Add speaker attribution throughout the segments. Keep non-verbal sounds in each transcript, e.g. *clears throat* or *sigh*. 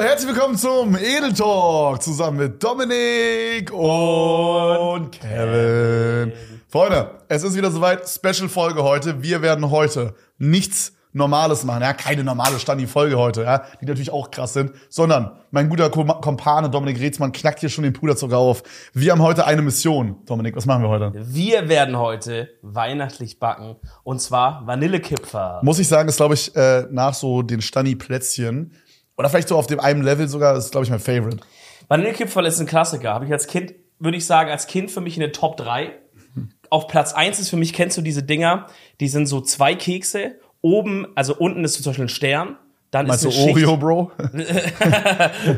Speaker 1: Herzlich willkommen zum Edel Talk zusammen mit Dominik und Kevin. Freunde, es ist wieder soweit. Special Folge heute. Wir werden heute nichts Normales machen. Ja, keine normale Standi-Folge heute, ja, die natürlich auch krass sind, sondern mein guter Kom Kompane Dominik Reetzmann knackt hier schon den Puderzucker auf. Wir haben heute eine Mission. Dominik, was machen wir heute?
Speaker 2: Wir werden heute weihnachtlich backen und zwar Vanillekipferl.
Speaker 1: Muss ich sagen, ist, glaube ich, äh, nach so den Stani-Plätzchen oder vielleicht so auf dem einen Level sogar, ist, glaube ich, mein Favorite.
Speaker 2: Vanillekipferl ist ein Klassiker, habe ich als Kind, würde ich sagen, als Kind für mich in der Top 3. Auf Platz 1 ist für mich, kennst du diese Dinger, die sind so zwei Kekse, oben, also unten ist zum Beispiel ein Stern, dann
Speaker 1: Meinst du
Speaker 2: ist eine Schicht.
Speaker 1: Oreo, Bro?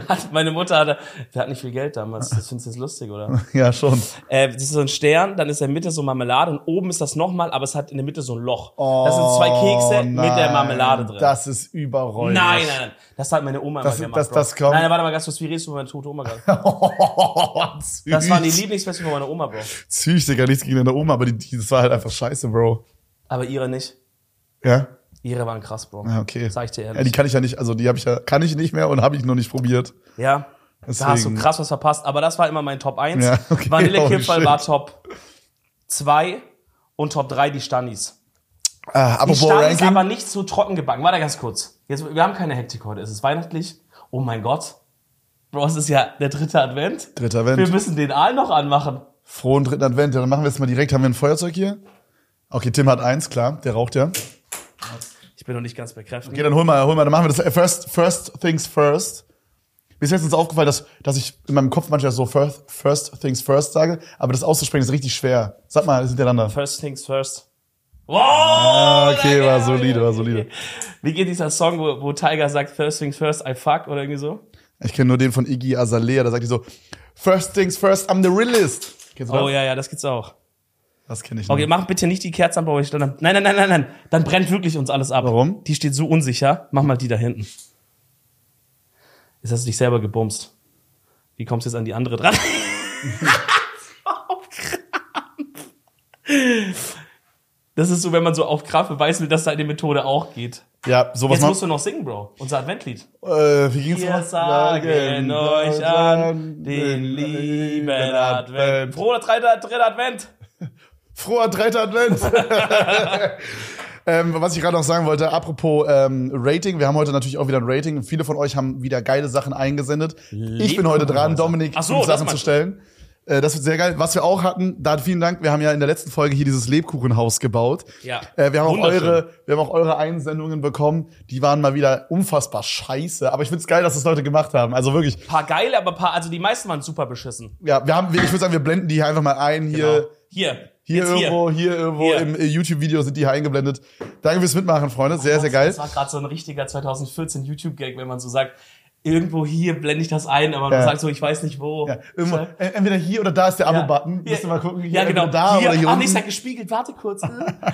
Speaker 2: Hat, *laughs* meine Mutter hatte, wir hatten nicht viel Geld damals, das findest du jetzt lustig, oder?
Speaker 1: *laughs* ja, schon.
Speaker 2: Äh, das ist so ein Stern, dann ist in der Mitte so Marmelade und oben ist das nochmal, aber es hat in der Mitte so ein Loch. das sind zwei Kekse
Speaker 1: Oh,
Speaker 2: mit der
Speaker 1: nein,
Speaker 2: Marmelade drin.
Speaker 1: Das ist überrollig.
Speaker 2: Nein, nein, nein. Das hat meine Oma
Speaker 1: Das-
Speaker 2: immer gemacht.
Speaker 1: das-
Speaker 2: Bro.
Speaker 1: das kommt-
Speaker 2: Nein, warte mal ganz kurz, wie redest du über meine tote Oma
Speaker 1: *laughs*
Speaker 2: gerade? Das
Speaker 1: das
Speaker 2: waren die Lieblingsfeste von meiner Oma, Bro.
Speaker 1: Züch, Oh, Digga, nichts gegen deine Oma, aber die, die, das war halt einfach scheiße, Bro.
Speaker 2: Aber ihre nicht.
Speaker 1: Ja?
Speaker 2: Ihre waren krass, Bro.
Speaker 1: Ja, okay.
Speaker 2: Sag ich dir
Speaker 1: Ja, die
Speaker 2: ehrlich.
Speaker 1: kann ich ja nicht, also die habe ich ja, kann ich nicht mehr und habe ich noch nicht probiert.
Speaker 2: Ja. Da hast du
Speaker 1: Deswegen.
Speaker 2: krass was verpasst. Aber das war immer mein Top 1.
Speaker 1: Ja, okay,
Speaker 2: Vanillekipferl
Speaker 1: holy
Speaker 2: war
Speaker 1: shit.
Speaker 2: Top 2 und Top 3 die Stannis.
Speaker 1: Äh,
Speaker 2: Die
Speaker 1: apropos
Speaker 2: Stannis
Speaker 1: Ranking.
Speaker 2: aber nicht so trocken gebacken. Warte ganz kurz. Jetzt, wir haben keine Hektik heute. Es ist weihnachtlich. Oh mein Gott. Bro, es ist ja der dritte Advent.
Speaker 1: Dritter
Speaker 2: Wir
Speaker 1: Advent.
Speaker 2: müssen den Aal noch anmachen.
Speaker 1: Frohen dritten Advent. Ja, dann machen wir es mal direkt. Haben wir ein Feuerzeug hier? Okay, Tim hat eins, klar. Der raucht ja.
Speaker 2: Ich bin noch nicht ganz bekräftigt.
Speaker 1: Okay, dann hol mal, hol mal, dann machen wir das. Äh, First, first things first. Mir ist letztens aufgefallen, dass, dass ich in meinem Kopf manchmal so first, first things first sage, aber das auszusprechen ist richtig schwer. Sag mal hintereinander.
Speaker 2: First things first. Wow!
Speaker 1: Ah, okay, war solide, war solide.
Speaker 2: Wie geht dieser Song, wo, wo Tiger sagt, First things first, I fuck oder irgendwie so?
Speaker 1: Ich kenne nur den von Iggy Azalea, da sagt die so, first things first, I'm the realist. Kennst du das?
Speaker 2: Oh ja, ja, das gibt's auch.
Speaker 1: Das kenne ich nicht.
Speaker 2: Okay, mach bitte nicht die Kerze an, Bro. Ich, dann, nein, nein, nein, nein, nein. Dann brennt wirklich uns alles ab.
Speaker 1: Warum?
Speaker 2: Die steht so unsicher. Mach mal die da hinten. Jetzt hast du dich selber gebumst. Wie kommst du jetzt an die andere dran? *laughs* Auf Krampf. das ist so, wenn man so auf Krampf beweisen will, dass da eine Methode auch geht.
Speaker 1: Ja, sowas
Speaker 2: Jetzt
Speaker 1: macht.
Speaker 2: musst du noch singen, Bro. Unser Adventlied.
Speaker 1: Äh, wie ging's genau.
Speaker 2: Wir
Speaker 1: noch?
Speaker 2: sagen euch an den lieben Advent. Frohe dritter, dritter Advent.
Speaker 1: Froher dritter
Speaker 2: *laughs*
Speaker 1: Advent. ähm, was ich gerade noch sagen wollte, apropos ähm, Rating, wir haben heute natürlich auch wieder ein Rating. Viele von euch haben wieder geile Sachen eingesendet. ich bin heute dran, Dominik
Speaker 2: Ach so,
Speaker 1: fünf
Speaker 2: das
Speaker 1: Sachen zu
Speaker 2: meinst du.
Speaker 1: stellen. Äh, Das wird sehr geil. Was wir auch hatten, da vielen Dank. Wir haben ja in der letzten Folge hier dieses Lebkuchenhaus gebaut.
Speaker 2: Ja.
Speaker 1: Äh, wir haben auch
Speaker 2: Wunderschön.
Speaker 1: eure, wir haben auch eure Einsendungen bekommen. Die waren mal wieder unfassbar scheiße. Aber ich find's geil, dass das Leute gemacht haben. Also wirklich,
Speaker 2: Paar geile, aber paar, also die meisten waren super beschissen.
Speaker 1: ja, wir haben, ich würde sagen, wir blenden die hier einfach mal ein. Hier,
Speaker 2: Genau. Hier.
Speaker 1: Hier
Speaker 2: Jetzt
Speaker 1: irgendwo, hier, irgendwo
Speaker 2: Hier.
Speaker 1: im äh, YouTube-Video sind die hier eingeblendet. Danke fürs Mitmachen, Freunde. Sehr, sehr geil.
Speaker 2: Das war gerade so ein richtiger 2014 YouTube-Gag, wenn man so sagt, irgendwo hier blende ich das ein, aber
Speaker 1: Ja.
Speaker 2: man sagt so, ich weiß nicht wo.
Speaker 1: Ja, irgendwo, äh, entweder hier oder da ist der Abo-Button.
Speaker 2: Ja.
Speaker 1: Müsst ihr mal gucken. Hier,
Speaker 2: ja, genau.
Speaker 1: entweder Da
Speaker 2: hier,
Speaker 1: oder hier
Speaker 2: ah,
Speaker 1: unten.
Speaker 2: nee, ist ja
Speaker 1: *laughs*
Speaker 2: gespiegelt, warte kurz. Äh.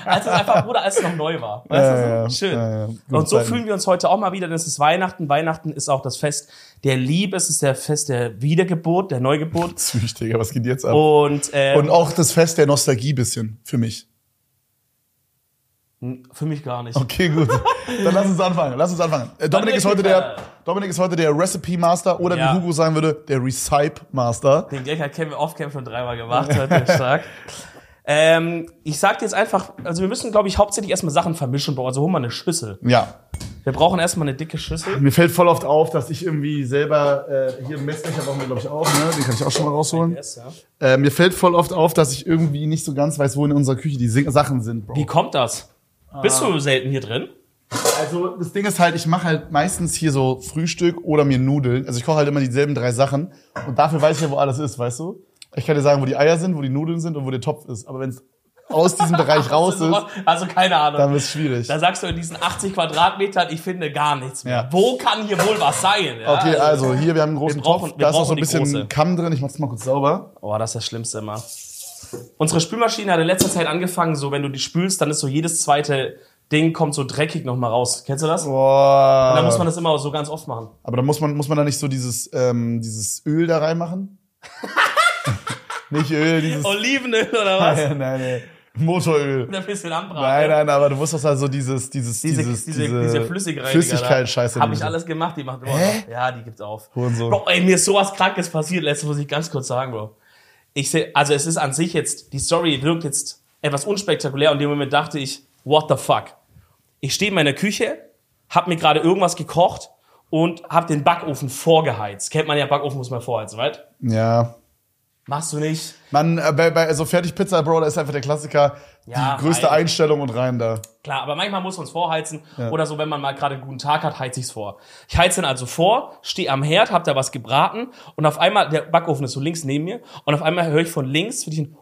Speaker 2: als es einfach, oder als es noch neu war.
Speaker 1: Ja, ja, ja.
Speaker 2: Weißt du, so? Schön.
Speaker 1: Ja, ja, ja. Gute
Speaker 2: Und so
Speaker 1: Zeiten.
Speaker 2: fühlen wir uns heute auch mal wieder, denn es ist Weihnachten. Weihnachten ist auch das Fest der Liebe, es ist der Fest der Wiedergeburt, der Neugeburt.
Speaker 1: Zügig, Digga, was geht jetzt ab?
Speaker 2: Und, ähm,
Speaker 1: Und auch das Fest der Nostalgie bisschen für mich.
Speaker 2: für mich gar nicht.
Speaker 1: Okay, gut. Dann lass uns anfangen. Lass uns anfangen. Äh, Dominik ist heute der Dominik ist heute der Recipe Master oder
Speaker 2: Ja.
Speaker 1: wie Hugo sagen würde, der Recipe Master.
Speaker 2: Den Gag hat Kevin Offcamp schon dreimal gemacht, heute stark. Ähm, ich sag dir jetzt einfach, also wir müssen, glaube ich, hauptsächlich erstmal Sachen vermischen, Bro. Also hol mal eine Schüssel.
Speaker 1: Ja.
Speaker 2: Wir brauchen erstmal eine dicke Schüssel.
Speaker 1: Mir fällt voll oft auf, dass ich irgendwie selber äh, hier Messbecher brauchen wir glaube ich auch, ne? Den kann ich auch schon mal rausholen.
Speaker 2: Yes, ja.
Speaker 1: Äh, mir fällt voll oft auf, dass ich irgendwie nicht so ganz weiß, wo in unserer Küche die Sing Sachen sind, Bro.
Speaker 2: Wie kommt das? Bist du selten hier drin?
Speaker 1: Also das Ding ist halt, ich mache halt meistens hier so Frühstück oder mir Nudeln. Also ich koche halt immer dieselben drei Sachen und dafür weiß ich ja, wo alles ist, weißt du? Ich kann dir sagen, wo die Eier sind, wo die Nudeln sind und wo der Topf ist. Aber wenn es aus diesem *laughs* Bereich raus ist,
Speaker 2: Also keine
Speaker 1: dann
Speaker 2: Ahnung.
Speaker 1: ist es schwierig.
Speaker 2: Da sagst du in diesen 80 Quadratmetern, ich finde gar nichts mehr.
Speaker 1: Ja.
Speaker 2: Wo kann hier wohl was sein? Ja,
Speaker 1: Okay, also hier, wir haben einen großen
Speaker 2: Wir brauchen-
Speaker 1: Topf.
Speaker 2: wir
Speaker 1: Da ist auch so
Speaker 2: brauchen
Speaker 1: ein
Speaker 2: die
Speaker 1: bisschen
Speaker 2: große.
Speaker 1: Kamm drin. Ich mach's mal kurz sauber.
Speaker 2: Oh, das ist das Schlimmste immer. Unsere Spülmaschine hat in letzter Zeit angefangen, so wenn du die spülst, dann ist so jedes zweite Ding kommt so dreckig nochmal raus. Kennst du das? Und
Speaker 1: Boah.
Speaker 2: dann muss man das immer so ganz oft machen.
Speaker 1: Aber da muss man, muss man da nicht so dieses, ähm, dieses Öl *laughs* da reinmachen? nicht Öl, dieses Oh,
Speaker 2: Olivenöl oder
Speaker 1: *laughs*
Speaker 2: was?
Speaker 1: nein, nein. Motoröl.
Speaker 2: ein bisschen anbraten.
Speaker 1: Nein, nein, aber du musst doch also dieses, dieses,
Speaker 2: Diese,
Speaker 1: dieses,
Speaker 2: diese, diese, Flüssigreiniger.
Speaker 1: Flüssigkeit-Scheiße.
Speaker 2: Habe
Speaker 1: die
Speaker 2: ich
Speaker 1: du-
Speaker 2: alles gemacht, die macht immer
Speaker 1: Hä?
Speaker 2: noch. Ja, die gibt's auf.
Speaker 1: Hurensohn.
Speaker 2: Bro, ey, mir ist sowas Krankes passiert, letztes muss ich ganz kurz sagen, Bro. Ich sehe, also es ist an sich jetzt, die Story wirkt jetzt etwas unspektakulär und in dem Moment dachte ich, what the fuck. Ich stehe in meiner Küche, hab mir gerade irgendwas gekocht und hab den Backofen vorgeheizt. Kennt man ja, Backofen muss man vorheizen, right?
Speaker 1: Ja.
Speaker 2: Machst du nicht.
Speaker 1: Man, äh, bei, bei so Fertig-Pizza, Bro, da ist einfach der Klassiker.
Speaker 2: Ja,
Speaker 1: die größte
Speaker 2: rein.
Speaker 1: Einstellung und rein da.
Speaker 2: Klar, aber manchmal muss man es vorheizen oder so, wenn man mal gerade einen guten Tag hat, heiz ich's vor. Ich heiz dann also vor, stehe am Herd, hab da was gebraten und auf einmal, der Backofen ist so links neben mir und auf einmal höre ich von links wirklich einen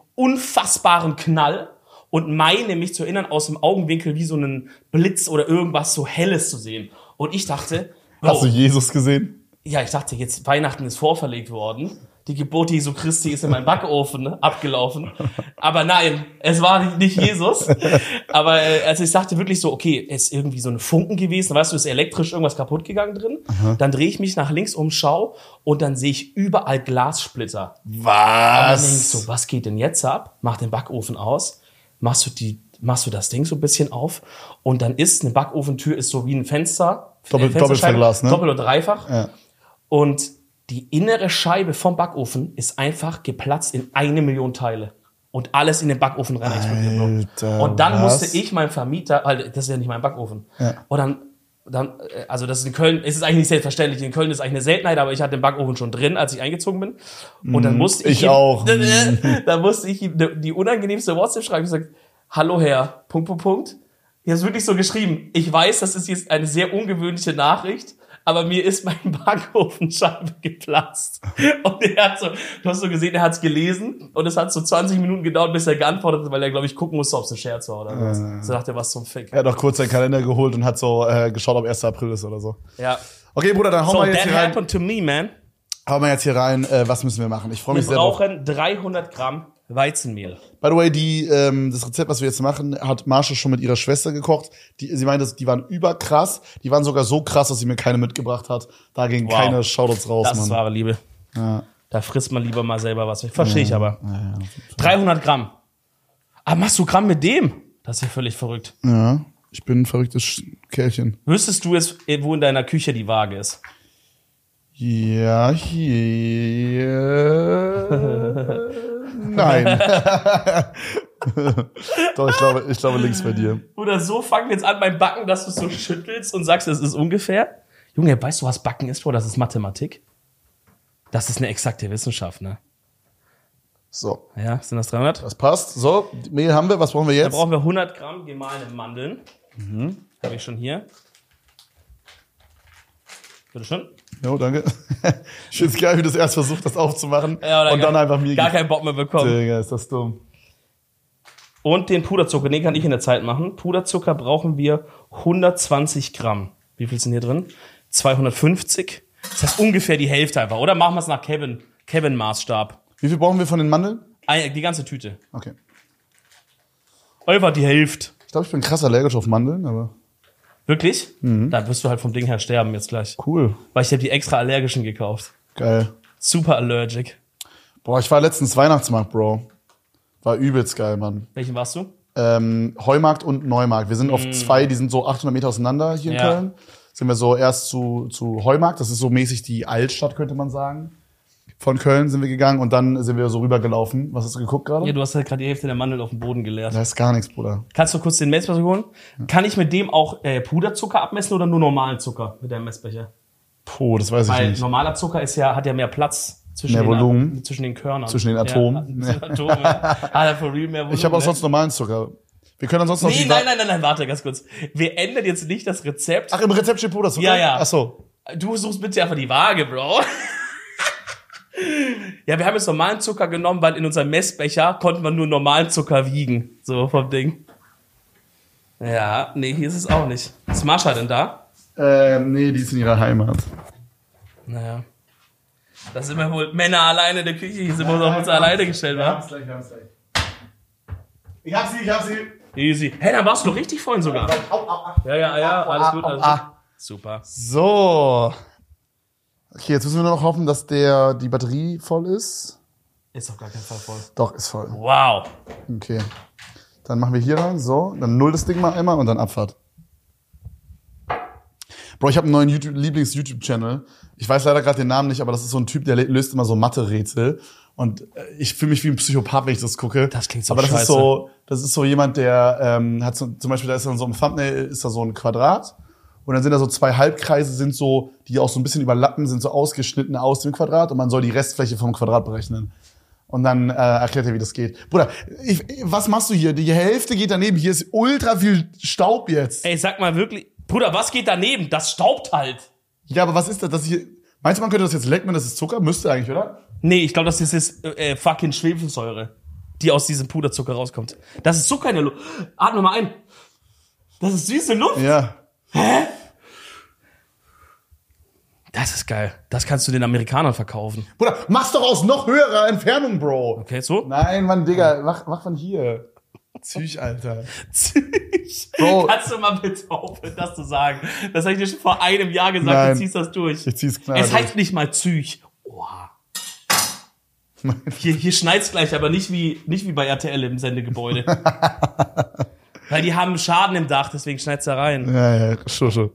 Speaker 2: unfassbaren Knall und meine mich zu erinnern, aus dem Augenwinkel wie so einen Blitz oder irgendwas so Helles zu sehen. Und ich dachte,
Speaker 1: Hast
Speaker 2: Bro,
Speaker 1: du Jesus gesehen?
Speaker 2: ja, ich dachte, jetzt Weihnachten ist vorverlegt worden. Die Geburt Jesu Christi ist in meinem Backofen ne, abgelaufen. Aber nein, es war nicht Jesus. Aber äh, also ich dachte wirklich so, okay, es ist irgendwie so ein Funken gewesen. Weißt du, ist elektrisch irgendwas kaputt gegangen drin. Dann drehe ich mich nach links um, schau und dann sehe ich überall Glassplitter. Dann denk ich
Speaker 1: Was?
Speaker 2: so, was geht denn jetzt ab? Mach den Backofen aus, machst du die, machst du das Ding so ein bisschen auf und dann ist eine Backofentür ist so wie ein Fenster.
Speaker 1: Doppel-
Speaker 2: eine Fensterscheibe,
Speaker 1: Doppelverglas, ne?
Speaker 2: Doppel- oder dreifach.
Speaker 1: Ja.
Speaker 2: Und die innere Scheibe vom Backofen ist einfach geplatzt in eine Million Teile. Und alles in den Backofen rein explodiert. Bro.
Speaker 1: Alter,
Speaker 2: Und dann
Speaker 1: was?
Speaker 2: musste ich meinem Vermieter, weil das ist ja nicht mein Backofen.
Speaker 1: Ja.
Speaker 2: Und dann, dann, äh, also das ist in Köln, es ist eigentlich nicht selbstverständlich. In Köln ist eigentlich eine Seltenheit, aber ich hatte den Backofen schon drin, als ich eingezogen bin. Und
Speaker 1: Mhm.
Speaker 2: dann musste ich,
Speaker 1: ich
Speaker 2: *laughs*
Speaker 1: auch.
Speaker 2: dann musste ich ihm ne- die unangenehmste WhatsApp schreiben. Ich hab gesagt, hallo Herr, Punkt, Punkt, Punkt. Ich habe wirklich so geschrieben. Ich weiß, das ist jetzt eine sehr ungewöhnliche Nachricht, aber mir ist mein *laughs* Backofenscheibe geplatzt. Und er hat so, du hast so gesehen, er hat es gelesen und es hat so 20 Minuten gedauert, bis er geantwortet hat, weil er, glaube ich, gucken musste, ob es ein Scherz war
Speaker 1: Ah.
Speaker 2: oder was. So dachte er, was zum Fick.
Speaker 1: Er hat doch kurz seinen Kalender geholt und hat so äh, geschaut, ob 1. April ist oder so.
Speaker 2: Ja.
Speaker 1: Okay, Bruder, dann hau
Speaker 2: So,
Speaker 1: mal jetzt
Speaker 2: that
Speaker 1: hier rein.
Speaker 2: happened to me, man.
Speaker 1: Hau mal jetzt hier rein, äh, was müssen wir machen? Ich freue
Speaker 2: Wir
Speaker 1: mich sehr drauf.
Speaker 2: brauchen 300 Gramm Weizenmehl.
Speaker 1: By the way, die, ähm, das Rezept, was wir jetzt machen, hat Marsha schon mit ihrer Schwester gekocht. Die, sie meinte, die waren überkrass. Die waren sogar so krass, dass sie mir keine mitgebracht hat. Da gingen
Speaker 2: Wow.
Speaker 1: keine Shoutouts raus,
Speaker 2: Das ist
Speaker 1: Mann.
Speaker 2: wahre Liebe. Da frisst man lieber mal selber was. Verstehe ich aber.
Speaker 1: Ja,
Speaker 2: 300 Gramm. Ah, machst du Gramm mit dem? Das ist ja völlig verrückt.
Speaker 1: ja. ja, ich bin ein verrücktes Sch- Kerlchen.
Speaker 2: Wüsstest du jetzt, eh, wo in deiner Küche die Waage ist?
Speaker 1: Ja, hier. Nein. *laughs* Doch, ich glaube, ich glaube links bei dir.
Speaker 2: Oder so fangen wir jetzt an beim Backen, dass du es so schüttelst und sagst, es ist ungefähr. Junge, weißt du, was Backen ist, Bro? Das ist Mathematik. Das ist eine exakte Wissenschaft, ne?
Speaker 1: So,
Speaker 2: Ja, sind das 300?
Speaker 1: das passt. So, Mehl haben wir. Was brauchen wir
Speaker 2: Da
Speaker 1: jetzt?
Speaker 2: brauchen wir 100 Gramm gemahlene Mandeln.
Speaker 1: Mhm.
Speaker 2: Habe ich schon hier. Bitte schön.
Speaker 1: Jo, danke. *laughs* ich find's geil, wie du es erst versucht hast aufzumachen
Speaker 2: Ja, oder
Speaker 1: und dann
Speaker 2: gar-
Speaker 1: einfach Äh, mir
Speaker 2: Gar
Speaker 1: gibst.
Speaker 2: keinen Bock mehr bekommen.
Speaker 1: Digga, ist das dumm.
Speaker 2: Und den Puderzucker, den kann ich in der Zeit machen. Puderzucker brauchen wir 120 Gramm. Wie viel sind hier drin? 250. Das heißt ungefähr die Hälfte einfach, oder? Machen wir es nach Kevin, Kevin-Maßstab.
Speaker 1: Wie viel brauchen wir von den Mandeln?
Speaker 2: Ei, Die ganze Tüte.
Speaker 1: Okay.
Speaker 2: Einfach die Hälfte.
Speaker 1: Ich glaube, ich bin krass allergisch auf Mandeln, aber
Speaker 2: Wirklich? Da wirst du halt vom Ding her sterben jetzt gleich.
Speaker 1: cool.
Speaker 2: Weil ich habe die extra allergischen gekauft.
Speaker 1: Geil.
Speaker 2: Super allergic.
Speaker 1: Boah, ich war letztens Weihnachtsmarkt, Bro. War übelst geil, Mann.
Speaker 2: Welchen warst du?
Speaker 1: ähm, Heumarkt und Neumarkt. Wir sind auf zwei, die sind so 800 Meter auseinander hier in
Speaker 2: Mm. Ja.
Speaker 1: Köln. Sind wir so erst zu, zu Heumarkt, das ist so mäßig die Altstadt, könnte man sagen. Von Köln sind wir gegangen und dann sind wir so rübergelaufen. Was hast du geguckt gerade?
Speaker 2: Ja, du hast halt gerade die Hälfte der Mandeln auf den Boden geleert.
Speaker 1: Da ist gar nichts, Bruder.
Speaker 2: Kannst du kurz den Messbecher holen? Kann ich mit dem auch äh, Puderzucker abmessen oder nur normalen Zucker mit deinem Messbecher?
Speaker 1: Puh, das weiß ich
Speaker 2: Weil
Speaker 1: nicht.
Speaker 2: normaler Zucker ist ja, hat ja mehr Platz zwischen,
Speaker 1: Mehr
Speaker 2: den,
Speaker 1: Volumen.
Speaker 2: zwischen den Körnern.
Speaker 1: Zwischen den Atomen.
Speaker 2: Ja, *laughs* zwischen den
Speaker 1: *laughs*
Speaker 2: Atomen. Hat er for real mehr Volumen.
Speaker 1: Ich habe auch
Speaker 2: ne?
Speaker 1: sonst normalen Zucker. Wir können ansonsten noch
Speaker 2: Nee,
Speaker 1: die
Speaker 2: nein,
Speaker 1: Wa-
Speaker 2: nein, nein, nein, warte ganz kurz. Wir ändern jetzt nicht das Rezept.
Speaker 1: Ach, im Rezept steht Bruder Zucker?
Speaker 2: Ja, ja.
Speaker 1: Ach so.
Speaker 2: Du suchst bitte einfach die Waage, Bro. ja, wir haben jetzt normalen Zucker genommen, weil in unserem Messbecher konnten wir nur normalen Zucker wiegen. So vom Ding. Ja, nee, hier ist es auch nicht. Ist Marsha denn da?
Speaker 1: Ähm, nee, die ist in ihrer Heimat.
Speaker 2: Naja. Da sind wir wohl Männer alleine in der Küche. Hier sind wir auf uns alleine gestellt, wa?
Speaker 1: gleich, wir haben's gleich. Ich hab sie, ich hab sie.
Speaker 2: Easy. Hey, da warst du richtig vorhin sogar.
Speaker 1: Au, au, au.
Speaker 2: Ja, ja, ja, alles gut, alles gut.
Speaker 1: Ah.
Speaker 2: Super.
Speaker 1: So. Okay, jetzt müssen wir nur noch hoffen, dass der, die Batterie voll ist.
Speaker 2: Ist auf gar keinen Fall voll.
Speaker 1: Doch, ist voll.
Speaker 2: Wow.
Speaker 1: Okay. Dann machen wir hier dann so, dann null das Ding mal einmal und dann Abfahrt. Bro, ich habe einen neuen YouTube, Lieblings-YouTube-Channel. Ich weiß leider gerade den Namen nicht, aber das ist so ein Typ, der le- löst immer so Mathe-Rätsel. Und äh, ich fühle mich wie ein Psychopath, wenn ich das gucke.
Speaker 2: Das klingt so
Speaker 1: Aber das
Speaker 2: scheiße.
Speaker 1: ist so, das ist so jemand, der ähm, hat so, zum Beispiel, da ist dann so im Thumbnail ist da so ein Quadrat. Und dann sind da so zwei Halbkreise, sind so, die auch so ein bisschen überlappen, sind so ausgeschnitten aus dem Quadrat und man soll die Restfläche vom Quadrat berechnen. Und dann äh, erklärt er, wie das geht. Bruder, ich, was machst du hier? Die Hälfte geht daneben. Hier ist ultra viel Staub jetzt.
Speaker 2: Ey, sag mal wirklich. Bruder, was geht daneben? Das staubt halt.
Speaker 1: Ja, aber was ist das? das hier, meinst du, man könnte das jetzt lecken und das ist Zucker? Müsste eigentlich, oder?
Speaker 2: Nee, ich glaube, das ist, ist äh, äh, fucking Schwefelsäure, die aus diesem Puderzucker rauskommt. Das ist so keine Luft. Atme mal ein. Das ist süße Luft.
Speaker 1: Ja.
Speaker 2: Das ist geil. Das kannst du den Amerikanern verkaufen.
Speaker 1: Bruder, mach's doch aus noch höherer Entfernung, Bro.
Speaker 2: Okay, so?
Speaker 1: Nein, Mann, Digga, mach, mach von hier. Züch, Alter. Bro.
Speaker 2: Kannst du mal bitte aufhören, das zu sagen? Das habe ich dir schon vor einem Jahr gesagt,
Speaker 1: Nein.
Speaker 2: du ziehst das durch.
Speaker 1: Ich zieh's knall
Speaker 2: es
Speaker 1: durch.
Speaker 2: heißt nicht mal Züch. Oha. Hier, hier schneit's gleich, aber nicht wie, nicht wie bei RTL
Speaker 1: *laughs*
Speaker 2: im Sendegebäude. Weil die haben Schaden im Dach, deswegen schneit's da rein.
Speaker 1: Ja, ja, schon, schon.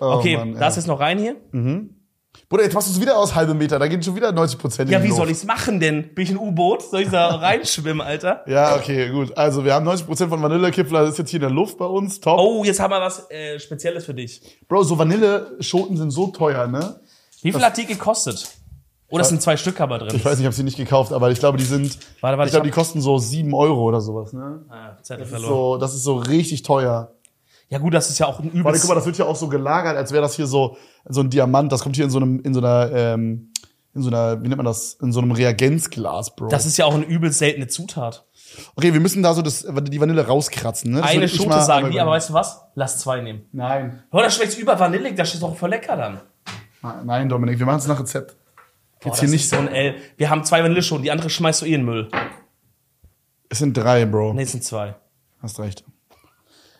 Speaker 1: Oh,
Speaker 2: Okay,
Speaker 1: Mann,
Speaker 2: das
Speaker 1: ja.
Speaker 2: ist noch rein hier.
Speaker 1: Bruder, jetzt machst du es wieder aus halbem Meter, da gehen schon wieder 90 Prozent
Speaker 2: Ja, wie soll ich's machen denn? Bin ich ein U-Boot? Soll
Speaker 1: *laughs*
Speaker 2: ich da reinschwimmen, Alter?
Speaker 1: Ja, okay, gut. Also, wir haben 90 Prozent von Vanillekipfler, das ist jetzt hier in der Luft bei uns, top.
Speaker 2: Oh, jetzt haben wir was äh, Spezielles für dich.
Speaker 1: Bro, so Vanilleschoten sind so teuer, ne?
Speaker 2: Wie viel hat die gekostet? Oder sind zwei Stück aber drin?
Speaker 1: Ich weiß nicht, ich habe sie nicht gekauft, aber ich glaube, die sind,
Speaker 2: Warte, warte,
Speaker 1: ich glaube,
Speaker 2: ich
Speaker 1: die kosten so 7 Euro oder sowas, ne?
Speaker 2: Ah, Zettel
Speaker 1: Das ist so,
Speaker 2: verloren.
Speaker 1: das ist so richtig teuer.
Speaker 2: Ja gut, das ist ja auch ein
Speaker 1: Warte,
Speaker 2: übles...
Speaker 1: guck mal, das wird ja auch so gelagert, als wäre das hier so, so ein Diamant. Das kommt hier in so einem, in so einer, ähm, in so einer, wie nennt man das? In so einem Reagenzglas, Bro.
Speaker 2: Das ist ja auch eine übel seltene Zutat.
Speaker 1: okay, wir müssen da so das, die Vanille rauskratzen, ne? Das
Speaker 2: Eine
Speaker 1: würde ich
Speaker 2: Schote
Speaker 1: mal
Speaker 2: sagen die,
Speaker 1: einmal
Speaker 2: aber weißt du was? Lass zwei nehmen.
Speaker 1: gönnen. Nein.
Speaker 2: Oh, das schmeckt über vanillig, das ist doch voll lecker dann.
Speaker 1: Nein, Dominik, wir machen es nach Rezept.
Speaker 2: Boah,
Speaker 1: Jetzt
Speaker 2: das
Speaker 1: hier
Speaker 2: ist
Speaker 1: nicht.
Speaker 2: so ein L. Wir haben zwei Vanilleschoten, die andere schmeißt du eh in den Müll.
Speaker 1: Es sind drei, Bro.
Speaker 2: Nee, es sind zwei.
Speaker 1: Hast recht.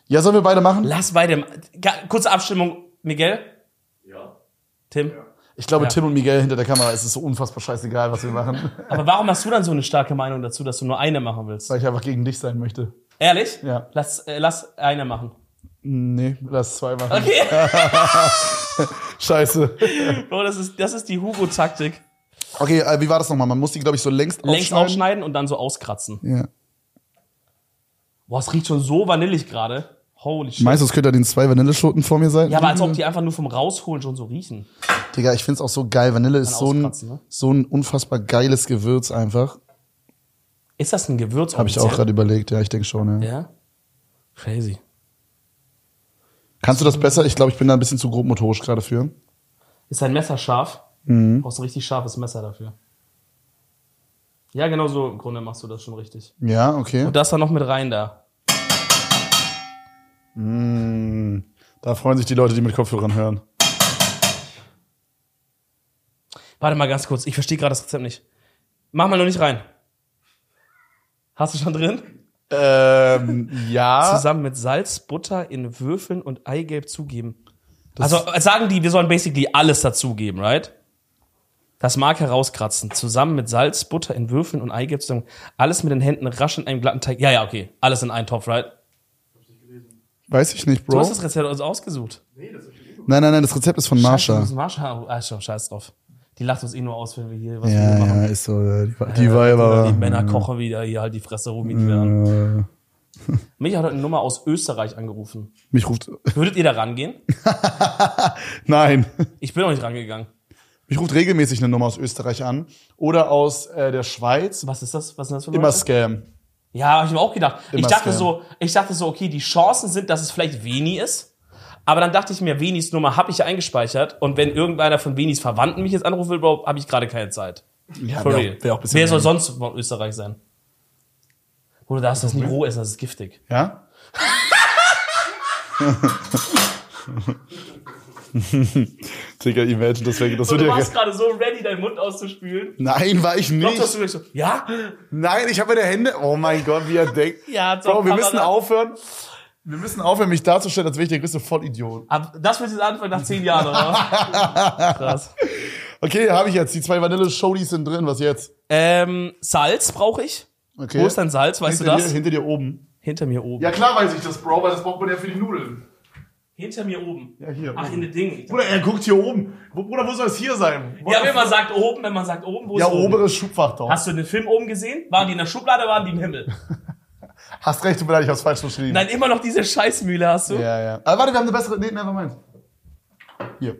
Speaker 1: Ja, sollen wir beide machen?
Speaker 2: Lass beide. im- Ga- Kurze Abstimmung. Miguel? Ja. Tim?
Speaker 1: Ich glaube,
Speaker 2: Ja.
Speaker 1: Tim und Miguel hinter der Kamera, es ist so unfassbar scheißegal, was wir machen. *laughs*
Speaker 2: Aber warum hast du dann so eine starke Meinung dazu, dass du nur eine machen willst?
Speaker 1: Weil ich einfach gegen dich sein möchte.
Speaker 2: Ehrlich?
Speaker 1: Ja.
Speaker 2: Lass, äh, lass
Speaker 1: *laughs*
Speaker 2: eine machen.
Speaker 1: Nee, lass zwei machen.
Speaker 2: Okay.
Speaker 1: *laughs* Scheiße.
Speaker 2: Bro, das ist, das ist die Hugo-Taktik.
Speaker 1: Okay, äh, wie war das nochmal? Man muss die, glaube ich, so längst
Speaker 2: Längst
Speaker 1: aufschneiden.
Speaker 2: aufschneiden und dann so auskratzen.
Speaker 1: Ja.
Speaker 2: Boah, es riecht schon so vanillig gerade. Holy shit.
Speaker 1: Meinst du, es könnte an den zwei Vanilleschoten vor mir sein?
Speaker 2: Ja, aber also- als ob die einfach nur vom Rausholen schon so riechen.
Speaker 1: Digga, ich find's auch so geil. Vanille ist so ein,
Speaker 2: auskratzen, ne?
Speaker 1: so ein unfassbar geiles Gewürz einfach.
Speaker 2: Ist das ein Gewürz?
Speaker 1: Habe ich auch gerade überlegt. Ja, ich denke schon. Ja.
Speaker 2: Ja? Crazy.
Speaker 1: Kannst du das besser? Ich glaube, ich bin da ein bisschen zu grob motorisch gerade für.
Speaker 2: Ist dein Messer scharf?
Speaker 1: Mhm.
Speaker 2: Du brauchst ein richtig scharfes Messer dafür. Ja, genau so im Grunde machst du das schon richtig.
Speaker 1: Ja, okay.
Speaker 2: Und das dann noch mit rein da.
Speaker 1: Da freuen sich die Leute, die mit Kopfhörern hören.
Speaker 2: Warte mal ganz kurz, ich verstehe gerade das Rezept nicht. Mach mal noch nicht rein. Hast du schon drin?
Speaker 1: Ähm, *laughs* ja.
Speaker 2: Zusammen mit Salz, Butter in Würfeln und Eigelb zugeben. also äh, sagen die, wir sollen basically alles dazugeben, right? Das Mark herauskratzen. Zusammen mit Salz, Butter in Würfeln und Eigelb zusammen. Alles mit den Händen rasch in einem glatten Teig. Ja, ja, okay. Alles in einen Topf, right?
Speaker 1: Weiß ich nicht,
Speaker 2: Du
Speaker 1: Bro.
Speaker 2: hast das Rezept uns ausgesucht.
Speaker 1: Nein, nein, nein, das Rezept ist von
Speaker 2: Scheiße,
Speaker 1: Marsha.
Speaker 2: das ist Marsha. Ah, schon, scheiß drauf. Die lacht uns eh nur aus, wenn wir hier was
Speaker 1: Ja,
Speaker 2: wir
Speaker 1: ja,
Speaker 2: machen.
Speaker 1: ist so. äh, Die, die
Speaker 2: Die
Speaker 1: Weiber.
Speaker 2: Männer kochen wieder hier halt die Fresse ruminieren.
Speaker 1: Äh,
Speaker 2: Mich hat heute eine Nummer aus Österreich angerufen.
Speaker 1: mich ruft. *laughs*
Speaker 2: Würdet ihr da rangehen?
Speaker 1: Nein.
Speaker 2: Ich bin noch nicht rangegangen.
Speaker 1: Mich ruft regelmäßig eine Nummer aus Österreich an. Oder aus äh, der Schweiz.
Speaker 2: Was ist das? Was sind das für
Speaker 1: Immer
Speaker 2: Leute?
Speaker 1: Scam.
Speaker 2: Ja, habe ich mir auch gedacht. ich
Speaker 1: Immer
Speaker 2: dachte
Speaker 1: Scam.
Speaker 2: so, ich dachte so, okay, die Chancen sind, dass es vielleicht Veni ist. Aber dann dachte ich mir, Venis Nummer habe ich ja eingespeichert und wenn irgendeiner von Venis Verwandten mich jetzt anrufen will, Bro, habe ich gerade keine Zeit.
Speaker 1: Ja,
Speaker 2: For
Speaker 1: wär auch-
Speaker 2: real.
Speaker 1: wär auch ein bisschen
Speaker 2: Wer soll
Speaker 1: lame.
Speaker 2: sonst von Österreich sein? Oder darfst du das nicht roh essen, das ist giftig.
Speaker 1: Ja? *laughs* Digga, imagine, das wäre das
Speaker 2: So,
Speaker 1: würde
Speaker 2: du
Speaker 1: ja
Speaker 2: warst gerade so ready, deinen Mund auszuspülen.
Speaker 1: Nein, war ich
Speaker 2: Doch,
Speaker 1: nicht.
Speaker 2: dass du wirklich so, ja?
Speaker 1: Nein, ich habe meine Hände. Oh mein Gott, wie er denkt.
Speaker 2: *laughs* Ja, zur
Speaker 1: Bro, wir
Speaker 2: Kamera.
Speaker 1: müssen aufhören. Wir müssen aufhören, mich darzustellen, als wäre ich der größte Vollidiot.
Speaker 2: Ab- Das wird jetzt anfangen nach zehn Jahren, oder?
Speaker 1: *laughs*
Speaker 2: Krass.
Speaker 1: Okay, habe ich jetzt. Die zwei Vanille-Shodies sind drin. Was jetzt?
Speaker 2: Ähm, Salz brauche ich.
Speaker 1: Okay.
Speaker 2: Wo ist dein Salz? Weißt
Speaker 1: hinter
Speaker 2: du das?
Speaker 1: Dir, hinter dir oben.
Speaker 2: hinter mir oben.
Speaker 1: Ja, klar weiß ich das, Bro, weil das braucht man ja für die Nudeln.
Speaker 2: Hinter mir oben.
Speaker 1: Ja, hier.
Speaker 2: Ach, in den Ding.
Speaker 1: Bruder, er guckt hier oben. Wo- Bruder, wo soll es hier sein?
Speaker 2: Ja, wenn man sagt oben, wenn man sagt oben, wo
Speaker 1: ja
Speaker 2: ist oben?
Speaker 1: oberes Schubfach doch. Hast,
Speaker 2: Hast du den Film oben gesehen? Waren die in der Schublade, waren die
Speaker 1: *laughs*
Speaker 2: im Himmel?
Speaker 1: recht, tut mir leid, ich hab's falsch geschrieben.
Speaker 2: Nein, immer noch diese Scheißmühle hast du.
Speaker 1: Ja, ja. Aber warte, wir haben eine bessere. Nee, never mind. Hier.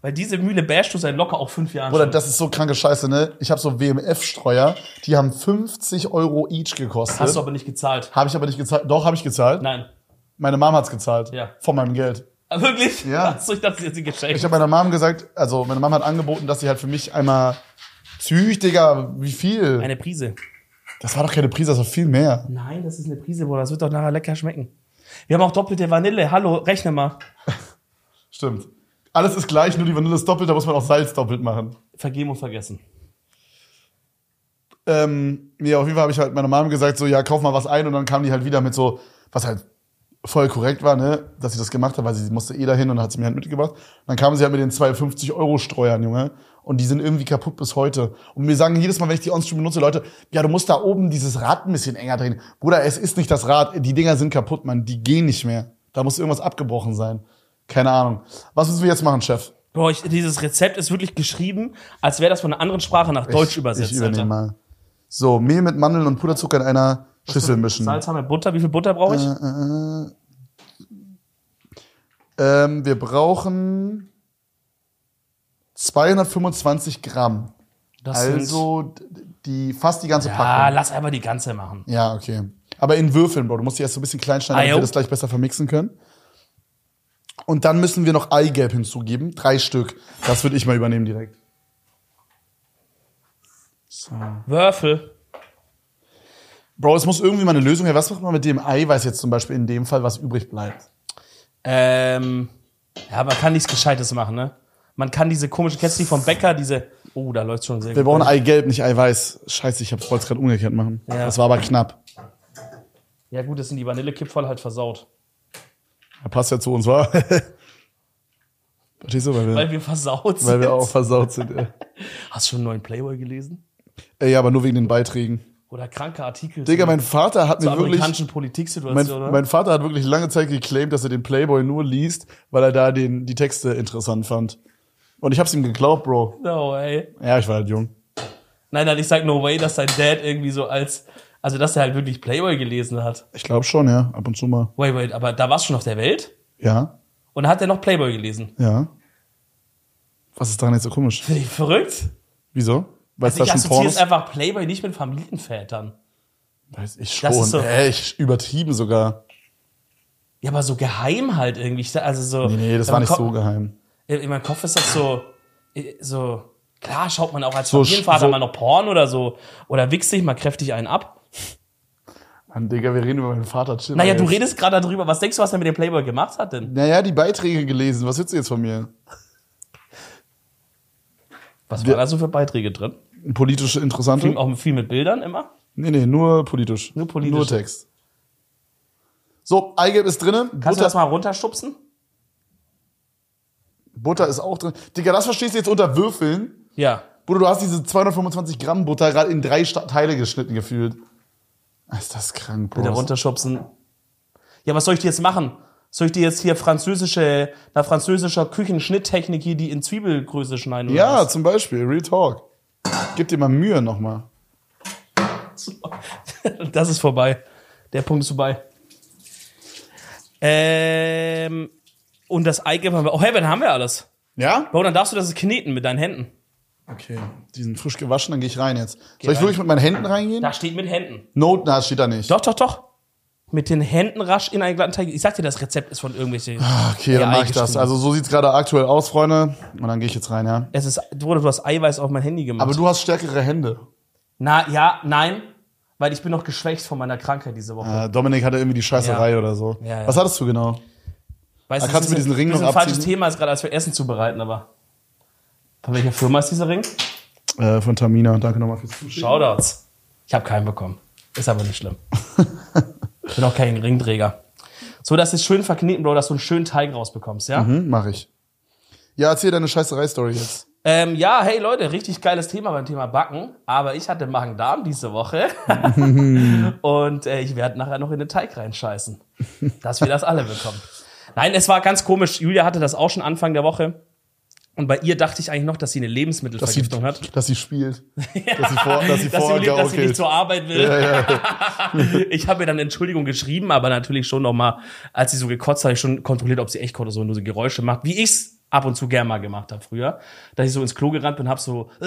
Speaker 2: Weil diese Mühle bashst du seit locker auch fünf Jahren.
Speaker 1: Bruder,
Speaker 2: schon.
Speaker 1: das ist so kranke Scheiße, ne? Ich habe so WMF-Streuer, die haben 50 Euro each
Speaker 2: hast du
Speaker 1: gekostet.
Speaker 2: aber nicht gezahlt.
Speaker 1: Habe ich aber nicht gezahlt. Doch, habe ich gezahlt.
Speaker 2: Nein. *laughs*
Speaker 1: Meine Mom hat's gezahlt.
Speaker 2: Ja.
Speaker 1: Von meinem Geld.
Speaker 2: Ah, Wirklich?
Speaker 1: Ja.
Speaker 2: Achso, ich dachte, sie hat sie geschenkt.
Speaker 1: Ich habe meiner Mom gesagt, also meine Mom hat angeboten, dass sie halt für mich einmal. Züch, Digga, wie viel?
Speaker 2: Eine Prise.
Speaker 1: das war doch keine Prise, das war viel mehr.
Speaker 2: Nein, das ist eine Prise, Bruder. Das wird doch nachher lecker schmecken. Wir haben auch doppelte Vanille. Hallo, rechne mal.
Speaker 1: Stimmt. Alles ist gleich, nur die Vanille ist doppelt, da muss man auch Salz doppelt machen.
Speaker 2: Vergeben und vergessen.
Speaker 1: ähm, nee, auf jeden Fall habe ich halt meiner Mom gesagt, so, ja, kauf mal was ein. Und dann kam die halt wieder mit so, was halt voll korrekt war, ne, dass sie das gemacht hat, weil sie musste eh dahin und hat sie mir halt mitgebracht. Und dann kamen sie halt mit den 250 Euro Streuern, Junge. Und die sind irgendwie kaputt bis heute. Und mir sagen jedes Mal, wenn ich die Onstream benutze, Leute, ja, du musst da oben dieses Rad ein bisschen enger drehen. Bruder, es ist nicht das Rad. Die Dinger sind kaputt, Mann. Die gehen nicht mehr. Da muss irgendwas abgebrochen sein. Keine Ahnung. Was müssen wir jetzt machen, Chef?
Speaker 2: Boah, ich, dieses Rezept ist wirklich geschrieben, als wäre das von einer anderen Sprache nach Deutsch übersetzt.
Speaker 1: Ich übernehme mal. So, Mehl mit Mandeln und Puderzucker in einer Schüssel mischen. Äh,
Speaker 2: Salz haben wir Butter. Wie viel Butter brauche ich?
Speaker 1: Ähm, wir brauchen 225 Gramm.
Speaker 2: das
Speaker 1: Also d- die fast die ganze
Speaker 2: sind, ah,
Speaker 1: Packung.
Speaker 2: lass einfach die ganze machen.
Speaker 1: Ja, okay. Aber in Würfeln, Bro. Du musst die erst so ein bisschen klein schneiden,
Speaker 2: Ah,
Speaker 1: damit
Speaker 2: jo.
Speaker 1: wir das gleich besser vermixen können. Und dann müssen wir noch Eigelb hinzugeben. Drei Stück. Das würde ich mal übernehmen direkt. So.
Speaker 2: Würfel.
Speaker 1: Bro, es muss irgendwie mal eine Lösung her. Was macht man mit dem Eiweiß jetzt zum Beispiel in dem Fall, was übrig bleibt?
Speaker 2: Ähm, ja, man kann nichts Gescheites machen, ne? Man kann diese komische, kennst du die vom Bäcker, diese, oh, da läuft schon sehr
Speaker 1: Wir brauchen Eigelb, nicht Eiweiß. Scheiße, ich hab's- wollt's gerade umgekehrt machen.
Speaker 2: Ja.
Speaker 1: Das war aber knapp.
Speaker 2: Ja gut, das sind die Vanillekipferl halt versaut.
Speaker 1: Er passt ja zu uns, wa? *laughs* Verstehst du, weil wir,
Speaker 2: Weil wir versaut sind.
Speaker 1: weil wir auch versaut sind. Ey.
Speaker 2: Hast du schon einen neuen Playboy gelesen?
Speaker 1: ey, ja, aber nur wegen den Beiträgen.
Speaker 2: Oder kranke Artikel
Speaker 1: Digga, mein Vater hat
Speaker 2: zur
Speaker 1: mir wirklich,
Speaker 2: amerikanischen Politiksituation,
Speaker 1: mein,
Speaker 2: oder?
Speaker 1: mein Vater hat wirklich lange Zeit geclaimt, dass er den Playboy nur liest, weil er da den, die Texte interessant fand. Und ich hab's ihm geglaubt, Bro.
Speaker 2: no way.
Speaker 1: Ja, ich war halt jung.
Speaker 2: Nein, nein, ich sag no way, dass dein Dad irgendwie so als, also dass er halt wirklich Playboy gelesen hat.
Speaker 1: Ich glaube schon, ja. Ab und zu mal.
Speaker 2: Wait, wait, aber da warst du schon auf der Welt?
Speaker 1: Ja,
Speaker 2: Und hat er noch Playboy gelesen?
Speaker 1: ja. Was ist daran jetzt so komisch?
Speaker 2: Bin ich verrückt?
Speaker 1: Wieso? Weil es
Speaker 2: Also ich
Speaker 1: da schon
Speaker 2: assoziiere
Speaker 1: Pornos
Speaker 2: jetzt einfach Playboy nicht mit Familienvätern.
Speaker 1: Weiß ich schon.
Speaker 2: Das ist so-
Speaker 1: Ey, ich übertrieben sogar.
Speaker 2: Ja, aber so geheim halt irgendwie. Ich da- Also so.
Speaker 1: Nee, nee, das war nicht so geheim.
Speaker 2: In in meinem Kopf ist das so, äh, so klar schaut man auch als
Speaker 1: So sch-
Speaker 2: Familienvater
Speaker 1: so-
Speaker 2: mal noch Porn oder so oder wichst dich mal kräftig einen ab.
Speaker 1: Mann, Digga, wir reden über meinen Vater. Chill
Speaker 2: Naja,
Speaker 1: mal
Speaker 2: du
Speaker 1: jetzt.
Speaker 2: redest gerade darüber. Was denkst du, was er mit dem Playboy gemacht hat denn?
Speaker 1: Naja, die Beiträge gelesen. Was willst du jetzt von mir?
Speaker 2: Was
Speaker 1: Wir- Hm?
Speaker 2: waren da so für Beiträge drin?
Speaker 1: Politische
Speaker 2: Viel,
Speaker 1: interessante?
Speaker 2: auch viel mit Bildern immer.
Speaker 1: Nee, nee, nur politisch.
Speaker 2: Nur politisch.
Speaker 1: Nur Text. So, Eigelb ist drinne.
Speaker 2: Kannst du
Speaker 1: Butter,
Speaker 2: das mal runterstupsen?
Speaker 1: Butter ist auch drin. Digga, das verstehst du jetzt unter Würfeln.
Speaker 2: Ja.
Speaker 1: Bruder, du hast diese 225 Gramm Butter gerade in drei Sta- Teile geschnitten gefühlt. Ist das krank, Bro.
Speaker 2: Bitte runterschubsen. Ja, was soll ich dir jetzt machen? Soll ich dir jetzt hier französische, nach französischer Küchenschnitttechnik hier die in Zwiebelgröße schneiden? oder
Speaker 1: Ja,
Speaker 2: was?
Speaker 1: zum Beispiel. Real Talk. Gib dir mal Mühe nochmal.
Speaker 2: *laughs* Das ist vorbei. Der Punkt ist vorbei. Ähm, und das Eigelb haben wir. Oh, hey, dann haben wir alles.
Speaker 1: Ja?
Speaker 2: Bro, dann darfst du das kneten mit deinen Händen.
Speaker 1: Okay, die sind frisch gewaschen, dann gehe ich rein jetzt. Soll ich
Speaker 2: rein.
Speaker 1: wirklich mit meinen Händen reingehen?
Speaker 2: Da steht mit Händen.
Speaker 1: No, na, steht da nicht.
Speaker 2: Doch, doch, doch. Mit den Händen rasch in einen glatten Teig. Ich sag dir, das Rezept ist von irgendwelchen.
Speaker 1: Okay, dann
Speaker 2: Ja,
Speaker 1: mache ich das.
Speaker 2: eingeschrieben.
Speaker 1: Also so sieht's gerade aktuell aus, Freunde. Und dann gehe ich jetzt rein, ja.
Speaker 2: Es ist, Bruder, du hast Eiweiß auf mein Handy gemacht.
Speaker 1: Aber du hast stärkere Hände.
Speaker 2: Na, ja, nein. Weil ich bin noch geschwächt von meiner Krankheit diese Woche.
Speaker 1: Äh, Dominik hatte irgendwie die Scheißerei
Speaker 2: Ja.
Speaker 1: oder so.
Speaker 2: Ja, ja.
Speaker 1: Was hattest du genau? Ah, kannst du
Speaker 2: Weißt
Speaker 1: mir
Speaker 2: das ist
Speaker 1: diesen Ring
Speaker 2: ein, das ist
Speaker 1: noch
Speaker 2: ein falsches
Speaker 1: abziehen?
Speaker 2: Thema ist gerade, als wir Essen zubereiten, aber. Von welcher Firma ist dieser Ring?
Speaker 1: Äh, von Tamina. Danke nochmal fürs Zuschauen.
Speaker 2: Shoutouts. Ich habe keinen bekommen. Ist aber nicht schlimm. Ich bin auch kein Ringträger. So, das ist schön
Speaker 1: Mhm.
Speaker 2: verkneten, Bro, dass du einen schönen Teig rausbekommst, ja?
Speaker 1: Hm, mach ich. Ja, erzähl deine Scheißerei-Story jetzt.
Speaker 2: Ähm, ja, hey Leute, richtig geiles Thema beim Thema Backen. Aber ich hatte Magen-Darm diese Woche.
Speaker 1: Mhm.
Speaker 2: *laughs* und äh, ich werde nachher noch in den Teig reinscheißen. Dass wir das alle bekommen. Nein, es war ganz komisch. Julia hatte das auch schon Anfang der Woche. Und bei ihr dachte ich eigentlich noch, dass sie eine
Speaker 1: Dass sie,
Speaker 2: Lebensmittelvergiftung hat.
Speaker 1: dass sie spielt.
Speaker 2: *laughs*
Speaker 1: Dass sie vor, dass sie
Speaker 2: dass, sie
Speaker 1: vor
Speaker 2: überlebt, dass sie nicht
Speaker 1: gaukelt.
Speaker 2: zur Arbeit will. ich habe ihr dann Entschuldigung geschrieben, aber natürlich schon nochmal, als sie so gekotzt hat, habe ich schon kontrolliert, ob sie echt konnte, so nur so Geräusche macht, wie ich's ab und zu gerne mal gemacht habe früher, dass ich so ins Klo gerannt bin, hab so
Speaker 1: Äh.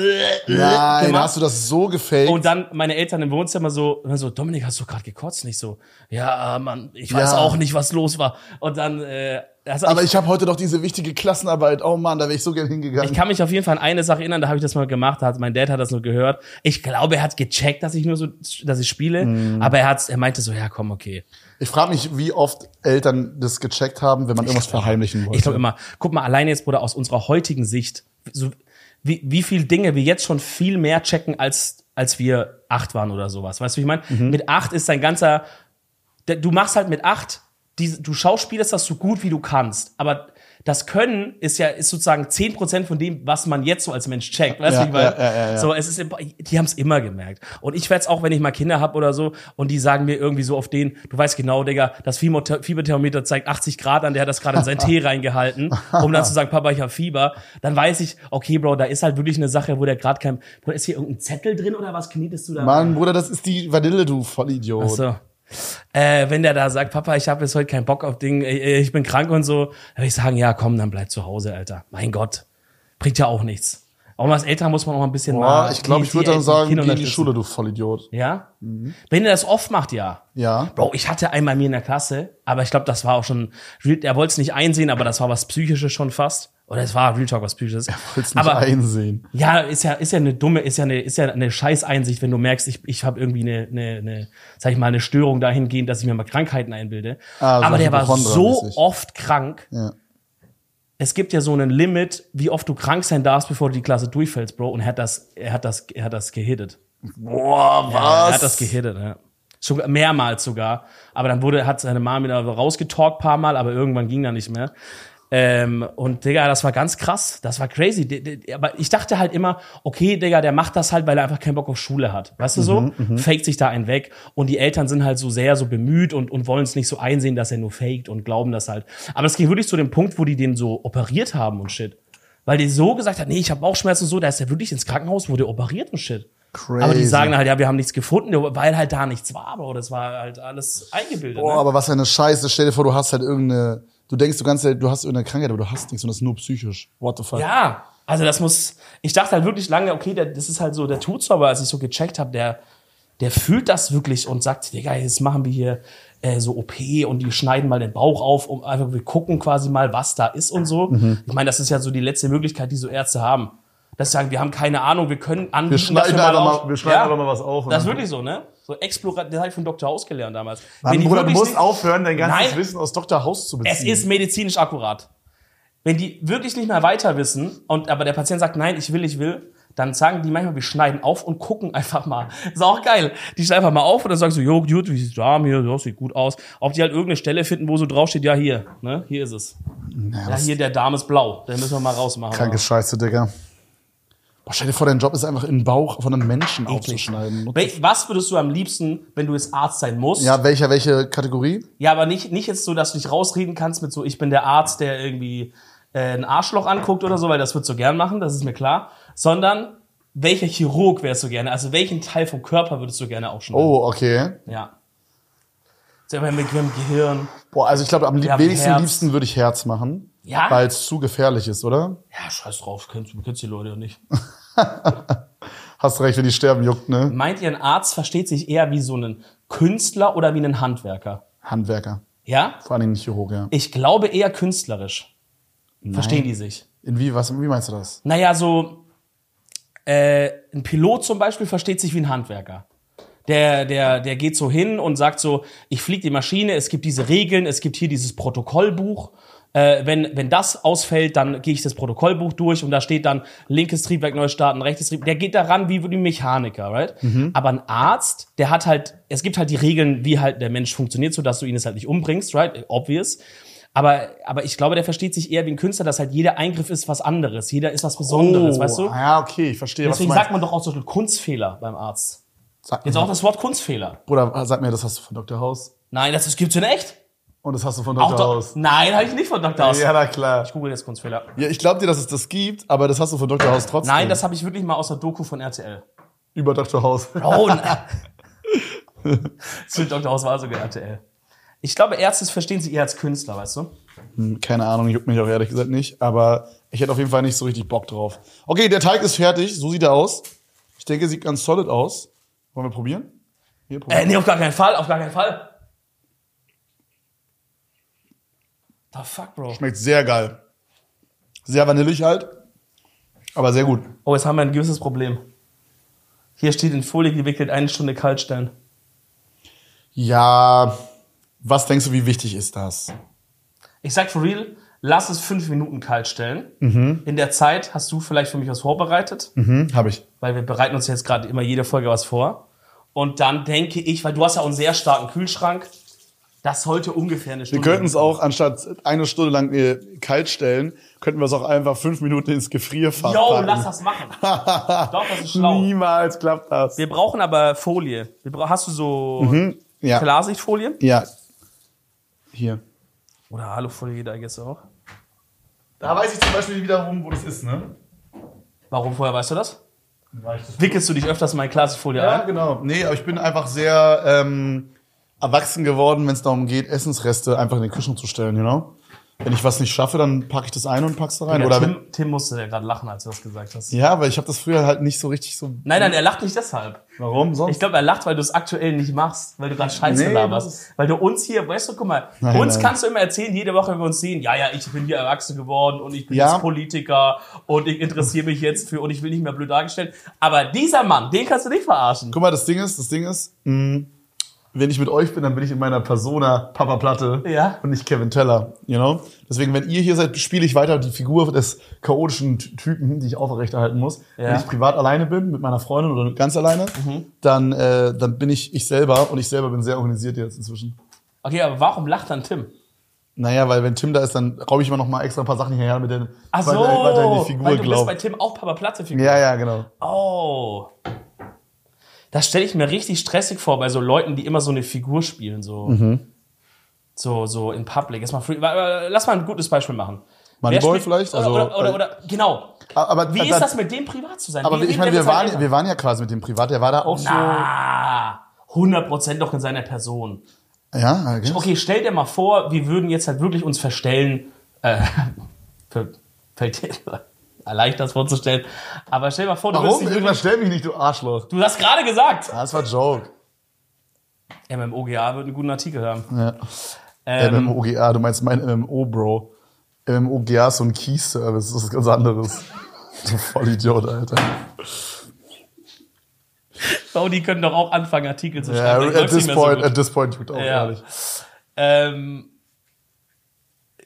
Speaker 1: Nein,
Speaker 2: gemacht.
Speaker 1: hast du das so gefaked?
Speaker 2: und dann meine Eltern im Wohnzimmer so, dann so Dominik, hast du gerade gekotzt? Nicht so, ja, Mann, ich weiß
Speaker 1: Ja.
Speaker 2: auch nicht, was los war. Und dann, äh, das hab
Speaker 1: aber ich habe heute noch diese wichtige Klassenarbeit. Oh Mann, da wäre ich so gern hingegangen.
Speaker 2: Ich kann mich auf jeden Fall an eine Sache erinnern, da habe ich das mal gemacht, da hat, mein Dad hat das nur gehört. Ich glaube, er hat gecheckt, dass ich nur so, dass ich spiele,
Speaker 1: Mhm.
Speaker 2: aber er hat, er meinte so, ja, komm, okay.
Speaker 1: Ich frage mich, wie oft Eltern das gecheckt haben, wenn man irgendwas verheimlichen wollte.
Speaker 2: Ich glaube immer, guck mal, alleine jetzt, Bruder, aus unserer heutigen Sicht, so, wie, wie viel Dinge wir jetzt schon viel mehr checken, als, als wir acht waren oder sowas. Weißt du, wie ich meine?
Speaker 1: Mhm.
Speaker 2: Mit acht ist dein ganzer, der- du machst halt mit acht, diese- du schauspielst das so gut, wie du kannst. Aber das Können ist ja, ist sozusagen 10% von dem, was man jetzt so als Mensch checkt. Weißt
Speaker 1: Ja,
Speaker 2: du, wie ich meine?
Speaker 1: ja, ja, ja, ja.
Speaker 2: So, es ist, im- die haben es immer gemerkt. Und ich werde es auch, wenn ich mal Kinder habe oder so, und die sagen mir irgendwie so auf den, du weißt genau, Digga, das Fieber- Fieberthermometer zeigt 80 Grad an, der hat das gerade in seinen Tee reingehalten, um dann zu sagen, Papa, ich habe Fieber. Dann weiß ich, okay, Bro, da ist halt wirklich eine Sache, wo der gerade kein, Bro, ist hier irgendein Zettel drin oder was knetest du da?
Speaker 1: Mann, Bruder, das ist die Vanille, du Vollidiot.
Speaker 2: Ach so. Äh, wenn der da sagt, Papa, ich habe jetzt heute keinen Bock auf Ding, äh, ich bin krank und so, dann würde ich sagen, ja, komm, dann bleib zu Hause, Alter. Mein Gott, bringt ja auch nichts. Auch als Eltern muss man auch mal ein bisschen
Speaker 1: Boah,
Speaker 2: mal.
Speaker 1: ich glaube,
Speaker 2: die-
Speaker 1: ich würde
Speaker 2: die-
Speaker 1: dann
Speaker 2: die
Speaker 1: sagen, geh
Speaker 2: Kinder
Speaker 1: in die
Speaker 2: unterstützen.
Speaker 1: Schule, Mhm. du Vollidiot.
Speaker 2: Ja? Wenn ihr das oft macht, ja.
Speaker 1: Ja.
Speaker 2: Bro, ich hatte einmal mir in der Klasse, aber ich glaube, das war auch schon, real- er wollte es nicht einsehen, aber das war was Psychisches schon fast. Oder es war Real Talk was Psychisches.
Speaker 1: Willst nicht
Speaker 2: aber
Speaker 1: einsehen.
Speaker 2: ja, ist ja, ist ja eine dumme, ist ja eine, ist ja eine Scheißeinsicht, wenn du merkst, ich, ich habe irgendwie eine, eine, eine, sag ich mal, eine Störung dahingehend, dass ich mir mal Krankheiten einbilde.
Speaker 1: Ah, so
Speaker 2: Aber der war so
Speaker 1: hypochondra-mäßig.
Speaker 2: oft krank.
Speaker 1: Ja.
Speaker 2: Es gibt ja so einen Limit, wie oft du krank sein darfst, bevor du die Klasse durchfällst, Bro. Und er hat das, er hat das, er hat das gehittet.
Speaker 1: Boah, was?
Speaker 2: Er hat das gehittet, ja. Sogar, mehrmals sogar. Aber dann wurde, hat seine Mama wieder rausgetalkt paar Mal, aber irgendwann ging da nicht mehr. Ähm, und Digga, das war ganz krass. Das war crazy. D- d- Aber ich dachte halt immer, okay, Digga, der macht das halt, weil er einfach keinen Bock auf Schule hat.
Speaker 1: Mhm,
Speaker 2: Weißt du so? faked sich da einen weg. Und die Eltern sind halt so sehr so bemüht und, und wollen es nicht so einsehen, dass er nur faked und glauben das halt. Aber es ging wirklich zu dem Punkt, wo die den so operiert haben und shit. Weil die so gesagt hat, nee, ich habe Bauchschmerzen und so, da ist er wirklich ins Krankenhaus, wurde operiert und shit.
Speaker 1: Crazy.
Speaker 2: Aber die sagen halt, ja, wir haben nichts gefunden, weil halt da nichts war, Bro. Das war halt alles eingebildet.
Speaker 1: Boah,
Speaker 2: ne?
Speaker 1: aber was für eine Scheiße. Stell dir vor, du hast halt irgendeine, du denkst, du kannst, halt- du hast irgendeine Krankheit, aber du hast nichts und das ist nur psychisch. What the fuck?
Speaker 2: Ja, also das muss. Ich dachte halt wirklich lange, okay, der, das ist halt so, der tut's, aber als ich so gecheckt habe, der, der fühlt das wirklich und sagt, Digga, jetzt machen wir hier äh, so OP und die schneiden mal den Bauch auf, um einfach, wir gucken quasi mal, was da ist und so.
Speaker 1: Mhm.
Speaker 2: Ich meine, das ist ja so die letzte Möglichkeit, die so Ärzte haben. Dass sie sagen, wir haben keine Ahnung, wir können anbieten,
Speaker 1: Wir schneiden
Speaker 2: dass
Speaker 1: einfach
Speaker 2: auf-
Speaker 1: mal, wir schneiden
Speaker 2: Ja.
Speaker 1: einfach mal was auf.
Speaker 2: Das ist wirklich so, ne? So Explorat, das habe ich von Dr. House gelernt damals.
Speaker 1: Mann,
Speaker 2: Wenn die
Speaker 1: Bruder, du
Speaker 2: wirklich
Speaker 1: musst
Speaker 2: nicht-
Speaker 1: aufhören, dein ganzes
Speaker 2: Nein.
Speaker 1: Wissen aus Dr. House zu beziehen.
Speaker 2: es ist medizinisch akkurat. Wenn die wirklich nicht mehr weiter wissen und aber der Patient sagt, nein, ich will, ich will, dann sagen die manchmal, wir schneiden auf und gucken einfach mal. *laughs* Ist auch geil. Die schneiden einfach mal auf und dann sagen so, jo, gut, wie sieht der Arm hier, das sieht gut aus. Ob die halt irgendeine Stelle finden, wo so draufsteht, ja, hier, ne, hier ist es. Ja, hier, der Darm ist blau, den müssen wir mal rausmachen.
Speaker 1: Kranke Scheiße, Digga. Boah, stell dir vor, dein Job ist einfach in den Bauch von einem Menschen aufzuschneiden.
Speaker 2: Wel- Was würdest du am liebsten, wenn du jetzt Arzt sein musst?
Speaker 1: Ja, welcher, welche Kategorie?
Speaker 2: Ja, aber nicht, nicht jetzt so, dass du dich rausreden kannst mit so, ich bin der Arzt, der irgendwie äh, ein Arschloch anguckt oder so, weil das würdest du gern machen, das ist mir klar. Sondern welcher Chirurg wärst du gerne? Also welchen Teil vom Körper würdest du gerne aufschneiden?
Speaker 1: Oh, okay.
Speaker 2: Ja. Sag mal, mit dem Gehirn.
Speaker 1: Boah, also ich glaube, am lieb-
Speaker 2: Ja,
Speaker 1: wenigsten
Speaker 2: Herz.
Speaker 1: liebsten würde ich Herz machen.
Speaker 2: Ja?
Speaker 1: Weil es zu gefährlich ist, oder? *laughs*
Speaker 2: Ja, scheiß drauf, kennst du kennst die Leute ja nicht.
Speaker 1: Hast recht, wenn die sterben, juckt, ne?
Speaker 2: Meint ihr, ein Arzt versteht sich eher wie so einen Künstler oder wie einen Handwerker?
Speaker 1: Handwerker.
Speaker 2: Ja?
Speaker 1: Vor allen Dingen nicht Chirurg, ja.
Speaker 2: Ich glaube eher künstlerisch. Verstehen die sich?
Speaker 1: Inwie, was, wie meinst du das?
Speaker 2: Naja, so äh, ein Pilot zum Beispiel versteht sich wie ein Handwerker. Der, der, der geht so hin und sagt so, ich fliege die Maschine, es gibt diese Regeln, es gibt hier dieses Protokollbuch. Äh, wenn, wenn das ausfällt, dann gehe ich das Protokollbuch durch und da steht dann linkes Triebwerk neu starten, rechtes Triebwerk. Der geht daran wie die Mechaniker, right? Aber ein Arzt, der hat halt, es gibt halt die Regeln, wie halt der Mensch funktioniert, so dass du ihn jetzt halt nicht umbringst, right? Obvious. Aber, aber ich glaube, der versteht sich eher wie ein Künstler, dass halt jeder Eingriff ist was anderes. Jeder ist was
Speaker 1: Oh,
Speaker 2: Besonderes, Oh. weißt du?
Speaker 1: Ah, Ja, okay, ich verstehe,
Speaker 2: Deswegen
Speaker 1: was du meinst.
Speaker 2: sagt man doch auch so Kunstfehler beim Arzt.
Speaker 1: Sag,
Speaker 2: Jetzt auch das Wort Kunstfehler.
Speaker 1: Bruder, sag mir, das hast du von Dr. House.
Speaker 2: Nein, das ist, gibt's in echt?
Speaker 1: Und das hast du von
Speaker 2: Auch
Speaker 1: Dr.
Speaker 2: doch.
Speaker 1: House.
Speaker 2: Nein, habe ich nicht von Dr. House.
Speaker 1: Ja, na klar.
Speaker 2: Ich google jetzt Kunstfehler.
Speaker 1: Ja, ich glaube dir, dass es das gibt, aber das hast du von Dr. House trotzdem.
Speaker 2: Nein, das habe ich wirklich mal aus der Doku von *laughs* RTL.
Speaker 1: Über Dr.
Speaker 2: *laughs*
Speaker 1: House.
Speaker 2: Oh, nein. Stimmt, Dr. House war sogar RTL. Ich glaube, Ärzte verstehen sich eher als Künstler, weißt du?
Speaker 1: Hm, Keine Ahnung, juckt mich auch ehrlich gesagt nicht, aber ich hätte auf jeden Fall nicht so richtig Bock drauf. Okay, der Teig ist fertig, so sieht er aus. Ich denke, sieht ganz solid aus. Wollen wir probieren? Hier,
Speaker 2: Äh,
Speaker 1: probieren.
Speaker 2: nee, auf gar keinen Fall, auf gar keinen Fall. The fuck, Bro.
Speaker 1: Schmeckt sehr geil. Sehr vanillig halt, aber sehr gut.
Speaker 2: Oh, jetzt haben wir ein gewisses Problem. Hier steht in Folie gewickelt, eine Stunde kalt stellen.
Speaker 1: Ja, was denkst du, wie wichtig ist das?
Speaker 2: Ich sag for real, lass es fünf Minuten kalt stellen. In der Zeit hast du vielleicht für mich was vorbereitet,
Speaker 1: Mhm, habe ich.
Speaker 2: weil wir bereiten uns jetzt gerade immer jede Folge was vor. Und dann denke ich, weil du hast ja auch einen sehr starken Kühlschrank, das sollte ungefähr eine
Speaker 1: Wir
Speaker 2: Stunde.
Speaker 1: könnten es auch, anstatt eine Stunde lang äh, kalt stellen, könnten wir es auch einfach fünf Minuten ins Gefrierfach
Speaker 2: Yo,
Speaker 1: packen.
Speaker 2: lass
Speaker 1: *laughs*
Speaker 2: das machen. Doch, das ist schlau.
Speaker 1: Niemals klappt das.
Speaker 2: Wir brauchen aber Folie. Wir bra hast du so
Speaker 1: Mhm, Ja.
Speaker 2: Klarsichtfolie?
Speaker 1: Ja. Hier.
Speaker 2: Oder Alufolie geht da jetzt auch.
Speaker 1: Da weiß ich zum Beispiel wiederum, wo das ist, ne?
Speaker 2: Warum vorher weißt du das? Wickelst du dich öfters mal in Klarsichtfolie
Speaker 1: Ja,
Speaker 2: ein?
Speaker 1: genau. Nee, aber ich bin einfach sehr ähm, erwachsen geworden, wenn es darum geht, Essensreste einfach in den Kühlschrank zu stellen, you know? Wenn ich was nicht schaffe, dann packe ich das ein und pack's da rein.
Speaker 2: Ja,
Speaker 1: Oder wenn,
Speaker 2: Tim, Tim musste ja gerade lachen, als du das gesagt hast.
Speaker 1: ja, aber ich habe das früher halt nicht so richtig so.
Speaker 2: Nein, nein, er lacht nicht deshalb.
Speaker 1: Warum sonst?
Speaker 2: Ich glaube, er lacht, weil du es aktuell nicht machst, weil du gerade Scheiße
Speaker 1: Nee, das
Speaker 2: laberst. Weil du uns hier, weißt du, guck mal,
Speaker 1: Nein,
Speaker 2: uns
Speaker 1: nein.
Speaker 2: kannst du immer erzählen, jede Woche, wenn wir uns sehen, ja, ja, ich bin hier erwachsen geworden und ich bin
Speaker 1: Ja.
Speaker 2: jetzt Politiker und ich interessiere mich jetzt für und ich will nicht mehr blöd dargestellt. Aber dieser Mann, den kannst du nicht verarschen.
Speaker 1: Guck mal, das Ding ist, das Ding ist, mh, wenn ich mit euch bin, dann bin ich in meiner Persona Papa Platte
Speaker 2: Ja.
Speaker 1: und nicht Kevin Teller, you know? Deswegen, wenn ihr hier seid, spiele ich weiter die Figur des chaotischen Ty- Typen, die ich aufrechterhalten muss.
Speaker 2: Ja. Mhm.
Speaker 1: Wenn ich privat alleine bin, mit meiner Freundin oder ganz alleine, dann, äh, dann bin ich ich selber und ich selber bin sehr organisiert jetzt inzwischen.
Speaker 2: Okay, aber warum lacht dann Tim?
Speaker 1: Naja, weil wenn Tim da ist, dann raube ich immer noch mal extra ein paar Sachen hierher, mit denen
Speaker 2: Ach so,
Speaker 1: weiter, weiter in die Figur
Speaker 2: weil du bist bei
Speaker 1: glaubt.
Speaker 2: Tim auch Papa Platte Figur.
Speaker 1: Ja, ja, genau.
Speaker 2: Oh. Das stelle ich mir richtig stressig vor bei so Leuten, die immer so eine Figur spielen, so.
Speaker 1: Mhm.
Speaker 2: So, so in Public. Jetzt mal free, wa- äh, lass mal ein gutes Beispiel machen.
Speaker 1: Moneyboy
Speaker 2: Wer spielt-
Speaker 1: vielleicht?
Speaker 2: Oder,
Speaker 1: Also-
Speaker 2: oder, oder, oder, genau.
Speaker 1: Aber,
Speaker 2: Wie
Speaker 1: aber-
Speaker 2: ist das mit dem privat zu sein?
Speaker 1: aber
Speaker 2: Wie
Speaker 1: ich
Speaker 2: lebt
Speaker 1: meine,
Speaker 2: der
Speaker 1: wir
Speaker 2: mit seinen
Speaker 1: waren,
Speaker 2: Eltern?
Speaker 1: wir waren ja quasi mit dem Privat, der war da auch
Speaker 2: halt Na, 100% doch in seiner Person.
Speaker 1: so. Ja, okay.
Speaker 2: Okay, stell dir mal vor, wir würden jetzt halt wirklich uns verstellen. Äh, *laughs* für, fällt dir *laughs* leicht das vorzustellen. Aber stell dir mal vor, du
Speaker 1: Warum?
Speaker 2: würdest dich-
Speaker 1: Irgendwann stell mich nicht, du Arschloch.
Speaker 2: Du hast gerade gesagt.
Speaker 1: Ah, das war Joke.
Speaker 2: MMOGA wird einen guten Artikel haben.
Speaker 1: Ja.
Speaker 2: Ähm,
Speaker 1: MMOGA, du meinst mein MMO, Bro. MMOGA ist so ein Key-Service, das ist ganz
Speaker 2: *laughs*
Speaker 1: anderes. du Vollidiot, Alter.
Speaker 2: oh, die können doch auch anfangen, Artikel zu
Speaker 1: Ja,
Speaker 2: schreiben. dann
Speaker 1: at,
Speaker 2: läuft's
Speaker 1: this
Speaker 2: nicht mehr so
Speaker 1: point,
Speaker 2: gut.
Speaker 1: at this point, tut auch,
Speaker 2: Ja.
Speaker 1: ehrlich.
Speaker 2: ähm,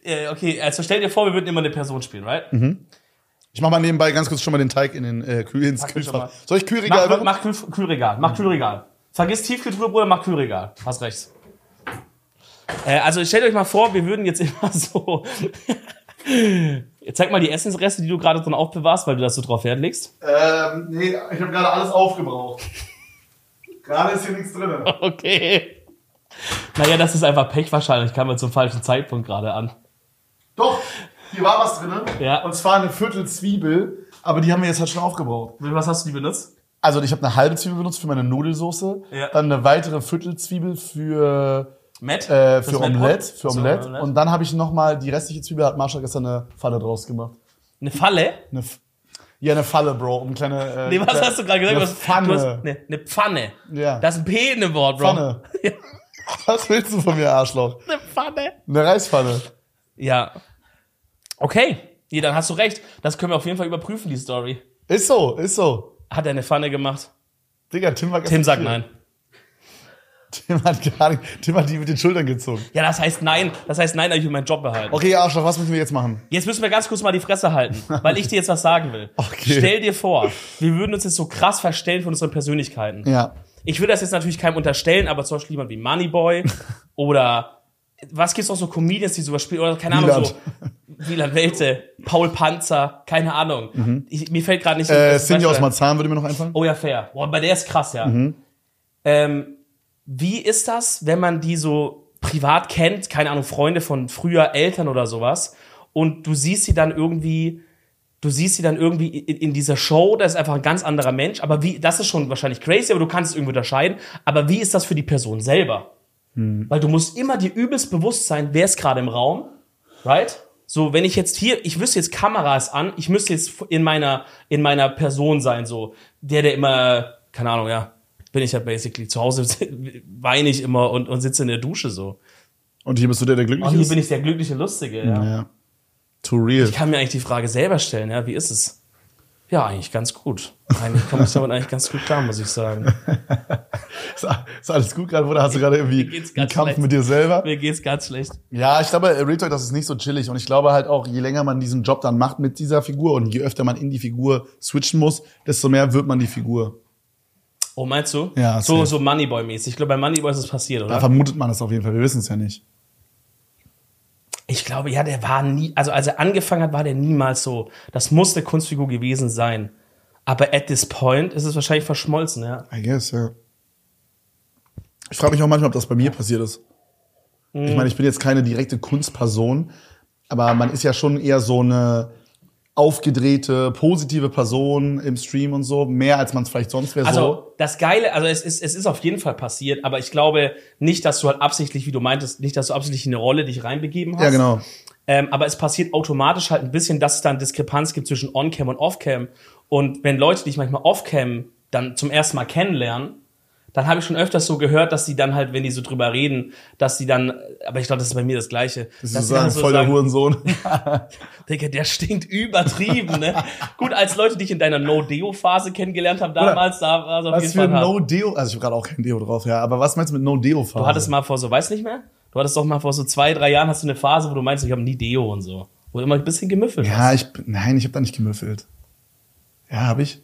Speaker 2: äh, okay, also stell dir vor, wir würden immer eine Person spielen, right?
Speaker 1: Mhm. Ich mach mal nebenbei ganz kurz schon mal den Teig in den äh, Kühl, ins
Speaker 2: Pack ihn schon
Speaker 1: Kühlfach.
Speaker 2: mal.
Speaker 1: Soll ich Kühlregal
Speaker 2: Mach,
Speaker 1: machen?
Speaker 2: mach Kühl, Kühlregal, mach Kühlregal. Vergiss Tiefkühltruhe, Bruder, mach Kühlregal. Hast rechts. Äh, also stellt euch mal vor, wir würden jetzt *laughs* immer so... Jetzt Zeig mal die Essensreste, die du gerade drin aufbewahrst, weil du das so drauf Wert legst. *laughs*
Speaker 1: Ähm, nee, ich habe gerade alles aufgebraucht. gerade ist hier nichts drin.
Speaker 2: Okay. Naja, das ist einfach Pech wahrscheinlich. Kam mir zum falschen Zeitpunkt gerade an.
Speaker 1: Doch, hier war was drin.
Speaker 2: Ja.
Speaker 1: Und zwar eine Viertel Zwiebel, aber die haben wir jetzt halt schon aufgebraucht.
Speaker 2: Was hast du die benutzt?
Speaker 1: Also ich habe eine halbe Zwiebel benutzt für meine Nudelsoße,
Speaker 2: Ja.
Speaker 1: dann eine weitere Viertelzwiebel für
Speaker 2: Matt?
Speaker 1: äh,
Speaker 2: Fürs
Speaker 1: für
Speaker 2: Matt-Pod?
Speaker 1: Omelette, für
Speaker 2: So,
Speaker 1: Omelette.
Speaker 2: Omelette.
Speaker 1: und dann habe ich noch mal die restliche Zwiebel hat Marsha gestern eine Falle draus gemacht.
Speaker 2: Eine Falle?
Speaker 1: Eine F ja, eine Falle, Bro, um kleine äh,
Speaker 2: Nee, was
Speaker 1: kleine-
Speaker 2: hast du gerade gesagt?
Speaker 1: Eine
Speaker 2: Du hast-
Speaker 1: Pfanne.
Speaker 2: Du hast, nee, eine Pfanne.
Speaker 1: Ja.
Speaker 2: Das ist ein P in dem Wort, Bro.
Speaker 1: *laughs* Pfanne. Was willst du von mir, Arschloch?
Speaker 2: Eine Pfanne.
Speaker 1: Eine Reispfanne.
Speaker 2: Ja. Okay. Nee, dann hast du recht. Das können wir auf jeden Fall überprüfen, die Story.
Speaker 1: Ist so, ist so.
Speaker 2: Hat er eine Pfanne gemacht?
Speaker 1: Digga, Tim war
Speaker 2: Tim sagt
Speaker 1: viel.
Speaker 2: nein.
Speaker 1: *laughs* Tim hat gar nicht, Tim hat die mit den Schultern gezogen.
Speaker 2: Ja, das heißt nein. Das heißt nein, da hab ich mir meinen Job behalten.
Speaker 1: Okay, Arschloch, was müssen wir jetzt machen?
Speaker 2: Jetzt müssen wir ganz kurz mal die Fresse halten, weil ich dir jetzt was sagen will.
Speaker 1: *laughs* Okay.
Speaker 2: Stell dir vor, wir würden uns jetzt so krass verstellen von unseren Persönlichkeiten.
Speaker 1: Ja. *laughs*
Speaker 2: Ich will das jetzt natürlich keinem unterstellen, aber zum Beispiel jemand wie Moneyboy oder was gibt's auch so Comedians, die sowas spielen? Oder keine Ahnung,
Speaker 1: Wieland.
Speaker 2: so Wieland Welte, Paul Panzer, keine Ahnung. Ich, mir fällt gerade nicht so
Speaker 1: Mhm. Äh,
Speaker 2: das
Speaker 1: Cindy aus
Speaker 2: Beispiel ein.
Speaker 1: Marzahn würde mir noch einfallen.
Speaker 2: Oh ja, fair. Boah, bei der ist krass, ja. Ähm, wie ist das, wenn man die so privat kennt, keine Ahnung, Freunde von früher, Eltern oder sowas, und du siehst sie dann irgendwie, du siehst sie dann irgendwie in, in dieser Show, da ist einfach ein ganz anderer Mensch, aber wie, das ist schon wahrscheinlich crazy, aber du kannst es irgendwie unterscheiden, aber wie ist das für die Person selber? Weil du musst immer dir übelst bewusst sein, wer ist gerade im Raum, right? So, wenn ich jetzt hier, ich wüsste jetzt Kameras an, ich müsste jetzt in meiner, in meiner Person sein, so. Der, der immer, keine Ahnung, ja, bin ich ja basically zu Hause, *laughs* weine ich immer und, und sitze in der Dusche, so.
Speaker 1: Und hier bist du der, der
Speaker 2: Und
Speaker 1: glücklich
Speaker 2: Oh, hier
Speaker 1: ist.
Speaker 2: bin ich der glückliche Lustige, ja.
Speaker 1: ja. Too real.
Speaker 2: Ich kann mir eigentlich die Frage selber stellen, ja, wie ist es? Ja, eigentlich ganz gut. Eigentlich komme ich damit eigentlich ganz gut klar, muss ich sagen.
Speaker 1: Ist, ist alles gut gerade, oder hast du gerade irgendwie
Speaker 2: Mir geht's
Speaker 1: einen
Speaker 2: ganz
Speaker 1: Kampf
Speaker 2: schlecht.
Speaker 1: mit dir selber?
Speaker 2: Mir geht's ganz schlecht.
Speaker 1: Ja, ich glaube, äh, Real Talk, das ist nicht so chillig. Und ich glaube halt auch, je länger man diesen Job dann macht mit dieser Figur und je öfter man in die Figur switchen muss, desto mehr wird man die Figur.
Speaker 2: Oh, meinst du?
Speaker 1: Ja,
Speaker 2: So,
Speaker 1: safe.
Speaker 2: so Moneyboy-mäßig. Ich glaube, bei Moneyboy ist es passiert, oder?
Speaker 1: Da vermutet man das auf jeden Fall. Wir wissen es ja nicht.
Speaker 2: Ich glaube, ja, der war nie, also als er angefangen hat, war der niemals so. Das muss eine Kunstfigur gewesen sein. Aber at this point ist es wahrscheinlich verschmolzen, ja.
Speaker 1: I guess, ja. Ich frage mich auch manchmal, ob das bei mir passiert ist. Ich meine, ich bin jetzt keine direkte Kunstperson, aber man ist ja schon eher so eine aufgedrehte, positive Person im Stream und so, mehr als man es vielleicht sonst wäre. so.
Speaker 2: Also das Geile, also es ist, es ist auf jeden Fall passiert, aber ich glaube nicht, dass du halt absichtlich, wie du meintest, nicht, dass du absichtlich in eine Rolle dich reinbegeben hast.
Speaker 1: Ja, genau.
Speaker 2: Ähm, aber es passiert automatisch halt ein bisschen, dass es dann Diskrepanz gibt zwischen On-Cam und Off-Cam. Und wenn Leute dich manchmal Off-Cam dann zum ersten Mal kennenlernen, dann habe ich schon öfters so gehört, dass die dann halt, wenn die so drüber reden, dass die dann, aber ich glaube, das ist bei mir das Gleiche.
Speaker 1: Das
Speaker 2: dass
Speaker 1: ist
Speaker 2: die dann
Speaker 1: sozusagen voll der Hurensohn.
Speaker 2: Digga, der stinkt übertrieben,
Speaker 1: *laughs*
Speaker 2: ne? Gut, als Leute dich in deiner No-Deo-Phase kennengelernt haben damals, da war es auf
Speaker 1: Was
Speaker 2: jeden
Speaker 1: für
Speaker 2: Fall
Speaker 1: ein
Speaker 2: hart.
Speaker 1: No-Deo? Also ich habe gerade auch kein Deo drauf, ja. Aber was meinst du mit No-Deo-Phase?
Speaker 2: Du hattest mal vor so, weiß nicht mehr? Du hattest doch mal vor so zwei, drei Jahren hast du eine Phase, wo du meinst, ich habe nie Deo und so. Wo du immer ein bisschen gemüffelt hast.
Speaker 1: Ja, ich, bin- nein, ich habe da nicht gemüffelt. Ja, habe ich?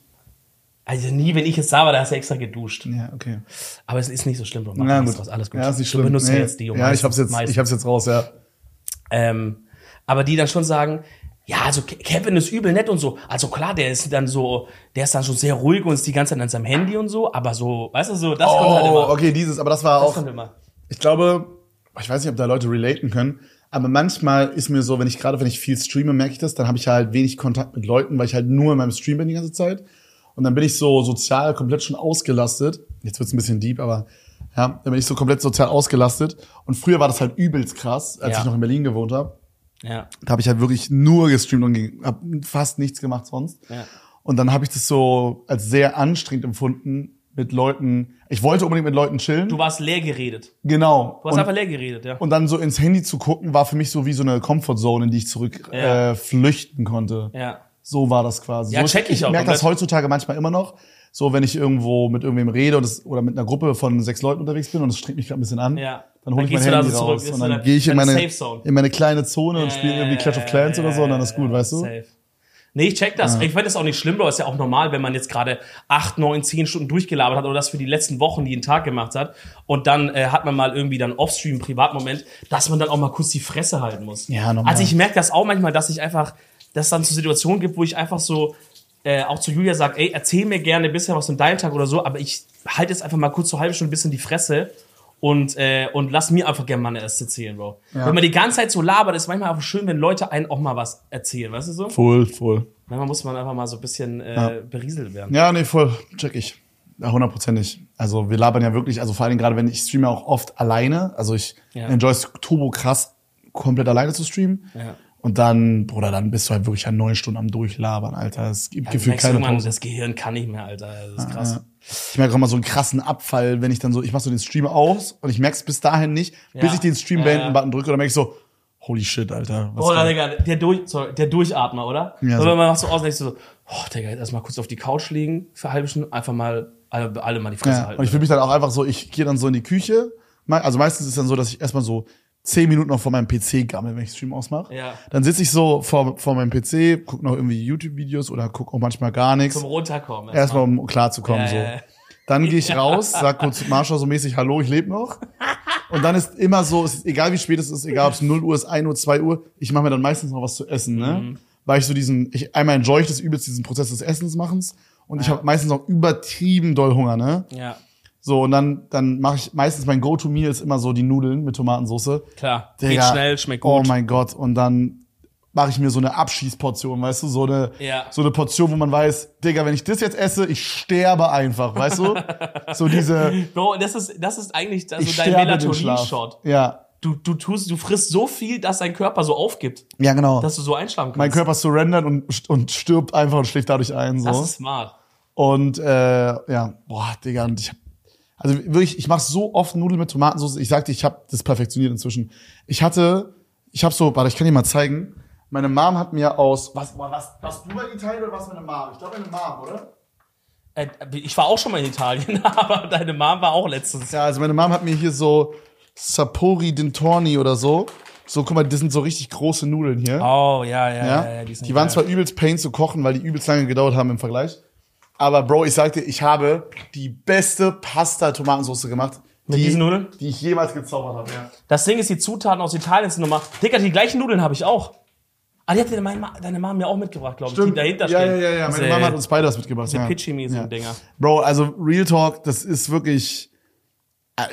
Speaker 2: Also nie, wenn ich es sah, war, da hast du extra geduscht.
Speaker 1: Ja, okay.
Speaker 2: Aber es ist nicht so schlimm, Bro. Mach
Speaker 1: Na
Speaker 2: nichts
Speaker 1: gut.
Speaker 2: draus, alles gut.
Speaker 1: Ja, ist nicht schlimm.
Speaker 2: Du benutzt ja
Speaker 1: Nee.
Speaker 2: jetzt Deo.
Speaker 1: Ja, ich
Speaker 2: meistens-
Speaker 1: hab's jetzt,
Speaker 2: meistens.
Speaker 1: ich hab's jetzt raus, ja.
Speaker 2: Ähm, aber die dann schon sagen, ja, also Ke- Kevin ist übel nett und so. Also klar, der ist dann so, der ist dann schon sehr ruhig und ist die ganze Zeit an seinem Handy und so. Aber so, weißt du so, das kommt halt
Speaker 1: Oh,
Speaker 2: immer.
Speaker 1: okay, dieses, aber das war
Speaker 2: Das
Speaker 1: auch,
Speaker 2: kommt immer.
Speaker 1: ich glaube, ich weiß nicht, ob da Leute relaten können, aber manchmal ist mir so, wenn ich gerade, wenn ich viel streame, merke ich das, dann habe ich halt wenig Kontakt mit Leuten, weil ich halt nur in meinem Stream bin die ganze Zeit. Und dann bin ich so sozial komplett schon ausgelastet. Jetzt wird's ein bisschen deep, aber ja, dann bin ich so komplett sozial ausgelastet. Und früher war das halt übelst krass, als
Speaker 2: Ja.
Speaker 1: ich noch in Berlin gewohnt habe.
Speaker 2: Ja.
Speaker 1: Da habe ich halt wirklich nur gestreamt und habe fast nichts gemacht sonst.
Speaker 2: Ja.
Speaker 1: Und dann habe ich das so als sehr anstrengend empfunden mit Leuten. Ich wollte unbedingt mit Leuten chillen.
Speaker 2: Du warst leer geredet.
Speaker 1: genau.
Speaker 2: Du hast
Speaker 1: und,
Speaker 2: einfach leer geredet, ja.
Speaker 1: und dann so ins Handy zu gucken, war für mich so wie so eine Comfortzone, in die ich zurück
Speaker 2: Ja.
Speaker 1: äh, flüchten konnte.
Speaker 2: ja.
Speaker 1: So war das quasi.
Speaker 2: Ja,
Speaker 1: so,
Speaker 2: check ich auch
Speaker 1: merke das
Speaker 2: komplett.
Speaker 1: heutzutage manchmal immer noch. So, wenn ich irgendwo mit irgendwem rede und es- oder mit einer Gruppe von sechs Leuten unterwegs bin und es strengt mich gerade ein bisschen an,
Speaker 2: Ja.
Speaker 1: dann hole ich mein
Speaker 2: Dann gehst du da
Speaker 1: Handy
Speaker 2: so zurück,
Speaker 1: raus
Speaker 2: ist
Speaker 1: und
Speaker 2: so
Speaker 1: dann
Speaker 2: deine-
Speaker 1: gehe ich in
Speaker 2: deine
Speaker 1: meine,
Speaker 2: Safe Zone.
Speaker 1: in meine kleine Zone und spiele irgendwie Clash of Clans oder so und dann ist gut, weißt du?
Speaker 2: Safe. Nee, ich check das. Ich finde das auch nicht schlimm, aber ist ja auch normal, wenn man jetzt gerade acht, neun, zehn Stunden durchgelabert hat oder das für die letzten Wochen jeden Tag gemacht hat und dann äh, hat man mal irgendwie dann Offstream, einen Privatmoment, dass man dann auch mal kurz die Fresse halten muss.
Speaker 1: Ja, normal.
Speaker 2: Also ich merke das auch manchmal, dass ich einfach, dass es dann so Situationen gibt, wo ich einfach so äh, auch zu Julia sage, ey, erzähl mir gerne ein bisschen was von deinem Tag oder so, aber ich halte jetzt einfach mal kurz zur halben Stunde ein bisschen die Fresse und, äh, und lass mir einfach gerne mal eine erste erzählen, Bro. Wenn man die ganze Zeit so labert, ist manchmal auch schön, wenn Leute einen auch mal was erzählen, weißt du so?
Speaker 1: Voll, voll.
Speaker 2: Manchmal muss man einfach mal so ein bisschen äh, berieselt werden.
Speaker 1: Ja, nee, voll. Check ich. Ja, Hundertprozentig. Also wir labern ja wirklich, also vor allen Dingen gerade, wenn ich streame auch oft alleine. Also ich
Speaker 2: Ja.
Speaker 1: enjoy es turbo krass, komplett alleine zu streamen.
Speaker 2: Ja.
Speaker 1: Und dann, Bruder, dann bist du halt wirklich an neun Stunden am Durchlabern, Alter. Es gibt
Speaker 2: Also
Speaker 1: gefühlt
Speaker 2: merkst du
Speaker 1: keine
Speaker 2: irgendwann,
Speaker 1: Pause. Ah,
Speaker 2: das Gehirn kann nicht mehr, Alter. Das ist krass.
Speaker 1: Ja. Ich merke auch mal so einen krassen Abfall, wenn ich dann so, ich mache so den Stream aus und ich merke es bis dahin nicht, bis
Speaker 2: Ja.
Speaker 1: ich den Stream
Speaker 2: Ja,
Speaker 1: beenden
Speaker 2: ja.
Speaker 1: Button drücke und dann merke ich so, holy shit, Alter. Was
Speaker 2: Oder,
Speaker 1: geht?
Speaker 2: Oh, Digga, der, Durch, sorry, der Durchatmer, oder?
Speaker 1: Ja,
Speaker 2: so.
Speaker 1: so.
Speaker 2: Wenn man macht so aus, denkst du so, oh, Digga, jetzt erstmal kurz auf die Couch liegen, für eine halbe Stunde, einfach mal alle, alle mal die Fresse
Speaker 1: Ja,
Speaker 2: halten.
Speaker 1: und ich fühle mich dann auch einfach so, ich gehe dann so in die Küche. Me- Also meistens ist dann so, dass ich erstmal so zehn Minuten noch vor meinem PC gammel, wenn ich Stream ausmache.
Speaker 2: Ja.
Speaker 1: Dann sitze ich so vor, vor meinem PC, gucke noch irgendwie YouTube-Videos oder gucke auch manchmal gar nichts.
Speaker 2: Zum Runterkommen.
Speaker 1: Erstmal, um klarzukommen.
Speaker 2: Ja,
Speaker 1: so.
Speaker 2: ja, ja. *laughs*
Speaker 1: Dann gehe ich raus, sag kurz Marsha so mäßig, hallo, ich lebe noch. Und dann ist immer so, es ist egal wie spät es ist, egal ob es 0 Uhr ist, 1 Uhr, 2 Uhr, ich mache mir dann meistens noch was zu essen, ne?
Speaker 2: Mhm.
Speaker 1: Weil ich so diesen, ich, einmal enjoy ich das übelst, diesen Prozess des Essensmachens. Und ich habe meistens auch übertrieben doll Hunger, ne?
Speaker 2: Ja,
Speaker 1: So, und dann, dann mache ich meistens mein Go-To-Meal ist immer so die Nudeln mit Tomatensauce.
Speaker 2: klar. Geht
Speaker 1: Digga,
Speaker 2: schnell, schmeckt
Speaker 1: Oh
Speaker 2: gut.
Speaker 1: mein Gott. Und dann mache ich mir so eine Abschießportion, weißt du, so eine,
Speaker 2: Ja.
Speaker 1: so eine Portion, wo man weiß, Digga, wenn ich das jetzt esse, ich sterbe einfach, weißt
Speaker 2: *laughs*
Speaker 1: du? so diese,
Speaker 2: Bro, das ist, das ist eigentlich also
Speaker 1: ich
Speaker 2: dein
Speaker 1: sterbe den Schlaf.
Speaker 2: Melatonin-Shot.
Speaker 1: Ja,
Speaker 2: Du, du tust, du frisst so viel, dass dein Körper so aufgibt,
Speaker 1: ja genau.
Speaker 2: dass du so einschlafen kannst.
Speaker 1: mein Körper surrendert und, und stirbt einfach und schläft dadurch ein, so.
Speaker 2: Das ist smart.
Speaker 1: Und äh, ja, boah, Digga, und ich hab, also wirklich, ich mache so oft Nudeln mit Tomatensauce. Ich sagte, ich habe das perfektioniert inzwischen. Ich hatte, ich habe so, warte, ich kann dir mal zeigen. Meine Mom hat mir aus, was, boah, was, was du bei Italien oder was meine Mom? Ich glaube meine Mom, oder?
Speaker 2: Äh, Ich war auch schon mal in Italien, *laughs* aber deine Mom war auch letztens.
Speaker 1: Ja, also meine Mom hat mir hier so Sapori d'Intorni oder so. So, guck mal, das sind so richtig große Nudeln hier.
Speaker 2: Oh, ja, ja,
Speaker 1: Ja?
Speaker 2: ja. ja,
Speaker 1: die,
Speaker 2: sind
Speaker 1: waren
Speaker 2: geil.
Speaker 1: zwar übelst pain zu kochen, weil die übelst lange gedauert haben im Vergleich. Aber Bro, ich sagte, ich habe die beste Pasta-Tomatensauce gemacht,
Speaker 2: Mit diesen Nudeln?
Speaker 1: die ich jemals gezaubert habe. Ja.
Speaker 2: Das Ding ist, die Zutaten aus Italien sind nochmal. Digga, die gleichen Nudeln habe ich auch. Ah, die hat deine, Ma- deine Mama mir auch mitgebracht, glaube ich. Die dahinter
Speaker 1: ja, ja,
Speaker 2: stehen.
Speaker 1: ja, ja. Meine
Speaker 2: Diese
Speaker 1: Mama hat uns beide was mitgebracht. Ja.
Speaker 2: Pitchy-mäßigen Dinger.
Speaker 1: Bro, also Real Talk, das ist wirklich. äh,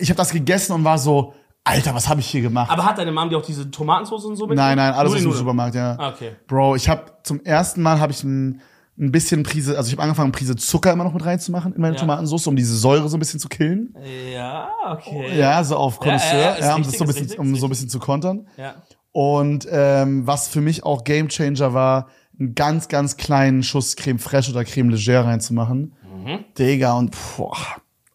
Speaker 1: Ich habe das gegessen und war so, Alter, was habe ich hier gemacht?
Speaker 2: Aber hat deine Mama dir auch diese Tomatensauce und so mit?
Speaker 1: nein, nein, alles aus
Speaker 2: Nur die
Speaker 1: dem
Speaker 2: Nudeln.
Speaker 1: Supermarkt, ja.
Speaker 2: Ah, okay.
Speaker 1: Bro, ich habe zum ersten Mal habe ich ein, ein bisschen Prise, also ich habe angefangen, Prise Zucker immer noch mit reinzumachen in meine
Speaker 2: Ja.
Speaker 1: Tomatensauce, um diese Säure so ein bisschen zu killen.
Speaker 2: Ja, okay.
Speaker 1: Oh, Ja, so auf Connoisseur,
Speaker 2: ja,
Speaker 1: ja,
Speaker 2: ja, ist
Speaker 1: um,
Speaker 2: richtig,
Speaker 1: das so ein
Speaker 2: ist
Speaker 1: bisschen,
Speaker 2: richtig,
Speaker 1: um
Speaker 2: ist
Speaker 1: so ein bisschen zu kontern.
Speaker 2: Ja.
Speaker 1: Und ähm, was für mich auch Game Changer war, einen ganz, ganz kleinen Schuss Creme Fraiche oder Creme Légère reinzumachen. Digga, und boah,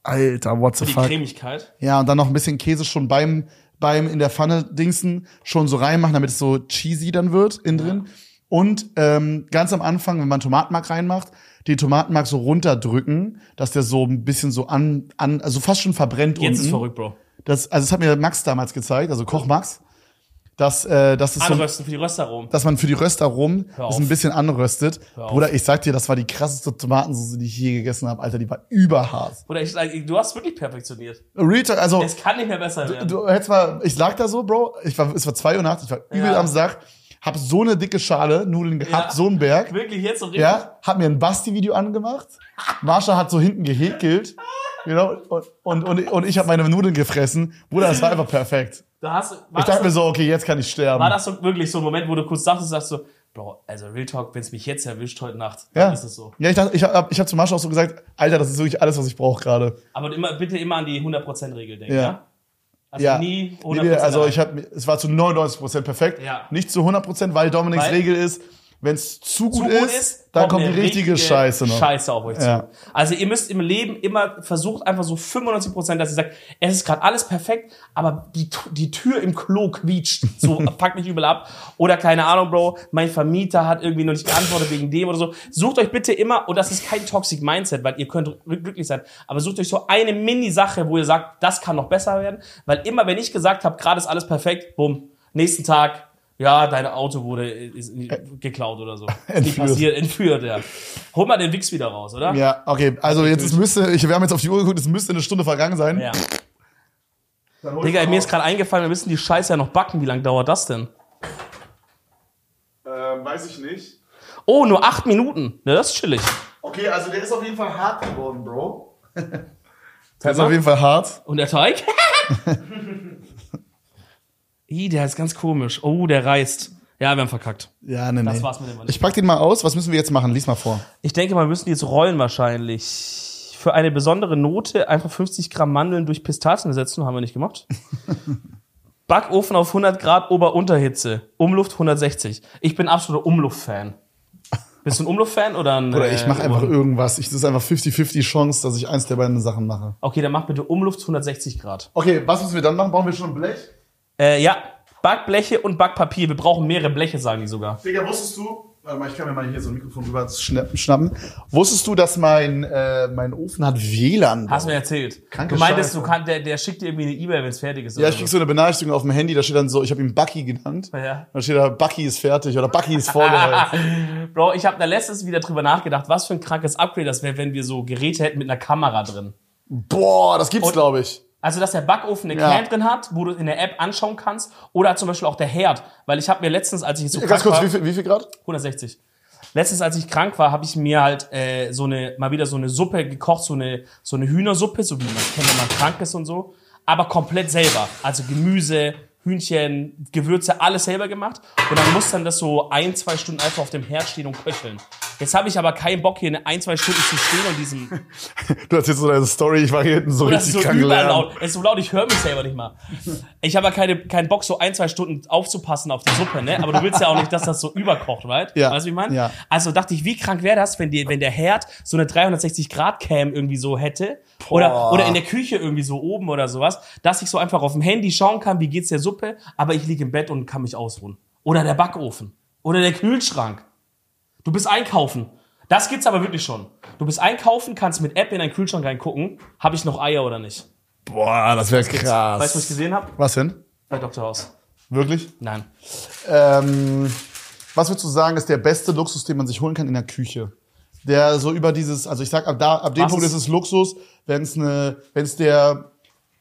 Speaker 1: Alter, what the
Speaker 2: Mhm. Die
Speaker 1: fuck.
Speaker 2: Cremigkeit.
Speaker 1: Ja, und dann noch ein bisschen Käse schon beim, beim in der Pfanne dingsen schon so reinmachen, damit es so cheesy dann wird innen drin. Und ähm, ganz am Anfang, wenn man Tomatenmark reinmacht, den Tomatenmark so runterdrücken, dass der so ein bisschen so an, an also fast schon verbrennt
Speaker 2: Jetzt ist
Speaker 1: unten.
Speaker 2: verrückt, Bro.
Speaker 1: Das, also das hat mir Max damals gezeigt, also Koch Max, dass, äh, dass, es so,
Speaker 2: Anrösten für die Röstaromen.
Speaker 1: dass man für die Röstaromen
Speaker 2: Hör
Speaker 1: das
Speaker 2: auf.
Speaker 1: ein bisschen anröstet.
Speaker 2: auf.
Speaker 1: Bruder, ich sag dir, das war die krasseste Tomatensauce, die ich je gegessen habe. Alter, die war überhart.
Speaker 2: Oder ich sage, du hast wirklich perfektioniert.
Speaker 1: Real Talk, also
Speaker 2: Es kann nicht mehr besser werden.
Speaker 1: Du hättest mal, ich lag da so, Bro, ich war, es war zwei Uhr nachts, ich war übel
Speaker 2: Ja.
Speaker 1: am Sack, hab so eine dicke Schale Nudeln gehabt,
Speaker 2: Ja.
Speaker 1: so einen Berg,
Speaker 2: wirklich jetzt so richtig.
Speaker 1: ja, hab mir ein Basti-Video angemacht, Marsha hat so hinten gehäkelt, genau, und, und, und, und ich habe meine Nudeln gefressen, Bruder, das war einfach perfekt.
Speaker 2: Da hast, du- war,
Speaker 1: Ich
Speaker 2: das
Speaker 1: dachte mir
Speaker 2: so,
Speaker 1: so, okay, jetzt kann ich sterben.
Speaker 2: war das so wirklich so ein Moment, wo du kurz dachtest, sagst so, Bro, also Real Talk, wenn es mich jetzt erwischt heute Nacht, dann
Speaker 1: ja.
Speaker 2: ist es so.
Speaker 1: ja, ich dachte, ich hab, ich hab zu Marsha auch so gesagt, Alter, das ist wirklich alles, was ich brauche gerade.
Speaker 2: Aber immer, bitte immer an die 100%-Regel denken,
Speaker 1: Ja.
Speaker 2: ja? Also
Speaker 1: Ja.
Speaker 2: nie 100%.
Speaker 1: Nee, nee, also
Speaker 2: allein.
Speaker 1: ich habe, es war zu 99% perfekt,
Speaker 2: Ja.
Speaker 1: nicht zu 100%, weil Dominiks
Speaker 2: Weil-
Speaker 1: Regel ist, wenn es zu gut
Speaker 2: Zu
Speaker 1: ist, dann kommt die
Speaker 2: eine
Speaker 1: richtige, Scheiße noch.
Speaker 2: Scheiße auf euch
Speaker 1: Ja.
Speaker 2: zu. Also ihr müsst im Leben immer versucht einfach so 95 Prozent, dass ihr sagt, es ist gerade alles perfekt, aber die, Tu- die Tür im Klo quietscht.
Speaker 1: *laughs*
Speaker 2: So, packt mich übel ab. Oder keine Ahnung, Bro, mein Vermieter hat irgendwie noch nicht geantwortet wegen dem oder so. Sucht euch bitte immer, und das ist kein Toxic Mindset, weil ihr könnt r- glücklich sein, aber sucht euch so eine Mini-Sache, wo ihr sagt, das kann noch besser werden. Weil immer, wenn ich gesagt habe, gerade ist alles perfekt, bumm, nächsten Tag, ja, dein Auto wurde äh, ist, geklaut
Speaker 1: *laughs*
Speaker 2: oder so. Nicht
Speaker 1: Entführt.
Speaker 2: passiert, entführt, ja. Hol mal den Wix wieder raus, oder?
Speaker 1: Ja, okay, also jetzt es müsste, ich, wir haben jetzt auf die Uhr geguckt, es müsste eine Stunde vergangen sein.
Speaker 2: Ja.
Speaker 1: Dann hol ich
Speaker 2: Digga,
Speaker 1: mal
Speaker 2: mir ist
Speaker 1: auf.
Speaker 2: gerade eingefallen, wir müssen die Scheiße ja noch backen. Wie lange dauert das denn?
Speaker 1: Ähm, weiß ich nicht.
Speaker 2: Oh, nur acht Minuten. Na, das ist chillig.
Speaker 1: Okay, also der ist auf jeden Fall hart geworden, Bro. der ist
Speaker 2: Pfeffer?
Speaker 1: auf jeden Fall hart.
Speaker 2: Und der
Speaker 1: *laughs*
Speaker 2: Teig? Ih, der ist ganz komisch. Oh, der reißt. Ja, wir haben verkackt.
Speaker 1: Ja, nee, nee.
Speaker 2: Das war's mit dem Alles.
Speaker 1: Ich pack den mal aus, was müssen wir jetzt machen? Lies mal vor.
Speaker 2: Ich denke, wir müssen die jetzt rollen wahrscheinlich. Für eine besondere Note einfach 50 Gramm Mandeln durch Pistazien ersetzen. Haben wir
Speaker 1: *laughs*
Speaker 2: nicht gemacht. Backofen auf 100 Grad Ober-Unterhitze. Umluft 160. Ich bin absoluter Umluft-Fan. Bist du ein Umluft-Fan oder ein...
Speaker 1: Oder ich
Speaker 2: äh,
Speaker 1: mache einfach
Speaker 2: Ober-
Speaker 1: irgendwas. Ich, das ist einfach 50-50 Chance, dass ich eins der beiden Sachen mache.
Speaker 2: Okay, dann mach bitte Umluft 160 Grad.
Speaker 1: Okay, was müssen wir dann machen? Brauchen wir schon ein Blech?
Speaker 2: Äh, ja, Backbleche und Backpapier. Wir brauchen mehrere Bleche, sagen die sogar.
Speaker 1: Digga, wusstest du, warte mal, ich kann mir mal hier so ein Mikrofon rüber schnappen. schnappen. Wusstest du, dass mein, äh, mein Ofen hat WLAN?
Speaker 2: Hast du mir erzählt.
Speaker 1: Kranke
Speaker 2: du meintest,
Speaker 1: Scheiße.
Speaker 2: du kann, der, der schickt dir irgendwie eine E-Mail, wenn es fertig ist.
Speaker 1: Ja,
Speaker 2: oder
Speaker 1: ich krieg so eine Benachrichtigung auf dem Handy, da steht dann so, ich habe ihn Bucky genannt.
Speaker 2: Ja.
Speaker 1: Da steht da, Bucky ist fertig oder Bucky ist vorbereitet.
Speaker 2: *laughs* Bro, ich habe da letztens wieder drüber nachgedacht, was für ein krankes Upgrade das wäre, wenn wir so Geräte hätten mit einer Kamera drin.
Speaker 1: Boah, das gibt's, glaube ich.
Speaker 2: Also, dass der Backofen eine
Speaker 1: Ja.
Speaker 2: Can drin hat, wo du in der App anschauen kannst. Oder zum Beispiel auch der Herd. Weil ich habe mir letztens, als ich so
Speaker 1: Ganz
Speaker 2: krank
Speaker 1: kurz,
Speaker 2: war,
Speaker 1: wie viel, wie viel Grad?
Speaker 2: 160. Letztens, als ich krank war, habe ich mir halt äh, so eine, mal wieder so eine Suppe gekocht, so eine, so eine Hühnersuppe, so wie man es kennt, wenn man krank ist und so. Aber komplett selber. Also Gemüse, Hühnchen, Gewürze, alles selber gemacht. Und dann muss dann das so ein, zwei Stunden einfach auf dem Herd stehen und köcheln. Jetzt habe ich aber keinen Bock, hier eine ein, zwei Stunden zu stehen und diesen
Speaker 1: Du hast jetzt so deine Story, ich war hier hinten so *laughs*
Speaker 2: das
Speaker 1: richtig
Speaker 2: ist so
Speaker 1: krank gelernt.
Speaker 2: überlaut. Es ist so laut, ich höre mich selber nicht mal. Ich habe ja keine, keinen Bock, so ein, zwei Stunden aufzupassen auf die Suppe, ne? Aber du willst ja auch nicht, dass das so überkocht, right?
Speaker 1: Ja.
Speaker 2: Weißt du, wie ich meine?
Speaker 1: Ja.
Speaker 2: Also dachte ich, wie krank wäre das, wenn, die, wenn der Herd so eine 360-Grad-Cam irgendwie so hätte? Oder, oder in der Küche irgendwie so oben oder sowas, dass ich so einfach auf dem Handy schauen kann, wie geht's der Suppe, aber ich liege im Bett und kann mich ausruhen. Oder der Backofen. Oder der Kühlschrank. Du bist einkaufen. Das gibt's aber wirklich schon. Du bist einkaufen, kannst mit App in deinen Kühlschrank reingucken, habe ich noch Eier oder nicht.
Speaker 1: Boah, das wäre
Speaker 2: Weißt du, was ich
Speaker 1: krass.
Speaker 2: gesehen habe?
Speaker 1: Was denn?
Speaker 2: Bei Dr. House.
Speaker 1: Wirklich?
Speaker 2: Nein.
Speaker 1: Ähm, was würdest du sagen, ist der beste Luxus, den man sich holen kann in der Küche? Der so über dieses, also ich sag, ab, da, ab dem
Speaker 2: Was
Speaker 1: Punkt ist
Speaker 2: ist-
Speaker 1: es Luxus, wenn es ne, wenn's der,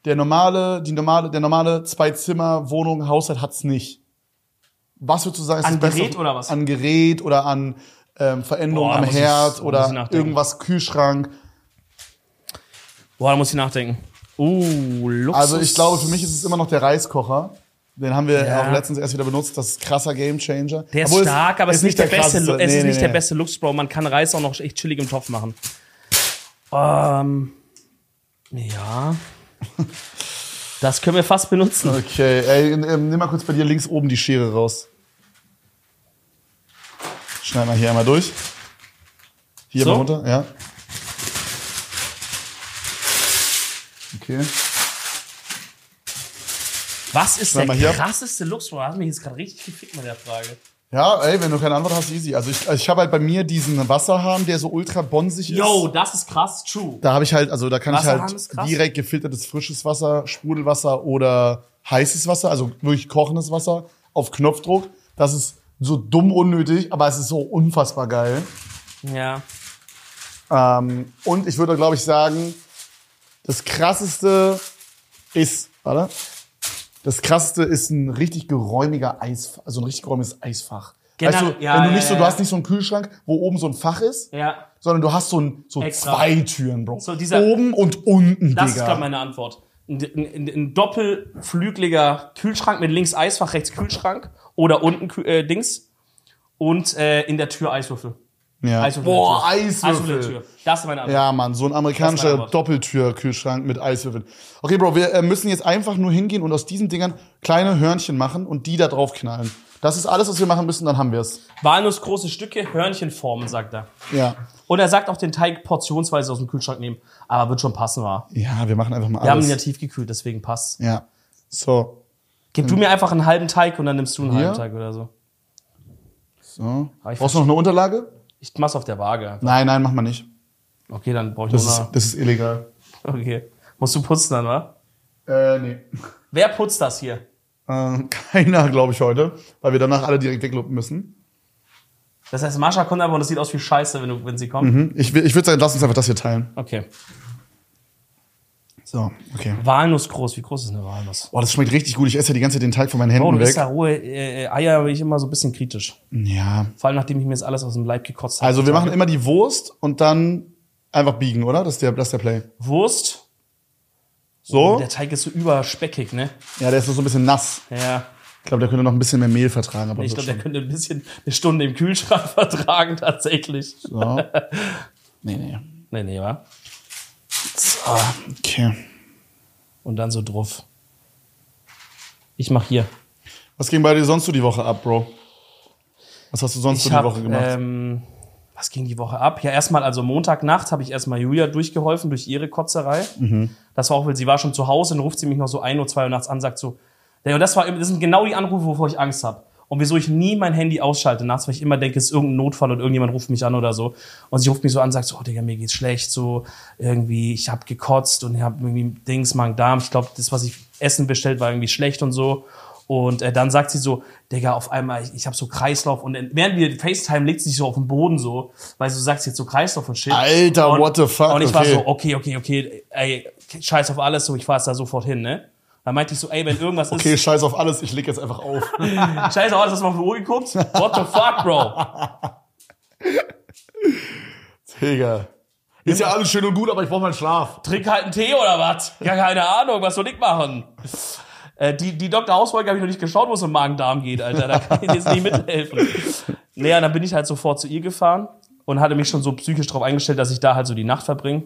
Speaker 1: der normale, die normale, der normale Zwei-Zimmer-Wohnung, Haushalt hat's nicht. Was würdest du sagen, ist
Speaker 2: An
Speaker 1: das Beste?
Speaker 2: Gerät oder was?
Speaker 1: An Gerät oder an ähm, Veränderung
Speaker 2: Boah, da
Speaker 1: am
Speaker 2: muss ich-
Speaker 1: Herd
Speaker 2: da muss ich
Speaker 1: oder
Speaker 2: nachdenken.
Speaker 1: irgendwas Kühlschrank.
Speaker 2: Boah, da muss ich nachdenken. Uh, Luxus.
Speaker 1: Also ich glaube, für mich ist es immer noch der Reiskocher. Den haben wir
Speaker 2: Ja.
Speaker 1: auch letztens erst wieder benutzt. Das ist krasser Gamechanger.
Speaker 2: der ist
Speaker 1: Obwohl, es
Speaker 2: stark, aber es ist nicht der, beste,
Speaker 1: krasseste.
Speaker 2: Lu- es
Speaker 1: Nee,
Speaker 2: ist
Speaker 1: nee,
Speaker 2: nicht der
Speaker 1: nee.
Speaker 2: beste Luxus, Bro. Man kann Reis auch noch echt chillig im Topf machen. Ähm, ja. Das können wir fast benutzen.
Speaker 1: Okay, ey, n- ähm, nimm mal kurz bei dir links oben die Schere raus. Schneid mal hier einmal durch. Hier
Speaker 2: So?
Speaker 1: mal runter, ja. Okay.
Speaker 2: Was ist
Speaker 1: Schneid
Speaker 2: der
Speaker 1: mal hier ab.
Speaker 2: krasseste Luxus, Bro? Hast mich jetzt gerade richtig gefickt mit der Frage.
Speaker 1: Ja, ey, wenn du keine Antwort hast, easy. Also ich, also ich habe halt bei mir diesen Wasserhahn, der so ultra bonsig ist.
Speaker 2: Yo, das ist krass, true.
Speaker 1: Da habe ich halt, also da kann
Speaker 2: Wasserhahn
Speaker 1: ich
Speaker 2: ist
Speaker 1: halt
Speaker 2: krass.
Speaker 1: direkt gefiltertes frisches Wasser, Sprudelwasser oder heißes Wasser, also wirklich kochendes Wasser auf Knopfdruck. Das ist so dumm unnötig, aber es ist so unfassbar geil.
Speaker 2: Ja.
Speaker 1: Ähm, und ich würde, glaube ich, sagen, das krasseste ist, warte, das krasseste ist ein richtig geräumiger Eis, also ein richtig geräumiges Eisfach.
Speaker 2: Genau,
Speaker 1: weißt du,
Speaker 2: ja,
Speaker 1: wenn du
Speaker 2: ja,
Speaker 1: nicht so,
Speaker 2: ja,
Speaker 1: du
Speaker 2: ja.
Speaker 1: hast nicht so einen Kühlschrank, wo oben so ein Fach ist,
Speaker 2: Ja.
Speaker 1: sondern du hast so, ein, so
Speaker 2: Extra.
Speaker 1: zwei Türen, Bro.
Speaker 2: So dieser-
Speaker 1: oben und unten,
Speaker 2: Das ist gerade
Speaker 1: Digga.
Speaker 2: meine Antwort. Ein, ein, ein doppelflügeliger Kühlschrank mit links Eisfach, rechts Kühlschrank oder unten Kü- äh, Dings und äh, in der Tür Eiswürfel.
Speaker 1: ja.
Speaker 2: Eiswürfel
Speaker 1: Boah,
Speaker 2: in der Tür. Eiswürfel in der
Speaker 1: Eiswürfel.
Speaker 2: Tür. Das ist meine Antwort.
Speaker 1: Ja, Mann, so ein
Speaker 2: Das war
Speaker 1: amerikanischer
Speaker 2: der Wort.
Speaker 1: Doppeltür-Kühlschrank mit Eiswürfeln. Okay, Bro, wir äh, müssen jetzt einfach nur hingehen und aus diesen Dingern kleine Hörnchen machen und die da drauf knallen. Das ist alles, was wir machen müssen, dann haben wir's.
Speaker 2: Walnuss große Stücke, Hörnchenformen, sagt er.
Speaker 1: Ja.
Speaker 2: Und er sagt auch den Teig portionsweise aus dem Kühlschrank nehmen. Aber wird schon passen, war.
Speaker 1: Ja, wir machen einfach mal
Speaker 2: Wir haben
Speaker 1: alles.
Speaker 2: ihn ja tief gekühlt, deswegen passt.
Speaker 1: ja. So.
Speaker 2: Gib du mir einfach einen halben Teig und dann nimmst du einen
Speaker 1: Hier?
Speaker 2: halben Teig oder so.
Speaker 1: so.
Speaker 2: Ah, ich
Speaker 1: Brauchst du noch eine Unterlage?
Speaker 2: Ich mach's auf der Waage.
Speaker 1: Nein, nein, mach mal nicht.
Speaker 2: Okay, dann brauch ich
Speaker 1: Das,
Speaker 2: nur
Speaker 1: ist, das ist illegal.
Speaker 2: eine. Okay. Musst du putzen dann, wa?
Speaker 1: Äh, nee.
Speaker 2: Wer putzt das hier?
Speaker 1: Ähm, *laughs* keiner, glaube ich, heute, weil wir danach alle direkt weglupen müssen.
Speaker 2: Das heißt, Mascha kommt einfach und es sieht aus wie Scheiße, wenn, du, wenn sie kommt.
Speaker 1: Hm? Ich, will- ich würde sagen, lass uns einfach das hier teilen.
Speaker 2: Okay.
Speaker 1: So, okay.
Speaker 2: Walnuss groß. Wie groß ist eine Walnuss?
Speaker 1: Boah, das schmeckt richtig gut. Ich esse die ganze Zeit den Teig von meinen Händen
Speaker 2: Oh, du bist
Speaker 1: weg.
Speaker 2: ja rohe äh, äh, Eier, bin ich immer so ein bisschen kritisch.
Speaker 1: Ja.
Speaker 2: Vor allem, nachdem ich mir jetzt alles aus dem Leib gekotzt habe.
Speaker 1: Also wir machen immer die Wurst und dann einfach biegen, oder? Das ist der, das ist der Play.
Speaker 2: Wurst. Oh,
Speaker 1: So?
Speaker 2: Der Teig ist so überspeckig, ne?
Speaker 1: Ja, der ist noch so ein bisschen nass.
Speaker 2: Ja.
Speaker 1: Ich glaube, der könnte noch ein bisschen mehr Mehl vertragen. Aber
Speaker 2: Ich
Speaker 1: wird
Speaker 2: glaube, der
Speaker 1: schon.
Speaker 2: könnte ein bisschen eine Stunde im Kühlschrank *laughs* vertragen, tatsächlich.
Speaker 1: So.
Speaker 2: *laughs*
Speaker 1: Nee, nee.
Speaker 2: Nee, nee, wa?
Speaker 1: So, okay.
Speaker 2: Und dann so drauf. Ich mach hier.
Speaker 1: Was ging bei dir sonst so die Woche ab, Bro? Was hast du sonst so
Speaker 2: Ich
Speaker 1: die
Speaker 2: habe,
Speaker 1: Woche gemacht?
Speaker 2: ähm, was ging die Woche ab? Ja, erstmal, also Montagnacht habe ich erstmal Julia durchgeholfen durch ihre Kotzerei.
Speaker 1: Mhm.
Speaker 2: Das war auch wild. Sie war schon zu Hause und ruft sie mich noch so 1 Uhr, 2 Uhr nachts an, sagt so, ja, und das, war, das sind genau die Anrufe, wovor ich Angst habe. Und wieso ich nie mein Handy ausschalte nachts, weil ich immer denke, es ist irgendein Notfall und irgendjemand ruft mich an oder so. Und sie ruft mich so an, sagt so, oh Digga, mir geht's schlecht, so irgendwie, ich habe gekotzt und ich habe irgendwie Dings, Magen, Darm. Ich glaube, das, was ich Essen bestellt, war irgendwie schlecht und so. Und äh, dann sagt sie so, Digga, auf einmal, ich, ich habe so Kreislauf. Und dann- während wir FaceTime legt sie sich so auf den Boden so, weil sie so sagt, sie hat so Kreislauf und Shit.
Speaker 1: Alter,
Speaker 2: und,
Speaker 1: what the fuck,
Speaker 2: Und ich war
Speaker 1: okay.
Speaker 2: so, okay, okay, okay, ey, scheiß auf alles, so, ich fahr jetzt da sofort hin, ne? Dann meinte ich so, ey, wenn irgendwas ist, *laughs*
Speaker 1: Okay, scheiß auf alles, ich leg jetzt einfach auf.
Speaker 2: Scheiße, hast du das mal auf die Uhr geguckt? What the fuck, Bro?
Speaker 1: Digga. Ist ja alles schön und gut, aber ich brauche meinen Schlaf.
Speaker 2: Trink halt einen Tee oder was? Ja, keine Ahnung, was soll ich machen? Äh, die, die Dr. Hausfolge habe ich noch nicht geschaut, wo es um Magen-Darm geht, Alter. Da kann ich jetzt nicht mithelfen. Naja, dann bin ich halt sofort zu ihr gefahren und hatte mich schon so psychisch darauf eingestellt, dass ich da halt so die Nacht verbringe.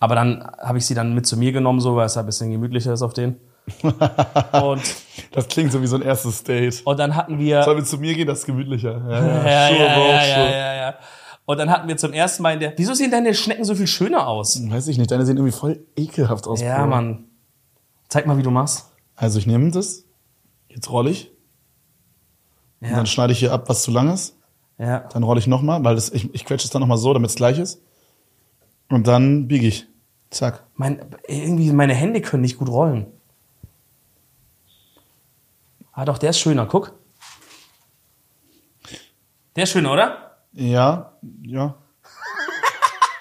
Speaker 2: Aber dann habe ich sie dann mit zu mir genommen, so, weil es halt ein bisschen gemütlicher ist auf den. Und,
Speaker 1: Das klingt so wie so ein erstes Date.
Speaker 2: und dann hatten wir.
Speaker 1: Sollen wir zu mir gehen, das ist gemütlicher.
Speaker 2: *laughs* ja,
Speaker 1: sure,
Speaker 2: ja,
Speaker 1: bro,
Speaker 2: ja, ja,
Speaker 1: sure.
Speaker 2: ja, ja. Und dann hatten wir zum ersten Mal in der. Wieso sehen deine Schnecken so viel schöner aus?
Speaker 1: Weiß ich nicht, deine sehen irgendwie voll ekelhaft aus.
Speaker 2: Ja,
Speaker 1: Bro.
Speaker 2: Mann. Zeig mal, wie du machst.
Speaker 1: Also ich nehme das, jetzt rolle ich, und
Speaker 2: Ja.
Speaker 1: dann schneide ich hier ab, was zu lang ist.
Speaker 2: ja.
Speaker 1: Dann rolle ich nochmal, weil das, ich, ich quetsche es dann nochmal so, damit es gleich ist. Und dann biege ich. Zack.
Speaker 2: Mein, irgendwie meine Hände können nicht gut rollen. Ah, doch, der ist schöner, guck. Der ist schöner, oder?
Speaker 1: Ja, ja.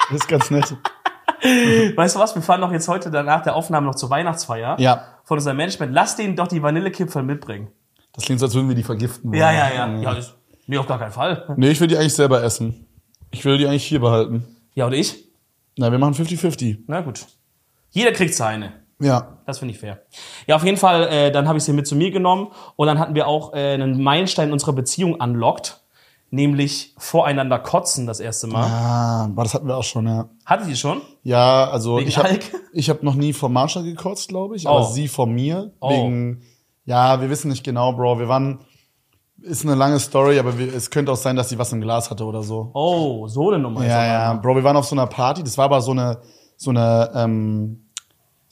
Speaker 1: Das ist ganz nett.
Speaker 2: Weißt du was? Wir fahren doch jetzt heute danach der Aufnahme noch zur Weihnachtsfeier
Speaker 1: Ja.
Speaker 2: von unserem Management. Lass denen doch die Vanillekipferl mitbringen.
Speaker 1: Das klingt so, als würden wir die vergiften.
Speaker 2: Ja,
Speaker 1: wollen.
Speaker 2: ja, ja. ja das, nee, auf gar keinen Fall.
Speaker 1: Nee, ich will die eigentlich selber essen. Ich will die eigentlich hier behalten.
Speaker 2: Ja, und ich?
Speaker 1: Na, wir machen 50-50.
Speaker 2: Na gut. Jeder kriegt seine.
Speaker 1: Ja.
Speaker 2: Das finde ich fair. Ja, auf jeden Fall, äh, dann habe ich sie mit zu mir genommen und dann hatten wir auch äh, einen Meilenstein unserer Beziehung unlocked, nämlich voreinander kotzen das erste Mal.
Speaker 1: Ah, aber das hatten wir auch schon, ja.
Speaker 2: Hattet ihr schon?
Speaker 1: Ja, also ich habe
Speaker 2: Alk?
Speaker 1: ich hab noch nie vor Marsha gekotzt, glaube ich,
Speaker 2: Oh.
Speaker 1: aber sie vor mir
Speaker 2: Oh.
Speaker 1: wegen ja, wir wissen nicht genau, Bro, wir waren ist eine lange Story, aber wir, es könnte auch sein, dass sie was im Glas hatte oder so.
Speaker 2: Oh, so eine Nummer. ist
Speaker 1: ja,
Speaker 2: aber-
Speaker 1: ja, Bro, wir waren auf so einer Party, das war aber so eine so eine ähm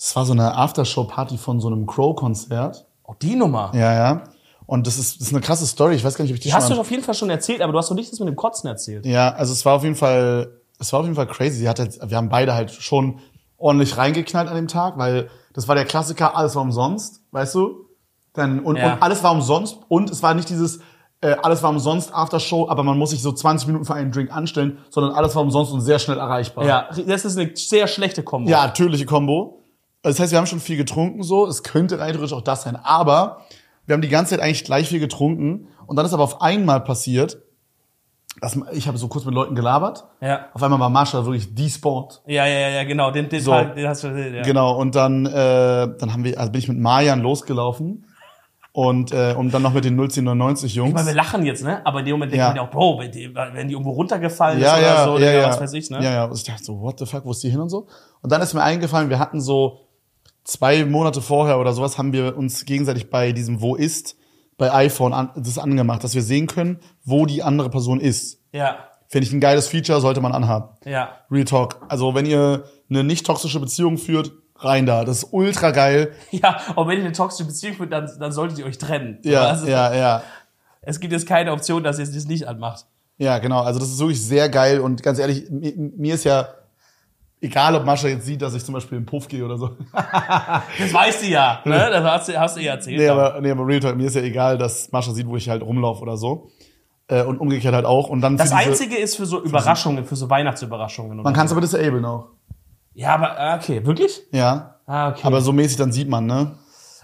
Speaker 1: es war so eine Aftershow Party von so einem Crow Konzert.
Speaker 2: Oh, die Nummer.
Speaker 1: Ja, ja. Und das ist, das ist eine krasse Story, ich weiß gar nicht, ob ich die,
Speaker 2: Die
Speaker 1: schon
Speaker 2: hast
Speaker 1: mal-
Speaker 2: du auf jeden Fall schon erzählt, aber du hast doch nicht das mit dem Kotzen erzählt.
Speaker 1: Ja, also es war auf jeden Fall, es war auf jeden Fall crazy. Sie hat halt, wir haben beide halt schon ordentlich reingeknallt an dem Tag, weil das war der Klassiker, alles war umsonst, weißt du? Dann, und,
Speaker 2: Ja.
Speaker 1: und alles war umsonst und es war nicht dieses, äh, alles war umsonst, Aftershow, aber man muss sich so 20 Minuten für einen Drink anstellen, sondern alles war umsonst und sehr schnell erreichbar.
Speaker 2: Ja, das ist eine sehr schlechte Kombo.
Speaker 1: Ja, tödliche Kombo. Das heißt, wir haben schon viel getrunken, so. Es könnte rein theoretisch auch das sein. Aber wir haben die ganze Zeit eigentlich gleich viel getrunken. Und dann ist aber auf einmal passiert, dass man- ich habe so kurz mit Leuten gelabert.
Speaker 2: Ja.
Speaker 1: Auf einmal war Marsha wirklich despawned.
Speaker 2: Ja, ja, ja, genau. Den, den,
Speaker 1: So.
Speaker 2: Fall, den hast du erzählt, ja.
Speaker 1: Genau. Und dann, äh, dann haben wir, also bin ich mit Marian losgelaufen. Und, äh, und dann noch mit den 01099 Jungs.
Speaker 2: Ich meine, wir lachen jetzt, ne? Aber in dem Moment denkt
Speaker 1: Ja.
Speaker 2: man ja auch, Bro, wenn die, wenn die irgendwo runtergefallen
Speaker 1: ja,
Speaker 2: ist oder
Speaker 1: ja,
Speaker 2: so,
Speaker 1: ja,
Speaker 2: Digga,
Speaker 1: ja.
Speaker 2: was weiß ich, ne?
Speaker 1: Ja, ja. Und ich dachte so, what the fuck, wo ist die hin und so? Und dann ist mir eingefallen, wir hatten so zwei Monate vorher oder sowas, haben wir uns gegenseitig bei diesem Wo ist bei iPhone an, das angemacht, dass wir sehen können, wo die andere Person ist.
Speaker 2: Ja,
Speaker 1: Finde ich ein geiles Feature, sollte man anhaben.
Speaker 2: ja.
Speaker 1: Real Talk. Also, wenn ihr eine nicht toxische Beziehung führt, rein da. Das ist ultra geil.
Speaker 2: *laughs* Ja, und wenn ihr eine toxische Beziehung führt, dann, dann solltet ihr euch trennen.
Speaker 1: Ja,
Speaker 2: Also,
Speaker 1: ja, ja.
Speaker 2: Es gibt jetzt keine Option, dass ihr es nicht anmacht.
Speaker 1: Ja, genau. Also das ist wirklich sehr geil und ganz ehrlich, mir, mir ist ja egal, ob Mascha jetzt sieht, dass ich zum Beispiel im Puff gehe oder
Speaker 2: *laughs*
Speaker 1: so.
Speaker 2: Das weißt du ja, ne? Das hast du, hast du ja erzählt.
Speaker 1: Hm. Nee, aber, nee, aber Real Talk, mir ist ja egal, dass Mascha sieht, wo ich halt rumlaufe oder so. Äh, und umgekehrt halt auch. Und dann
Speaker 2: das
Speaker 1: für diese-
Speaker 2: Einzige ist für so Überraschungen, für so Weihnachtsüberraschungen. oder
Speaker 1: Man kann es
Speaker 2: so.
Speaker 1: aber disablen auch.
Speaker 2: Ja, aber, ah, okay, wirklich?
Speaker 1: Ja.
Speaker 2: Ah, okay.
Speaker 1: Aber so mäßig, dann sieht man, ne?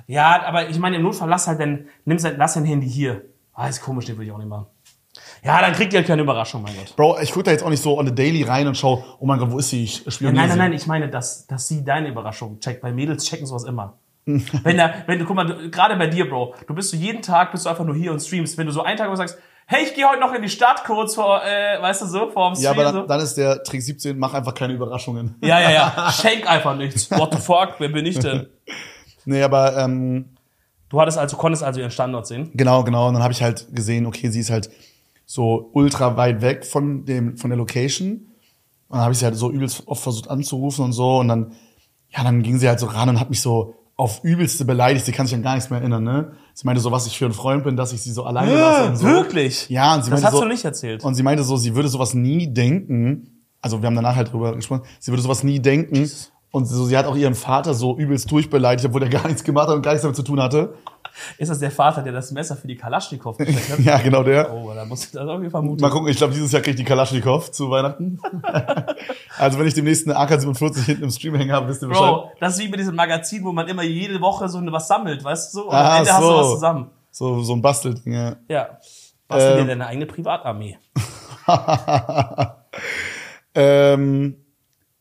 Speaker 2: ja, aber ich meine, im Notfall lass halt dann, nimm's halt, lass dein Handy hier. Ah, ist komisch, den würde ich auch nicht machen. Ja, dann kriegt ihr halt keine Überraschung, mein Gott.
Speaker 1: Bro, ich guck da jetzt auch nicht so on the daily rein und schau, oh mein Gott, wo ist sie? Ich spiele
Speaker 2: Ja, nein, nein, nein, ich meine, dass, dass sie deine Überraschung checkt. Bei Mädels checken sowas immer.
Speaker 1: Hm.
Speaker 2: *laughs* wenn, da, wenn du, guck mal, du- gerade bei dir, Bro, du bist so jeden Tag, bist du einfach nur hier und streamst. Wenn du so einen Tag immer sagst, hey, ich gehe heute noch in die Stadt kurz vor, äh, weißt du so, vor dem
Speaker 1: Ja,
Speaker 2: Stream.
Speaker 1: aber
Speaker 2: so.
Speaker 1: dann, dann ist der Trick 17, mach einfach keine Überraschungen.
Speaker 2: Also- ja, ja,
Speaker 1: *laughs*
Speaker 2: ja, schenk einfach nichts. What the fuck, wer bin ich denn?
Speaker 1: Nee, aber ähm,
Speaker 2: Du hattest also, konntest also ihren Standort sehen.
Speaker 1: Genau, genau. Und dann habe ich halt gesehen, okay, sie ist halt so ultra weit weg von dem, von der Location. Und dann habe ich sie halt so übelst oft versucht anzurufen und so. Und dann, ja, dann ging sie halt so ran und hat mich so auf übelste beleidigt. Sie kann sich an gar nichts mehr erinnern, ne? Sie meinte so, was ich für ein Freund bin, dass ich sie so alleine lasse und so.
Speaker 2: Wirklich?
Speaker 1: Ja, und sie
Speaker 2: Das
Speaker 1: meinte
Speaker 2: hast
Speaker 1: so,
Speaker 2: du nicht erzählt.
Speaker 1: Und sie meinte so, sie würde sowas nie denken. Also wir haben danach halt drüber gesprochen. Sie würde sowas nie denken. Und so, sie hat auch ihren Vater so übelst durchbeleidigt, obwohl er gar nichts gemacht hat und gar nichts damit zu tun hatte.
Speaker 2: Ist das der Vater, der das Messer für die
Speaker 1: *laughs*
Speaker 2: Kalaschnikow gesteckt hat?
Speaker 1: Ja, genau der.
Speaker 2: Oh, da muss ich das irgendwie vermuten.
Speaker 1: Mal gucken, ich glaube, dieses Jahr kriege ich die Kalaschnikow zu Weihnachten. *laughs* also wenn ich demnächst eine AK-47 hinten im Stream hängen habe, wisst ihr Bescheid.
Speaker 2: Bro, das ist wie mit diesem Magazin, wo man immer jede Woche so was sammelt, weißt du? Und
Speaker 1: Ah,
Speaker 2: am Ende hast du
Speaker 1: so.
Speaker 2: was zusammen.
Speaker 1: So, so ein Bastelding, ja. *laughs*
Speaker 2: Ja. Bastel dir
Speaker 1: Ähm.
Speaker 2: deine eigene Privatarmee.
Speaker 1: Ähm,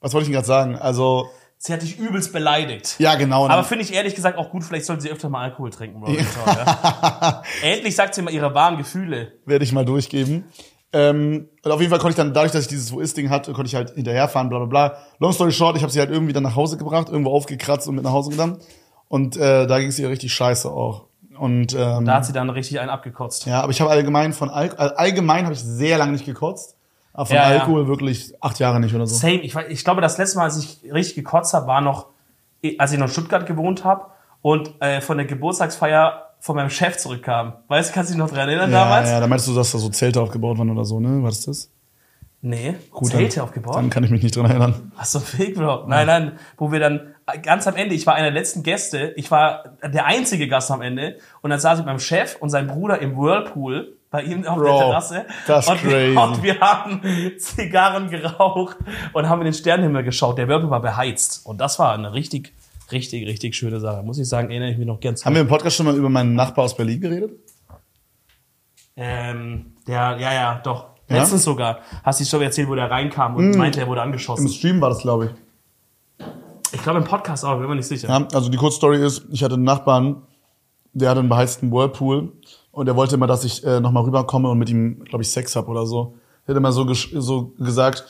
Speaker 1: was wollte ich denn gerade sagen? Also,
Speaker 2: Sie hat dich übelst beleidigt.
Speaker 1: ja, genau.
Speaker 2: Aber finde ich ehrlich gesagt auch gut, vielleicht sollte sie öfter mal Alkohol trinken, Bro. Ja. *laughs* Endlich sagt sie mal ihre wahren Gefühle.
Speaker 1: werde ich mal durchgeben. Ähm, und auf jeden Fall konnte ich dann, dadurch, dass ich dieses Wo ist Ding hatte, konnte ich halt hinterherfahren, bla bla bla. Long story short, ich habe sie halt irgendwie dann nach Hause gebracht, irgendwo aufgekratzt und mit nach Hause genommen. Und äh, da ging es ihr richtig scheiße auch. Und ähm,
Speaker 2: Da hat sie dann richtig einen abgekotzt.
Speaker 1: ja, aber ich habe allgemein von Al all- allgemein habe ich sehr lange nicht gekotzt. Aber von
Speaker 2: Ja, ja.
Speaker 1: Alkohol wirklich acht Jahre nicht oder so.
Speaker 2: Same. Ich, weiß- ich glaube, das letzte Mal, als ich richtig gekotzt habe, war noch, als ich noch in Stuttgart gewohnt habe und äh, von der Geburtstagsfeier von meinem Chef zurückkam. Weißt du, kannst du dich noch dran erinnern damals?
Speaker 1: Ja, ja, da meintest du, dass da so Zelte aufgebaut waren oder so, ne? War das das?
Speaker 2: Nee,
Speaker 1: Gut, dann-
Speaker 2: Zelte aufgebaut.
Speaker 1: Dann kann ich mich nicht dran erinnern.
Speaker 2: Ach so, Fake Bro. Nein, nein, wo wir dann ganz am Ende, ich war einer der letzten Gäste, ich war der einzige Gast am Ende und dann saß ich mit meinem Chef und seinem Bruder im Whirlpool bei ihm auf
Speaker 1: Bro,
Speaker 2: der Terrasse
Speaker 1: das ist
Speaker 2: und,
Speaker 1: crazy.
Speaker 2: Wir, und wir haben Zigarren geraucht und haben in den Sternenhimmel geschaut. Der Whirlpool war beheizt und das war eine richtig, richtig, richtig schöne Sache. Muss ich sagen, erinnere ich mich noch ganz
Speaker 1: Haben wir im Podcast schon mal über meinen Nachbar aus Berlin geredet?
Speaker 2: Ähm, der, ja, ja, doch.
Speaker 1: Ja? Hm.
Speaker 2: Letztens sogar hast du die Story erzählt, wo der reinkam und meinte, er wurde angeschossen.
Speaker 1: Im Stream war das, glaube ich.
Speaker 2: Ich glaube im Podcast auch, bin mir nicht sicher.
Speaker 1: Ja, also die Kurzstory ist, ich hatte einen Nachbarn, der hatte einen beheizten Whirlpool und er wollte immer, dass ich äh, nochmal rüberkomme und mit ihm, glaube ich, Sex hab oder so. Er hat immer so, gesch- so gesagt,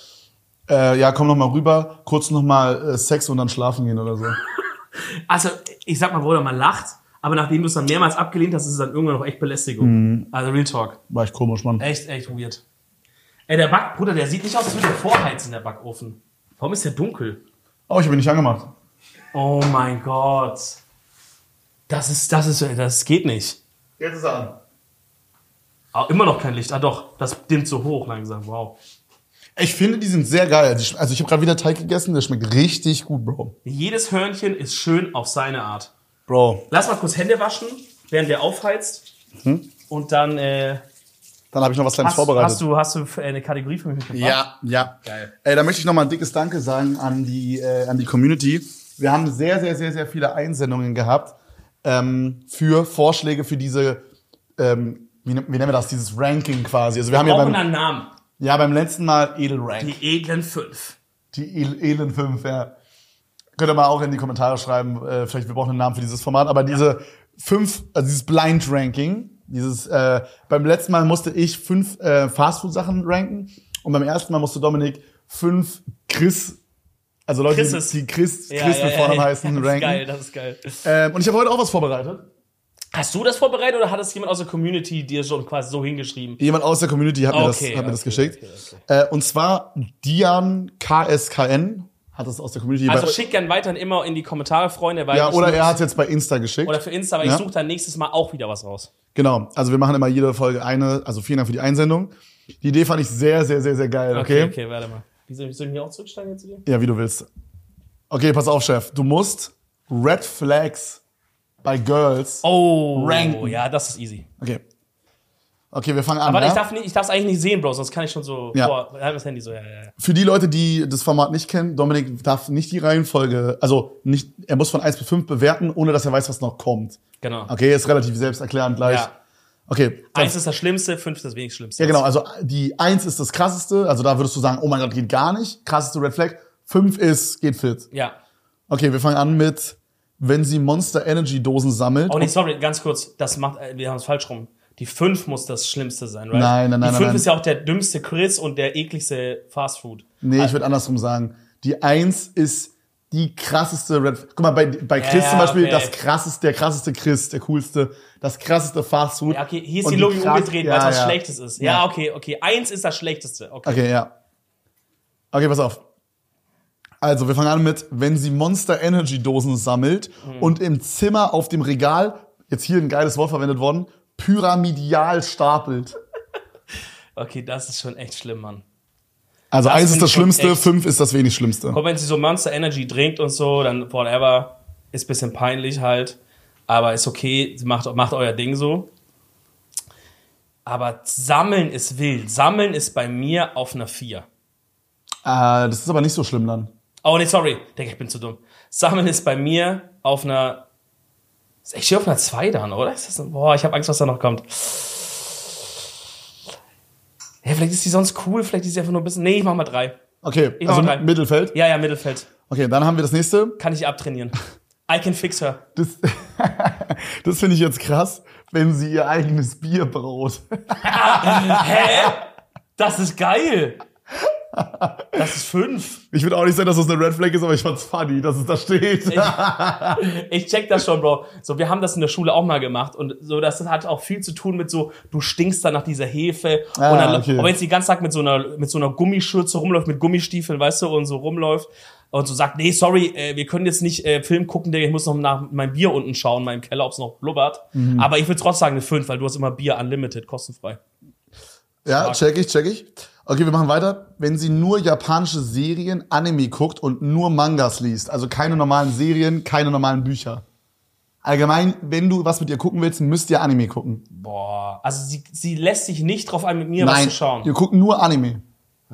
Speaker 1: äh, ja, komm nochmal rüber, kurz nochmal äh, Sex und dann schlafen gehen oder so.
Speaker 2: Also, ich sag mal, Bruder, man lacht, aber nachdem du es dann mehrmals abgelehnt hast, ist es dann irgendwann noch echt Belästigung. Also, Real Talk.
Speaker 1: War ich komisch, Mann.
Speaker 2: Echt, echt weird. Ey, der Back, Bruder, der sieht nicht aus, als würde der vorheizen, der Backofen. Warum ist der dunkel?
Speaker 1: Oh, ich habe ihn nicht angemacht.
Speaker 2: Oh mein Gott. Das ist, das ist, das geht nicht.
Speaker 1: Jetzt ist er an.
Speaker 2: Ah, immer noch kein Licht. Ah, doch, das dimmt so hoch langsam. Wow.
Speaker 1: Ich finde, die sind sehr geil. Die schm- Also ich habe gerade wieder Teig gegessen, der schmeckt richtig gut, Bro.
Speaker 2: Jedes Hörnchen ist schön auf seine Art.
Speaker 1: Bro.
Speaker 2: Lass mal kurz Hände waschen, während der aufheizt. Und dann äh,
Speaker 1: Dann habe ich noch was Kleines
Speaker 2: hast,
Speaker 1: vorbereitet.
Speaker 2: hast du, hast du äh, eine Kategorie für mich mitgebracht?
Speaker 1: Ja, ja.
Speaker 2: Geil.
Speaker 1: Ey, da möchte ich nochmal ein dickes Danke sagen an die, äh, an die Community. Wir haben sehr, sehr, sehr, sehr viele Einsendungen gehabt ähm, für Vorschläge für diese, ähm, wie, ne- wie nennen wir das, dieses Ranking quasi. Also wir haben ja
Speaker 2: Brauchen
Speaker 1: beim,
Speaker 2: einen Namen.
Speaker 1: ja beim letzten Mal Edelrank,
Speaker 2: Die edlen fünf.
Speaker 1: die El Edlen 5, ja. Könnt ihr mal auch in die Kommentare schreiben, äh, vielleicht wir brauchen einen Namen für dieses Format, aber diese fünf, also dieses Blind Ranking, dieses, äh, beim letzten Mal musste ich fünf äh, Fastfood-Sachen ranken und beim ersten Mal musste Dominik fünf Chris, also Leute,
Speaker 2: Chrises.
Speaker 1: die, die Chris, Chris mit vorne heißen,
Speaker 2: Das *laughs* ist geil,
Speaker 1: ranken.
Speaker 2: das ist geil.
Speaker 1: Ähm, und ich habe heute auch was vorbereitet.
Speaker 2: Hast du das vorbereitet oder hat es jemand aus der Community dir schon quasi so hingeschrieben?
Speaker 1: Jemand aus der Community hat mir das,
Speaker 2: Okay,
Speaker 1: hat mir das
Speaker 2: okay,
Speaker 1: geschickt.
Speaker 2: okay,
Speaker 1: Äh, und zwar Dian KSKN hat das aus der Community.
Speaker 2: Also
Speaker 1: bei-
Speaker 2: schick gern weiterhin immer in die Kommentare, Freunde, weil
Speaker 1: ja,
Speaker 2: ich
Speaker 1: oder
Speaker 2: nutz-
Speaker 1: er hat jetzt bei Insta geschickt.
Speaker 2: oder für Insta, weil
Speaker 1: Ja.
Speaker 2: ich suche dann nächstes Mal auch wieder was raus.
Speaker 1: Genau, also wir machen immer jede Folge eine, also vielen Dank für die Einsendung. Die Idee fand ich sehr, sehr, sehr, sehr geil, okay?
Speaker 2: okay, warte mal. Wieso soll ich mich hier auch zurückstellen jetzt zu dir?
Speaker 1: Ja, wie du willst. Okay, pass auf, Chef. Du musst Red Flags bei Girls.
Speaker 2: Oh,
Speaker 1: Ranken.
Speaker 2: ja, das ist easy.
Speaker 1: Okay. Okay, wir fangen an.
Speaker 2: Warte,
Speaker 1: ja?
Speaker 2: ich darf nicht, ich darf es eigentlich nicht sehen, Bro, sonst kann ich schon so
Speaker 1: Ja.
Speaker 2: boah, halt das Handy so, ja, ja, ja.
Speaker 1: Für die Leute, die das Format nicht kennen, Dominik darf nicht die Reihenfolge, also nicht, er muss von 1 bis 5 bewerten, ohne dass er weiß, was noch kommt.
Speaker 2: Genau.
Speaker 1: Okay, ist relativ selbsterklärend gleich.
Speaker 2: Ja.
Speaker 1: Okay, dann
Speaker 2: Eins ist das Schlimmste, fünf ist das wenig Schlimmste.
Speaker 1: Ja, genau. Also die eins ist das krasseste. Also da würdest du sagen, oh mein Gott, geht gar nicht. Krasseste Red Flag. Fünf ist, geht fit.
Speaker 2: Ja.
Speaker 1: Okay, wir fangen an mit, wenn sie Monster Energy Dosen sammelt.
Speaker 2: Oh nee, sorry, ganz kurz, das macht, äh, wir haben es falsch rum. Die 5 muss das Schlimmste sein, right?
Speaker 1: Nein, nein, nein,
Speaker 2: Die
Speaker 1: nein,
Speaker 2: 5
Speaker 1: nein.
Speaker 2: ist ja auch der dümmste Chris und der ekligste Fastfood.
Speaker 1: nee, ich würde andersrum sagen. Die eins ist die krasseste Red Flag. Guck mal, bei, bei Chris
Speaker 2: Ja,
Speaker 1: zum Beispiel,
Speaker 2: okay.
Speaker 1: das krasseste, der krasseste Chris, der coolste, das krasseste Fast Food.
Speaker 2: Ja, okay, hier ist
Speaker 1: Und
Speaker 2: die Logik
Speaker 1: krass-
Speaker 2: umgedreht,
Speaker 1: ja,
Speaker 2: weil es was
Speaker 1: ja.
Speaker 2: Schlechtes ist.
Speaker 1: Ja.
Speaker 2: Ja, okay, okay. Eins ist das Schlechteste. Okay.
Speaker 1: Okay, ja. Okay, pass auf. Also, wir fangen an mit, wenn sie Monster Energy Dosen sammelt
Speaker 2: Mhm.
Speaker 1: und im Zimmer auf dem Regal, jetzt hier ein geiles Wort verwendet worden, pyramidial stapelt.
Speaker 2: okay, das ist schon echt schlimm, Mann.
Speaker 1: Also,
Speaker 2: Das
Speaker 1: eins ist
Speaker 2: finde
Speaker 1: das
Speaker 2: ich schon
Speaker 1: Schlimmste,
Speaker 2: echt.
Speaker 1: fünf ist das wenig Schlimmste.
Speaker 2: Aber wenn sie so Monster Energy trinkt und so, dann whatever, ist bisschen peinlich halt. Aber ist okay, macht, macht euer Ding so. Aber sammeln ist wild. Sammeln ist bei mir auf einer 4.
Speaker 1: Äh, das ist aber nicht so schlimm dann.
Speaker 2: Oh nee, sorry. Digga, ich bin zu dumm. Sammeln ist bei mir auf einer. Ist echt hier auf einer 2 dann, oder? Ist das, boah, ich habe Angst, was da noch kommt. Ja, vielleicht ist die sonst cool, vielleicht ist sie einfach nur ein bisschen. Nee, ich mach mal 3.
Speaker 1: Okay,
Speaker 2: Ich mach
Speaker 1: also
Speaker 2: drei.
Speaker 1: Mittelfeld.
Speaker 2: Ja, ja, Mittelfeld.
Speaker 1: Okay, dann haben wir das nächste.
Speaker 2: Kann ich abtrainieren. I can fix her. *laughs*
Speaker 1: Das, *laughs* das finde ich jetzt krass, wenn sie ihr eigenes Bier braut.
Speaker 2: Hä? Das ist geil. Das ist 5.
Speaker 1: Ich würde auch nicht sagen, dass das eine Red Flag ist, aber ich fand's funny, dass es da steht.
Speaker 2: Ich check das schon, Bro. So, wir haben das in der Schule auch mal gemacht und so, das hat auch viel zu tun mit so, du stinkst dann nach dieser Hefe.
Speaker 1: Ah,
Speaker 2: und dann,
Speaker 1: okay.
Speaker 2: Aber wenn sie den ganzen Tag mit so einer, mit so einer Gummischürze rumläuft, mit Gummistiefeln, weißt du, und so rumläuft und so sagt, nee, sorry, äh, wir können jetzt nicht äh, Film gucken, Digga, ich muss noch nach meinem Bier unten schauen, meinem Keller, ob's noch blubbert.
Speaker 1: Mhm.
Speaker 2: Aber ich würde trotzdem sagen eine 5, weil du hast immer Bier unlimited, kostenfrei.
Speaker 1: Ja, check ich, check ich. Okay, wir machen weiter. Wenn sie nur japanische Serien, Anime guckt und nur Mangas liest, also keine normalen Serien, keine normalen Bücher. Allgemein, wenn du was mit ihr gucken willst, müsst ihr Anime gucken.
Speaker 2: Boah, also sie, sie lässt sich nicht drauf ein, mit mir was
Speaker 1: Nein,
Speaker 2: zu schauen.
Speaker 1: ihr guckt nur Anime.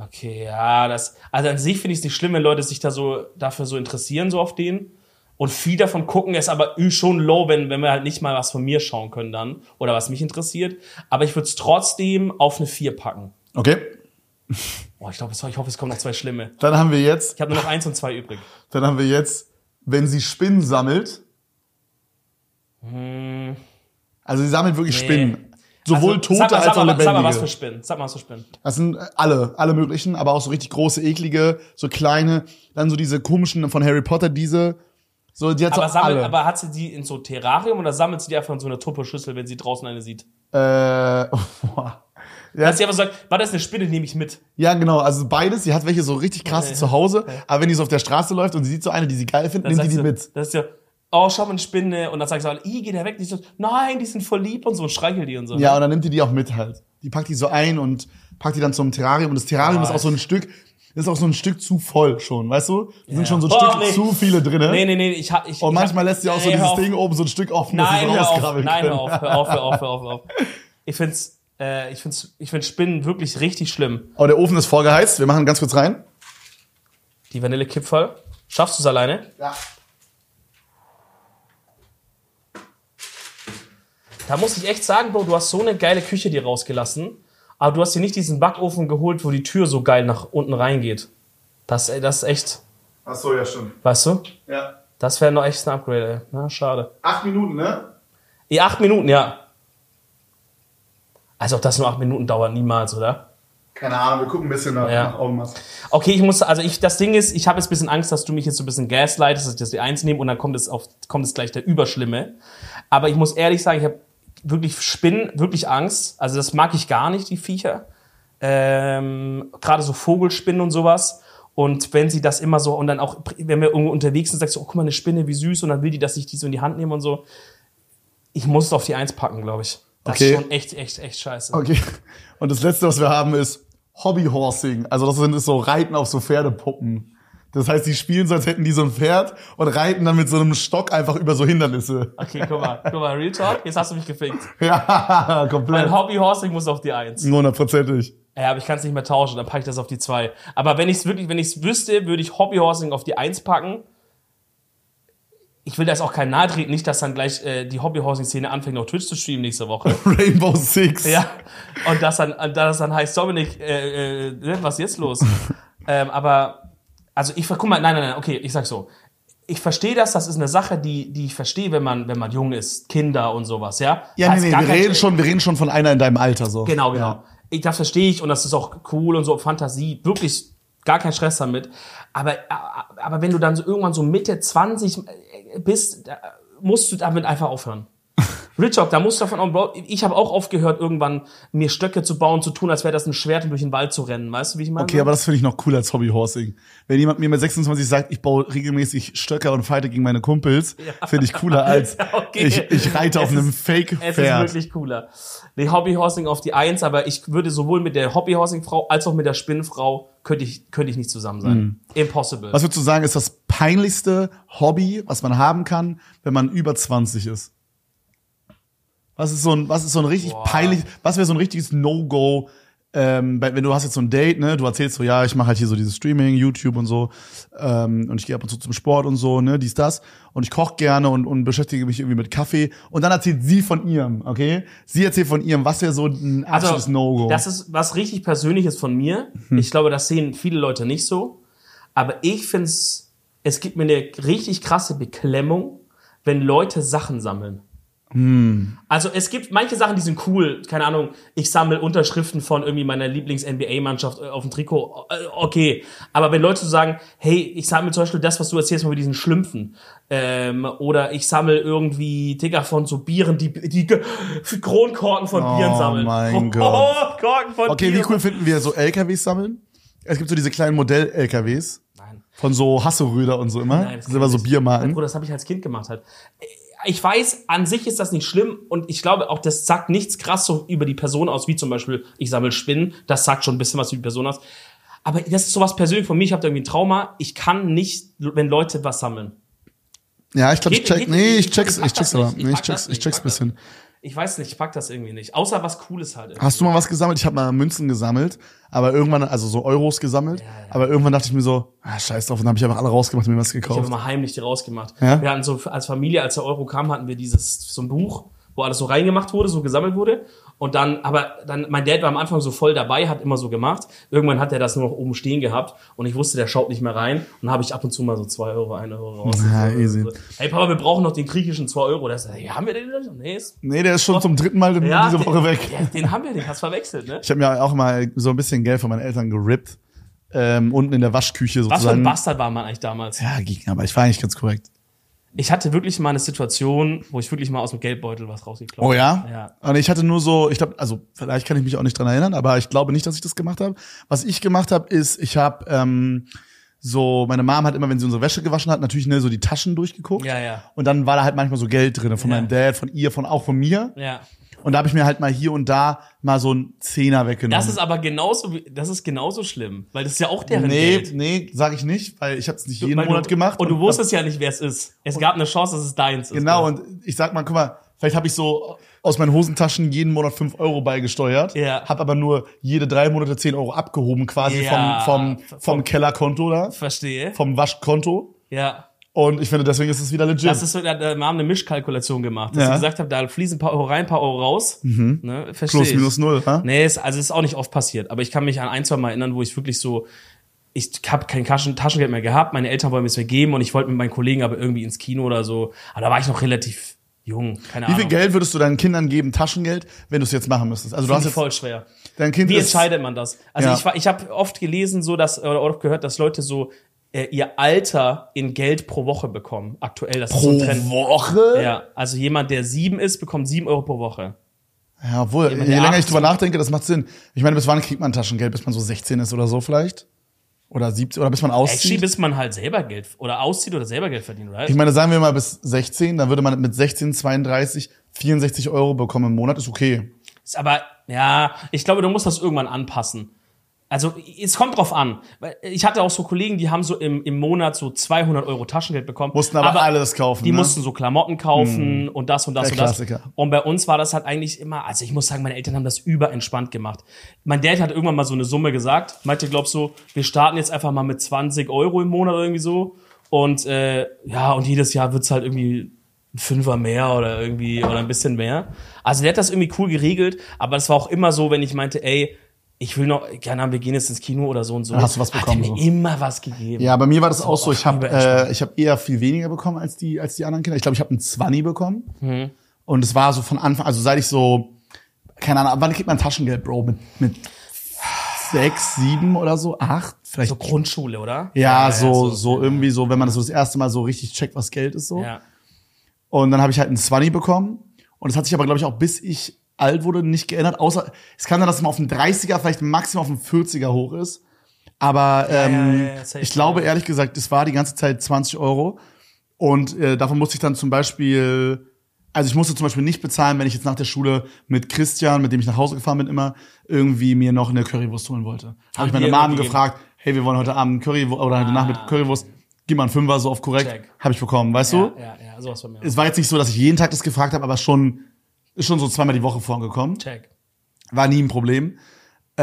Speaker 2: Okay, ja, das. Also an sich finde ich es nicht schlimm, wenn Leute sich da so dafür so interessieren, so auf den. Und viel davon gucken ist aber ü- schon low, wenn, wenn wir halt nicht mal was von mir schauen können dann oder was mich interessiert. Aber ich würde es trotzdem auf eine 4 packen.
Speaker 1: Okay,
Speaker 2: Boah, ich glaube, ich hoffe, es kommen noch zwei schlimme.
Speaker 1: dann haben wir jetzt,
Speaker 2: Ich habe nur noch eins und zwei übrig.
Speaker 1: dann haben wir jetzt, wenn sie Spinnen sammelt. Also sie sammelt wirklich
Speaker 2: Hm. Nee.
Speaker 1: Spinnen. Sowohl
Speaker 2: Also,
Speaker 1: tote
Speaker 2: sag mal,
Speaker 1: als
Speaker 2: sag
Speaker 1: auch
Speaker 2: mal,
Speaker 1: lebendige.
Speaker 2: Sag mal was für Spinnen. Sag mal was für Spinnen.
Speaker 1: Das sind äh, alle, alle möglichen, aber auch so richtig große, eklige, so kleine, dann so diese komischen von Harry Potter, diese. So, die hat
Speaker 2: Aber,
Speaker 1: so
Speaker 2: sammelt,
Speaker 1: alle.
Speaker 2: aber hat sie die in so Terrarium oder sammelt sie die einfach in so einer Tupperschüssel, wenn sie draußen eine sieht?
Speaker 1: äh, *laughs* boah. ja,
Speaker 2: Dass sie einfach sagt, war das eine Spinne, nehme ich mit.
Speaker 1: ja, genau, also beides. Sie hat welche so richtig krasse
Speaker 2: Okay.
Speaker 1: zu Hause, aber wenn die so auf der Straße läuft und sie sieht so eine, die sie geil findet,
Speaker 2: Dann
Speaker 1: nimmt die die
Speaker 2: sagst
Speaker 1: mit.
Speaker 2: du, Das ist ja, oh, schau mal, eine Spinne. Und dann sagst du, alle, ih, geh da weg. Die so, nein, die sind voll lieb und so und streichel die und so.
Speaker 1: Ja, und dann nimmt die die auch mit halt. Die packt die so ein und packt die dann zum Terrarium und das Terrarium
Speaker 2: Ah,
Speaker 1: ist auch so ein Stück, ist auch so ein Stück zu voll schon, weißt du? Da sind schon so ein
Speaker 2: Oh,
Speaker 1: Stück
Speaker 2: nee.
Speaker 1: zu viele drinne.
Speaker 2: Nee, nee, nee, ich hab, ich.
Speaker 1: Und
Speaker 2: ich
Speaker 1: manchmal
Speaker 2: hab,
Speaker 1: lässt sie auch so
Speaker 2: Nee, hör
Speaker 1: dieses
Speaker 2: auf.
Speaker 1: Ding oben so ein Stück offen,
Speaker 2: Nein,
Speaker 1: dass sie so
Speaker 2: hör auf,
Speaker 1: rauskrabbeln
Speaker 2: nein,
Speaker 1: können.
Speaker 2: hör auf, hör auf, hör auf, hör auf, hör auf.
Speaker 1: *laughs*
Speaker 2: Ich find's, äh, ich find's, ich find Spinnen wirklich richtig schlimm.
Speaker 1: Oh, der Ofen ist vorgeheizt. Wir machen ganz kurz rein.
Speaker 2: Die Vanillekipferl. Schaffst du's alleine?
Speaker 1: Ja.
Speaker 2: Da muss ich echt sagen, Bro, du hast so eine geile Küche dir rausgelassen, aber du hast dir nicht diesen Backofen geholt, wo die Tür so geil nach unten reingeht. Das, ey, das ist echt,
Speaker 1: Ach so, ja, stimmt.
Speaker 2: weißt du?
Speaker 1: Ja.
Speaker 2: Das wäre noch echt ein Upgrade, ey. Na, schade.
Speaker 1: Acht Minuten, ne?
Speaker 2: Eh, acht Minuten, ja. Also, ob das nur acht Minuten dauert, niemals, oder?
Speaker 1: Keine Ahnung, wir gucken ein bisschen nach,
Speaker 2: Ja. nach
Speaker 1: Augenmaß.
Speaker 2: Okay, ich muss, also ich, das Ding ist, ich habe jetzt ein bisschen Angst, dass du mich jetzt so ein bisschen gaslightest, dass ich das die Eins nehme und dann kommt es auf, kommt es gleich der Überschlimme. Aber ich muss ehrlich sagen, ich habe wirklich Spinnen, wirklich Angst. Also das mag ich gar nicht, die Viecher. Ähm, Gerade so Vogelspinnen und sowas. Und wenn sie das immer so, und dann auch, wenn wir irgendwo unterwegs sind, sagst du, oh, guck mal, eine Spinne, wie süß, und dann will die, dass ich die so in die Hand nehme und so. Ich muss es auf die Eins packen, glaube ich. Das
Speaker 1: Okay.
Speaker 2: ist schon echt, echt, echt scheiße.
Speaker 1: Okay. Und das letzte, was wir haben, ist Hobbyhorsing. Also, das sind so Reiten auf so Pferdepuppen. Das heißt, die spielen so, als hätten die so ein Pferd und reiten dann mit so einem Stock einfach über so Hindernisse. *laughs*
Speaker 2: Okay, guck mal, guck mal, Real Talk, jetzt hast du mich gefickt.
Speaker 1: Ja, komplett.
Speaker 2: Mein Hobbyhorse, ich muss auf die Eins.
Speaker 1: Hundertprozentig. *laughs*
Speaker 2: Ja, aber ich kann es nicht mehr tauschen, dann packe ich das auf die 2. Aber wenn ich es wirklich, wenn ich es wüsste, würde ich Hobbyhorsing auf die 1 packen. Ich will das auch kein nahe treten, nicht, dass dann gleich äh, die Hobbyhorsing-Szene anfängt, auf Twitch zu streamen
Speaker 1: *laughs*
Speaker 2: nächste Woche.
Speaker 1: Rainbow Six.
Speaker 2: ja. Und dass dann, und dass dann heißt, Dominik, äh, äh, ne, was ist
Speaker 1: *laughs*
Speaker 2: jetzt los? ähm, aber, also ich, ver- guck mal, nein, nein, nein, okay, ich sag so. Ich verstehe das, das ist eine Sache, die, die ich verstehe, wenn man, wenn man jung ist, Kinder und sowas, ja?
Speaker 1: Ja,
Speaker 2: Als
Speaker 1: nee, nee,
Speaker 2: gar
Speaker 1: wir
Speaker 2: kein-
Speaker 1: reden schon, wir reden schon von einer in deinem Alter, so.
Speaker 2: Genau, genau.
Speaker 1: Ja.
Speaker 2: Ich, das verstehe ich und das ist auch cool und so Fantasie. Wirklich gar kein Stress damit. Aber, aber wenn du dann so irgendwann so Mitte 20 bist, da musst du damit
Speaker 1: *laughs*
Speaker 2: einfach aufhören. Richard, da musst du davon auf- Bro, ich habe auch aufgehört, irgendwann mir Stöcke zu bauen, zu tun, als wäre das ein Schwert und durch den Wald zu rennen. Weißt du, wie ich meine?
Speaker 1: Okay, aber das finde ich noch cooler als Hobbyhorsing. Wenn jemand mir mit 26 sagt, ich baue regelmäßig Stöcker und fighte gegen meine Kumpels, finde ich cooler
Speaker 2: *laughs*
Speaker 1: als
Speaker 2: Okay.
Speaker 1: ich, ich reite auf
Speaker 2: Es
Speaker 1: einem
Speaker 2: ist- Es ist
Speaker 1: Fake-Pferd.
Speaker 2: wirklich cooler. Die Hobbyhorsing auf die Eins, aber ich würde sowohl mit der Hobbyhorsing-Frau als auch mit der Spinnenfrau könnte ich, könnte ich nicht zusammen sein.
Speaker 1: Mhm.
Speaker 2: Impossible.
Speaker 1: Was würdest du sagen, ist das peinlichste Hobby, was man haben kann, wenn man über 20 ist? Was ist so ein, was ist so ein richtig peinlich, was wäre so ein richtiges No-Go, ähm, bei- wenn du hast jetzt so ein Date, ne, du erzählst so, ja, ich mache halt hier so dieses Streaming, YouTube und so, ähm, und ich gehe ab und zu zum Sport und so, ne, dies, das, und ich koche gerne und, und beschäftige mich irgendwie mit Kaffee, und dann erzählt sie von ihrem, okay? Sie erzählt von ihrem, was wäre so ein absolutes No-Go?
Speaker 2: Also,
Speaker 1: Mhm.
Speaker 2: Das ist was richtig Persönliches von mir. Ich glaube, das sehen viele Leute nicht so. Aber ich finde es, es gibt mir eine richtig krasse Beklemmung, wenn Leute Sachen sammeln. Also es gibt manche Sachen, die sind cool. Keine Ahnung, ich sammle Unterschriften von irgendwie meiner Lieblings-NBA-Mannschaft auf dem Trikot. Äh, Okay. Aber wenn Leute so sagen, hey, ich sammle zum Beispiel das, was du erzählst mal mit diesen Schlümpfen. Ähm, oder ich sammle irgendwie, Digga, von so Bieren, die, die Kronkorken von Bieren sammeln.
Speaker 1: mein
Speaker 2: *laughs* Oh,
Speaker 1: Gott.
Speaker 2: Korken von
Speaker 1: Okay, wie
Speaker 2: Bieren.
Speaker 1: cool finden wir so LKWs sammeln? Es gibt so diese kleinen Modell-LKWs
Speaker 2: Nein.
Speaker 1: von so Hasseröder und so immer.
Speaker 2: Nein,
Speaker 1: das sind immer so
Speaker 2: kann ich nicht. Mein
Speaker 1: Biermarken.
Speaker 2: Bruder, das habe ich als Kind gemacht halt. Ich weiß, an sich ist das nicht schlimm und ich glaube auch, das sagt nichts krass so über die Person aus, wie zum Beispiel, ich sammle Spinnen, das sagt schon ein bisschen was über die Person aus. Aber das ist sowas persönlich von mir, ich habe da irgendwie ein Trauma. Ich kann nicht, wenn Leute was sammeln.
Speaker 1: Ja, ich glaube, ich
Speaker 2: Geht-
Speaker 1: check.
Speaker 2: geht-
Speaker 1: Nee, ich check's,
Speaker 2: *laughs* ich pack
Speaker 1: ich check's
Speaker 2: das
Speaker 1: aber.
Speaker 2: nicht, ich
Speaker 1: Nee, ich
Speaker 2: pack das
Speaker 1: check's, ich
Speaker 2: nicht,
Speaker 1: check's
Speaker 2: ich pack
Speaker 1: bisschen.
Speaker 2: Ich weiß nicht, ich pack das irgendwie nicht. Außer was Cooles halt.
Speaker 1: Hast du mal was gesammelt? Ich habe mal Münzen gesammelt, aber irgendwann, also so Euros gesammelt, aber irgendwann dachte ich mir so, ah, scheiß drauf, und dann habe ich einfach alle rausgemacht und mir was
Speaker 2: Ich habe
Speaker 1: gekauft.
Speaker 2: mal heimlich die rausgemacht.
Speaker 1: Ja?
Speaker 2: Wir hatten so als Familie, als der Euro kam, hatten wir dieses so ein Buch, wo alles so reingemacht wurde, so gesammelt wurde. Und dann, aber dann, mein Dad war am Anfang so voll dabei, hat immer so gemacht. Irgendwann hat er das nur noch oben stehen gehabt und ich wusste, der schaut nicht mehr rein. Und habe ich ab und zu mal so 2 Euro, 1 Euro raus.
Speaker 1: Ja, easy.
Speaker 2: Hey Papa, wir brauchen noch den griechischen 2 Euro. Das, hey, haben wir den denn? Nee, ist,
Speaker 1: Nee, der ist schon zum dritten Mal diese Woche weg.
Speaker 2: Den, den haben wir, den hast verwechselt, ne?
Speaker 1: Ich habe mir auch mal so ein bisschen Geld von meinen Eltern gerippt, ähm, unten in der Waschküche
Speaker 2: Was für ein
Speaker 1: sozusagen.
Speaker 2: Bastard war man eigentlich damals?
Speaker 1: ja, ging, aber ich war eigentlich ganz korrekt.
Speaker 2: Ich hatte wirklich mal eine Situation, wo ich wirklich mal aus dem Geldbeutel was rausgeklaut
Speaker 1: Oh ja?
Speaker 2: Ja.
Speaker 1: Und ich hatte nur so, ich glaube, also vielleicht kann ich mich auch nicht dran erinnern, aber ich glaube nicht, dass ich das gemacht habe. Was ich gemacht habe, ist, ich habe ähm, so, meine Mom hat immer, wenn sie unsere Wäsche gewaschen hat, natürlich ne, so die Taschen durchgeguckt.
Speaker 2: Ja, ja.
Speaker 1: Und dann war da halt manchmal so Geld drin, von
Speaker 2: Ja.
Speaker 1: meinem Dad, von ihr, von auch von mir.
Speaker 2: Ja.
Speaker 1: Und da habe ich mir halt mal hier und da mal so einen Zehner weggenommen.
Speaker 2: Das ist aber genauso, wie- das ist genauso schlimm, weil das ist ja auch deren
Speaker 1: nee,
Speaker 2: Geld.
Speaker 1: nee, sag ich nicht, weil ich habe es nicht jeden
Speaker 2: Weil
Speaker 1: Monat
Speaker 2: du,
Speaker 1: gemacht.
Speaker 2: Und du wusstest ja nicht, wer es ist. Es gab eine Chance, dass es deins ist.
Speaker 1: Genau, und ich sag mal, guck mal, vielleicht habe ich so aus meinen Hosentaschen jeden Monat 5 Euro beigesteuert,
Speaker 2: Ja.
Speaker 1: habe aber nur jede drei Monate 10 Euro abgehoben quasi
Speaker 2: Ja.
Speaker 1: vom, vom, vom Kellerkonto da,
Speaker 2: Verstehe.
Speaker 1: vom Waschkonto.
Speaker 2: Ja.
Speaker 1: Und ich finde, deswegen ist es wieder legit.
Speaker 2: Das ist so, da, da, wir haben eine Mischkalkulation gemacht, dass
Speaker 1: Ja.
Speaker 2: ich gesagt habe, da fließen ein paar Euro rein, ein paar Euro raus. Mhm. Ne? Verstehe
Speaker 1: Plus,
Speaker 2: ich.
Speaker 1: minus null. Ha?
Speaker 2: Nee, ist, also ist auch nicht oft passiert. Aber ich kann mich an ein, zwei Mal erinnern, wo ich wirklich so, ich habe kein Taschen, Taschengeld mehr gehabt, meine Eltern wollen mir es mir geben und ich wollte mit meinen Kollegen aber irgendwie ins Kino oder so. Aber da war ich noch relativ jung,
Speaker 1: Wie
Speaker 2: keine Ahnung.
Speaker 1: viel Geld würdest du deinen Kindern geben, Taschengeld, wenn du es jetzt machen müsstest? Also du hast
Speaker 2: Finde
Speaker 1: jetzt
Speaker 2: ich voll schwer.
Speaker 1: dein Kind
Speaker 2: Wie
Speaker 1: ist-
Speaker 2: entscheidet man das? Also
Speaker 1: Ja.
Speaker 2: ich war, ich habe oft gelesen, so dass oder oft gehört, dass Leute so äh, ihr Alter in Geld pro Woche bekommen. Aktuell, das
Speaker 1: pro
Speaker 2: ist so ein Trend.
Speaker 1: Woche.
Speaker 2: Ja, also jemand, der sieben ist, bekommt sieben Euro pro Woche.
Speaker 1: Ja, obwohl,
Speaker 2: Jemand,
Speaker 1: je
Speaker 2: der
Speaker 1: länger ich
Speaker 2: 18
Speaker 1: drüber nachdenke, das macht Sinn. Ich meine, bis wann kriegt man Taschengeld? Bis man so 16 ist oder so vielleicht? Oder 17 oder bis man
Speaker 2: Actually,
Speaker 1: auszieht?
Speaker 2: bis man halt selber Geld oder auszieht oder selber Geld verdient, right?
Speaker 1: Ich meine, sagen wir mal bis 16, dann würde man mit 16, 32, 64 Euro bekommen im Monat, ist okay.
Speaker 2: Ist aber, ja, ich glaube, du musst das irgendwann anpassen. Also, es kommt drauf an. Weil Ich hatte auch so Kollegen, die haben so im, im Monat so 200 Euro Taschengeld bekommen.
Speaker 1: Mussten aber alle das kaufen,
Speaker 2: Die
Speaker 1: ne?
Speaker 2: mussten so Klamotten kaufen und das und das
Speaker 1: Hm. Der
Speaker 2: und das.
Speaker 1: Klassiker.
Speaker 2: Und bei uns war das halt eigentlich immer, also ich muss sagen, meine Eltern haben das überentspannt gemacht. Mein Dad hat irgendwann mal so eine Summe gesagt, meinte, glaubst du, wir starten jetzt einfach mal mit 20 Euro im Monat oder irgendwie so. Und äh, ja, und jedes Jahr wird's halt irgendwie ein Fünfer mehr oder irgendwie oder ein bisschen mehr. Also der hat das irgendwie cool geregelt, aber das war auch immer so, wenn ich meinte, ey, ich will noch, keine Ahnung, wir gehen jetzt ins Kino oder so und so.
Speaker 1: Dann hast du was bekommen,
Speaker 2: Hat er mir
Speaker 1: so.
Speaker 2: immer was gegeben.
Speaker 1: Ja, bei mir war das auch so. Ich habe
Speaker 2: überentspannt.
Speaker 1: äh, ich hab eher viel weniger bekommen als die, als die anderen Kinder. Ich glaube, ich habe einen 20 bekommen. Und es war so von Anfang, also seit ich so, keine Ahnung, ab wann kriegt man Taschengeld, Bro? Mit, mit 6, 7 oder so? 8? Vielleicht.
Speaker 2: So Grundschule, oder?
Speaker 1: ja, so, so irgendwie so, wenn man das so das erste Mal so richtig checkt, was Geld ist so.
Speaker 2: Ja.
Speaker 1: Und dann habe ich halt einen 20 bekommen. Und das hat sich aber, glaube ich, auch bis ich alt wurde, nicht geändert. Außer es kann sein, dass man auf den 30er, vielleicht maximal auf den 40er hoch ist. Aber ähm,
Speaker 2: ja, ja, safe,
Speaker 1: ich glaube, ehrlich gesagt, es war die ganze Zeit 20 Euro. Und äh, davon musste ich dann zum Beispiel, also ich musste zum Beispiel nicht bezahlen, wenn ich jetzt nach der Schule mit Christian, mit dem ich nach Hause gefahren bin, immer irgendwie mir noch eine Currywurst holen wollte. Habe ich
Speaker 2: Haben
Speaker 1: meine
Speaker 2: die
Speaker 1: Mom
Speaker 2: irgendwie
Speaker 1: gefragt, hey, wir wollen heute Abend Currywurst oder heute Nacht mit Currywurst, gib mal einen Fünfer so auf korrekt.
Speaker 2: Ah. Check.
Speaker 1: Habe ich bekommen, weißt du?
Speaker 2: Ja, ja, ja, sowas von mir.
Speaker 1: es war jetzt nicht so, dass ich jeden Tag das gefragt habe, aber schon Ist schon so zweimal die Woche vorangekommen.
Speaker 2: Check.
Speaker 1: War nie ein Problem.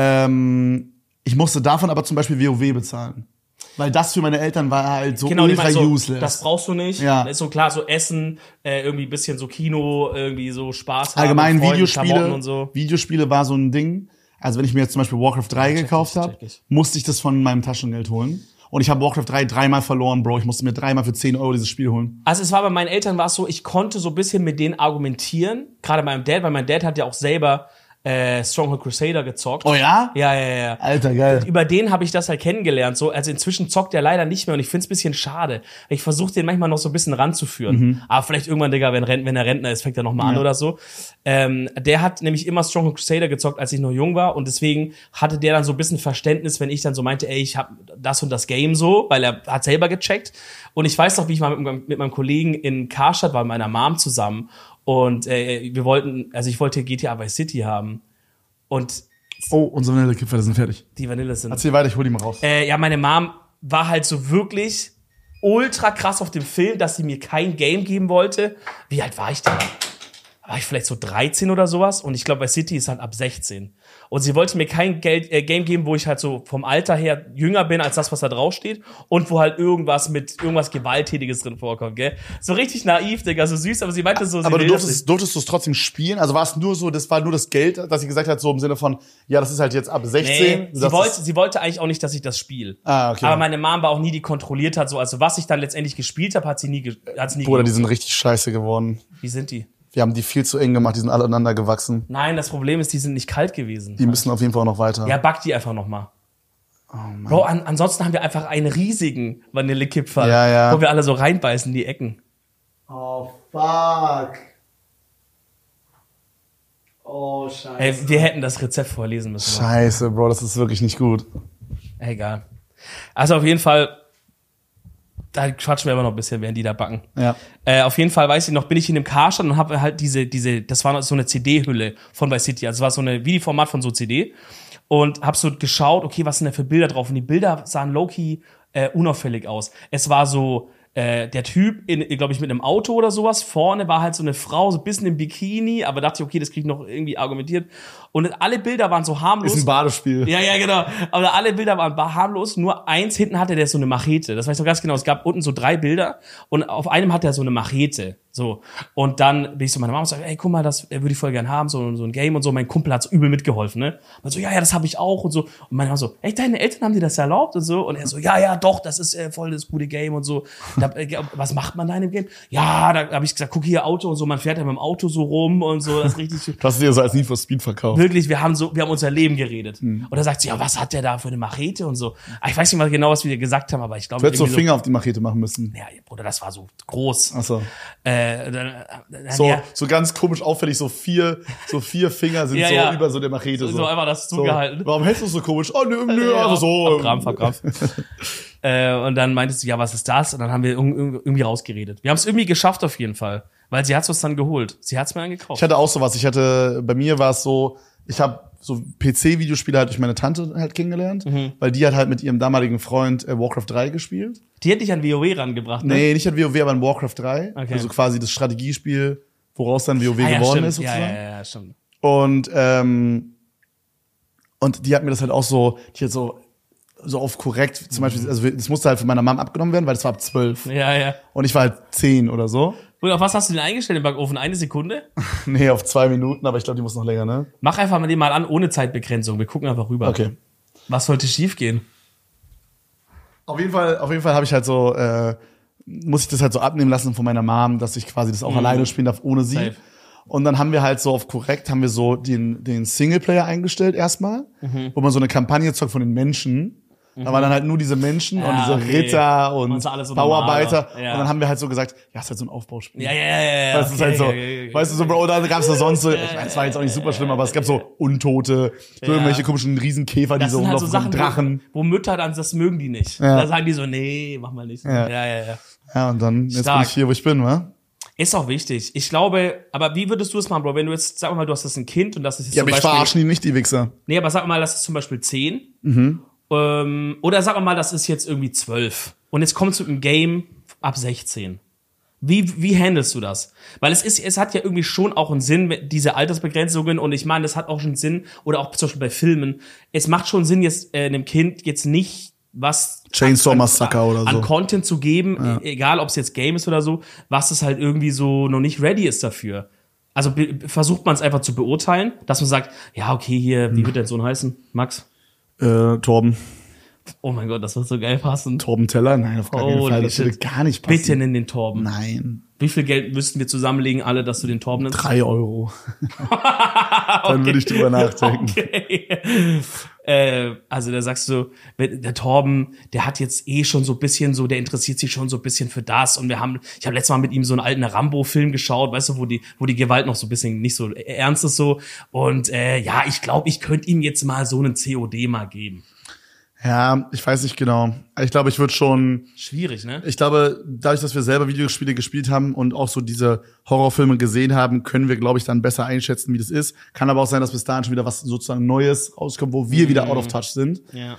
Speaker 1: Ähm, ich musste davon aber zum Beispiel WoW bezahlen. Weil das für meine Eltern war halt so
Speaker 2: Genau, die
Speaker 1: ultra
Speaker 2: meinen so,
Speaker 1: useless.
Speaker 2: das brauchst du nicht.
Speaker 1: Ja.
Speaker 2: Ist so klar, so Essen, äh, irgendwie ein bisschen so Kino, irgendwie so Spaß haben.
Speaker 1: Allgemein
Speaker 2: Freunden, Klamotten
Speaker 1: Videospiele,
Speaker 2: und so.
Speaker 1: Videospiele war so ein Ding. Also wenn ich mir jetzt zum Beispiel Warcraft 3 gekauft
Speaker 2: ich,
Speaker 1: habe,
Speaker 2: check ich.
Speaker 1: musste ich das von meinem Taschengeld holen. Und ich habe Warcraft 3 dreimal verloren, Bro. Ich musste mir dreimal für 10 Euro dieses Spiel holen.
Speaker 2: Also es war bei meinen Eltern war es so, ich konnte so ein bisschen mit denen argumentieren. Gerade meinem Dad, weil mein Dad hat ja auch selber äh, Stronghold Crusader gezockt.
Speaker 1: Oh ja?
Speaker 2: Ja, ja, ja. ja.
Speaker 1: Alter, geil.
Speaker 2: Über den habe ich das halt kennengelernt. So, also inzwischen zockt er leider nicht mehr und ich find's ein bisschen schade. Ich versuche den manchmal noch so ein bisschen ranzuführen. Aber vielleicht irgendwann, Digga, wenn, Rent- wenn er Rentner ist, fängt er nochmal mal an oder so. Ähm, der hat nämlich immer Stronghold Crusader gezockt, als ich noch jung war. Und deswegen hatte der dann so ein bisschen Verständnis, wenn ich dann so meinte, ey, ich habe das und das Game so, weil er hat selber gecheckt. Und ich weiß noch, wie ich mal mit, meinem- mit meinem Kollegen in Karstadt war, mit meiner Mom zusammen. Und äh, wir wollten, also ich wollte GTA Vice City haben. Und
Speaker 1: Oh, unsere Vanillekipferle sind fertig.
Speaker 2: die Vanille sind
Speaker 1: Erzähl weiter, ich hol die mal raus.
Speaker 2: äh, ja, meine Mom war halt so wirklich ultra krass auf dem Film, dass sie mir kein Game geben wollte. Wie alt war ich denn? War ich vielleicht so 13 oder sowas? Und ich glaube, bei City ist halt ab 16. Und sie wollte mir kein Geld, äh, Game geben, wo ich halt so vom Alter her jünger bin als das, was da draufsteht. Und wo halt irgendwas mit irgendwas Gewalttätiges drin vorkommt, gell? So richtig naiv, Digga, so süß, aber sie meinte so, sie
Speaker 1: Aber du
Speaker 2: will das nicht.
Speaker 1: durftest, durftest du es trotzdem spielen? Also war es nur so, das war nur das Geld, dass sie gesagt hat, so im Sinne von, ja, das ist halt jetzt ab 16.
Speaker 2: Nee, sie,
Speaker 1: das
Speaker 2: wollte,
Speaker 1: ist,
Speaker 2: sie wollte eigentlich auch nicht, dass ich das spiele.
Speaker 1: Ah, okay.
Speaker 2: Aber meine Mom war auch nie, die kontrolliert hat. So, also was ich dann letztendlich gespielt habe, hat sie nie, ge- hat's nie
Speaker 1: Bruder, die
Speaker 2: gemacht.
Speaker 1: sind richtig scheiße geworden.
Speaker 2: Wie sind die?
Speaker 1: Wir haben die viel zu eng gemacht, die sind alle aneinander gewachsen.
Speaker 2: Nein, das Problem ist, die sind nicht kalt gewesen.
Speaker 1: Die müssen auf jeden Fall auch noch weiter.
Speaker 2: ja, back die einfach nochmal. Oh Bro, an, ansonsten haben wir einfach einen riesigen Vanillekipferl,
Speaker 1: Ja, ja.
Speaker 2: wo wir alle so reinbeißen, die Ecken.
Speaker 3: Oh, fuck. Oh, scheiße.
Speaker 1: Also-
Speaker 2: Ey, wir hätten das Rezept vorlesen müssen.
Speaker 1: Scheiße, Bro, das ist wirklich nicht gut.
Speaker 2: Egal. Also auf jeden Fall, da quatschen wir aber noch ein bisschen, während die da backen.
Speaker 1: Ja.
Speaker 2: Äh, auf jeden Fall weiß ich noch, bin ich in dem Karstadt und habe halt diese, diese, das war so eine CD-Hülle von Vice City. Also war so eine Videoformat von so CD. Und habe so geschaut, okay, was sind da für Bilder drauf? Und die Bilder sahen low-key äh, unauffällig aus. Es war so, äh, der Typ, glaube ich, mit einem Auto oder sowas. Vorne war halt so eine Frau, so ein bisschen im Bikini, aber dachte ich, okay, das krieg ich noch irgendwie argumentiert. Und alle Bilder waren so harmlos.
Speaker 1: Ist ein Badespiel.
Speaker 2: Ja, ja, genau. Aber alle Bilder waren bar- harmlos. Nur eins hinten hatte der so eine Machete. Das weiß ich noch ganz genau. Es gab unten so drei Bilder und auf einem hat er so eine Machete. So. Und dann bin ich so meiner Mama und sage, ey, guck mal, das äh, würde ich voll gern haben, so, so ein Game und so. Mein Kumpel hat so übel mitgeholfen, ne? Und so, ja, ja, das habe ich auch und so. Und meine Mama so, ey, deine Eltern haben dir das erlaubt und so. Und er so, ja, ja, doch, das ist äh, voll das gute Game und so. Da, äh, was macht man da in dem Game? Ja, da habe ich gesagt, guck hier Auto und so. Man fährt ja mit dem Auto so rum und so. Das ist richtig
Speaker 1: Das ist ja so als Need for Speed verkauft.
Speaker 2: wirklich, wir haben so, wir haben unser Leben geredet.
Speaker 1: Hm.
Speaker 2: Und er sagt sie, ja, was hat der da für eine Machete und so. Ah, Ich weiß nicht mal genau, was wir gesagt haben, aber ich glaube,
Speaker 1: Du hättest so
Speaker 2: irgendwie
Speaker 1: Finger auf die Machete machen müssen.
Speaker 2: ja, Bruder, das war so groß.
Speaker 1: Ach so.
Speaker 2: Äh, dann, dann,
Speaker 1: So,
Speaker 2: ja,
Speaker 1: so ganz komisch auffällig, so vier, so vier Finger sind
Speaker 2: Ja,
Speaker 1: so
Speaker 2: ja.
Speaker 1: über so der Machete. So,
Speaker 2: so einfach das
Speaker 1: So,
Speaker 2: zugehalten.
Speaker 1: Warum hältst du es so komisch? Oh, nö, nö,
Speaker 2: Ja,
Speaker 1: also so.
Speaker 2: Verkrampf, verkrampf.
Speaker 1: *laughs*
Speaker 2: äh, und dann meintest du, ja, was ist das? Und dann haben wir irg- irg- irgendwie rausgeredet. Wir haben es irgendwie geschafft auf jeden Fall. Weil sie hat es uns dann geholt. Sie hat es mir dann gekauft.
Speaker 1: Ich hatte auch sowas. Ich hatte, bei mir war es so, ich habe so PC-Videospiele halt durch meine Tante halt kennengelernt,
Speaker 2: Mhm.
Speaker 1: weil die hat halt mit ihrem damaligen Freund äh, Warcraft 3 gespielt.
Speaker 2: Die hätte ich an WoW rangebracht. Ne?
Speaker 1: Nee, nicht halt an WoW, aber an Warcraft 3.
Speaker 2: Okay.
Speaker 1: Also quasi das Strategiespiel, woraus dann WoW
Speaker 2: Ah, ja,
Speaker 1: geworden
Speaker 2: stimmt.
Speaker 1: ist sozusagen.
Speaker 2: Ja, ja, ja, stimmt.
Speaker 1: Und, ähm, und die hat mir das halt auch so, die hat so, so auf korrekt,
Speaker 2: Mhm.
Speaker 1: zum Beispiel, also das musste halt von meiner Mom abgenommen werden, weil das war ab zwölf.
Speaker 2: Ja, ja.
Speaker 1: Und ich war halt zehn oder so. *laughs*
Speaker 2: Und auf was hast du denn eingestellt im Backofen? Eine Sekunde?
Speaker 1: Nee, auf zwei Minuten, aber ich glaube, die muss noch länger, ne?
Speaker 2: Mach einfach mal den mal an, ohne Zeitbegrenzung. Wir gucken einfach rüber.
Speaker 1: Okay.
Speaker 2: Was sollte schiefgehen?
Speaker 1: Auf jeden Fall, auf jeden Fall habe ich halt so, äh, muss ich das halt so abnehmen lassen von meiner Mom, dass ich quasi das auch alleine spielen darf ohne sie.
Speaker 2: Mhm. Safe.
Speaker 1: Und dann haben wir halt so auf korrekt haben wir so den den Singleplayer eingestellt erstmal,
Speaker 2: Mhm.
Speaker 1: wo man so eine Kampagne zockt von den Menschen. Da waren dann halt nur diese Menschen und
Speaker 2: Ja,
Speaker 1: diese
Speaker 2: okay.
Speaker 1: Ritter und,
Speaker 2: Und so alles so
Speaker 1: Bauarbeiter.
Speaker 2: normale. Ja.
Speaker 1: Und dann haben wir halt so gesagt, ja, ist halt so ein Aufbauspiel.
Speaker 2: Ja, ja, ja, ja, ja.
Speaker 1: Das ist halt so,
Speaker 2: Ja, ja, ja.
Speaker 1: weißt du, so, Bro, da gab's da sonst so, ich meine, es war jetzt auch nicht super schlimm, aber es gab so Untote, so irgendwelche komischen Riesenkäfer, die
Speaker 2: Das
Speaker 1: so
Speaker 2: sind halt so
Speaker 1: rumlaufen,
Speaker 2: Sachen,
Speaker 1: Drachen.
Speaker 2: Wo, wo Mütter dann, das mögen die nicht. Da sagen die so, nee, mach mal nicht. Ja, ja, ja.
Speaker 1: Ja, und dann, jetzt bin
Speaker 2: Stark.
Speaker 1: ich hier, wo ich bin, wa?
Speaker 2: Ist auch wichtig. Ich glaube, aber wie würdest du es machen, Bro? Wenn du jetzt, sag mal, du hast jetzt ein Kind und das ist jetzt
Speaker 1: Ja, aber
Speaker 2: zum
Speaker 1: ich
Speaker 2: Beispiel.
Speaker 1: verarschen die nicht, die Wichser.
Speaker 2: Nee, aber sag mal, das ist zum Beispiel 10. Ähm, oder sag mal, das ist jetzt irgendwie 12. Und jetzt kommst du mit einem Game ab 16. Wie, wie handelst du das? Weil es ist, es hat ja irgendwie schon auch einen Sinn, mit diese Altersbegrenzungen und ich meine, das hat auch schon Sinn, oder auch zum Beispiel bei Filmen, es macht schon Sinn, jetzt äh, einem Kind jetzt nicht was
Speaker 1: Chainsaw
Speaker 2: an-
Speaker 1: Massacre oder so.
Speaker 2: Ah, an Content zu geben, e- egal ob es jetzt Game ist oder so, was es halt irgendwie so noch nicht ready ist dafür. Also be- versucht man es einfach zu beurteilen, dass man sagt, ja, okay, hier, wie wird dein Sohn heißen? Max?
Speaker 1: Äh, Torben.
Speaker 2: Oh mein Gott, das wird so geil passen.
Speaker 1: Torben Teller? Nein, auf gar keinen
Speaker 2: Holy
Speaker 1: Fall. Das würde
Speaker 2: shit.
Speaker 1: gar nicht passen.
Speaker 2: Bitte nenn den Torben.
Speaker 1: Nein.
Speaker 2: Wie viel Geld müssten wir zusammenlegen, alle, dass du den Torben nennst?
Speaker 1: Drei
Speaker 2: *laughs*
Speaker 1: Euro. *laughs* Dann würde ich drüber nachdenken.
Speaker 2: Okay. Äh, also da sagst du, wenn- der Torben, der hat jetzt eh schon so ein bisschen so, der interessiert sich schon so ein bisschen für das und wir haben, ich habe letztes Mal mit ihm so einen alten Rambo-Film geschaut, weißt du, wo die, wo die Gewalt noch so ein bisschen nicht so e-, ernst ist so und äh, ja, ich glaube, ich könnte ihm jetzt mal so einen COD mal geben.
Speaker 1: Ja, ich weiß nicht genau. Ich glaube, ich würde schon
Speaker 2: Schwierig, ne?
Speaker 1: Ich glaube, dadurch, dass wir selber Videospiele gespielt haben und auch so diese Horrorfilme gesehen haben, können wir, glaube ich, dann besser einschätzen, wie das ist. Kann aber auch sein, dass bis dahin schon wieder was sozusagen Neues rauskommt, wo wir
Speaker 2: Mhm.
Speaker 1: wieder out of touch sind.
Speaker 2: Ja.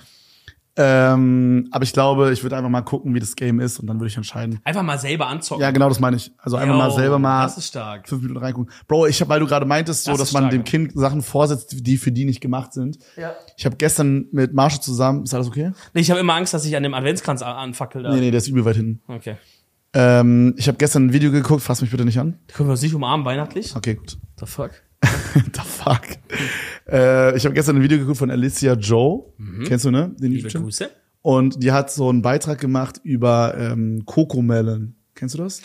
Speaker 1: Ähm, aber ich glaube, ich würde einfach mal gucken, wie das Game ist und dann würde ich entscheiden.
Speaker 2: Einfach mal selber anzocken.
Speaker 1: Ja, genau, das meine ich. Also einfach
Speaker 2: Yo,
Speaker 1: mal selber mal
Speaker 2: Das ist stark.
Speaker 1: fünf Minuten reingucken. Bro, ich habe, weil du gerade meintest, so,
Speaker 2: Das ist
Speaker 1: dass man
Speaker 2: stark.
Speaker 1: dem Kind Sachen vorsetzt, die für die nicht gemacht sind. Ja. Ich habe gestern mit Marshall zusammen, ist alles okay?
Speaker 2: Nee, Ich habe immer Angst, dass ich an dem Adventskranz a- anfackel da.
Speaker 1: Nee, nee, der ist übel weit hinten.
Speaker 2: Okay.
Speaker 1: Ähm, ich habe gestern ein Video geguckt, fass mich bitte nicht an.
Speaker 2: Können wir uns nicht umarmen weihnachtlich?
Speaker 1: Okay, gut. *laughs*
Speaker 2: The fuck?
Speaker 1: The fuck. äh, ich habe gestern ein Video geguckt von Alicia Joe. Kennst du, ne? Den
Speaker 2: Mhm. Liebe
Speaker 1: YouTube-Channel.
Speaker 2: Grüße.
Speaker 1: Und die hat so einen Beitrag gemacht über ähm, Cocomelon. Kennst du das?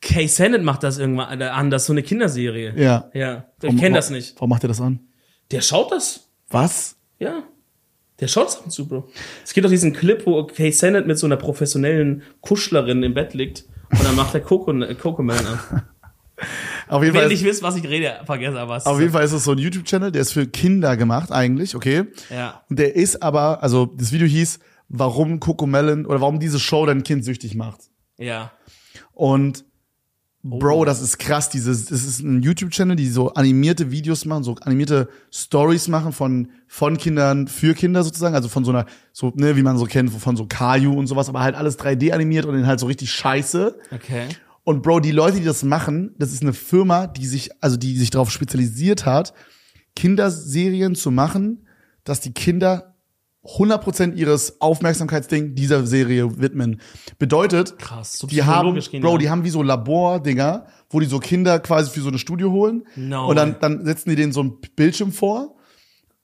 Speaker 2: Kay Sennett macht das irgendwann äh, anders, so eine Kinderserie.
Speaker 1: Ja. Um-
Speaker 2: Ja, ich
Speaker 1: Warum-
Speaker 2: kenne das
Speaker 1: warum-
Speaker 2: nicht.
Speaker 1: Warum macht ihr das an?
Speaker 2: Der schaut das,
Speaker 1: Was?
Speaker 2: ja. Der schaut es ab und zu, Bro. Es gibt doch diesen Clip, wo Kay Sennett mit so einer professionellen Kuschlerin im Bett liegt und dann macht der Coco, äh, Coco Man
Speaker 1: *laughs*
Speaker 2: an.
Speaker 1: Auf jeden
Speaker 2: Wenn
Speaker 1: Fall.
Speaker 2: ich
Speaker 1: Ist,
Speaker 2: wisst, was ich rede, vergesse aber es.
Speaker 1: auf jeden Fall ist es so ein YouTube-Channel, der ist für Kinder gemacht eigentlich, okay?
Speaker 2: Ja.
Speaker 1: Und der ist aber, also das Video hieß, warum Cocomelon oder warum diese Show dein Kind süchtig macht.
Speaker 2: Ja.
Speaker 1: Und Bro, das ist krass. Dieses, das ist ein YouTube-Channel, die so animierte Videos machen, so animierte Stories machen von von Kindern für Kinder sozusagen, also von so einer, so ne, wie man so kennt, von so Caillou und sowas, aber halt alles 3D animiert und dann halt so richtig Scheiße.
Speaker 2: Okay.
Speaker 1: Und Bro, die Leute, die das machen, das ist eine Firma, die sich, also die sich darauf spezialisiert hat, Kinderserien zu machen, dass die Kinder 100% ihres Aufmerksamkeitsding dieser Serie widmen. Bedeutet,
Speaker 2: Krass, so
Speaker 1: die haben,
Speaker 2: psychologisch gehen
Speaker 1: Bro,
Speaker 2: die
Speaker 1: die
Speaker 2: an.
Speaker 1: haben wie so Labor-Dinger, wo die so Kinder quasi für so eine Studio holen.
Speaker 2: No
Speaker 1: Und
Speaker 2: way.
Speaker 1: dann, dann setzen die denen so einen Bildschirm vor,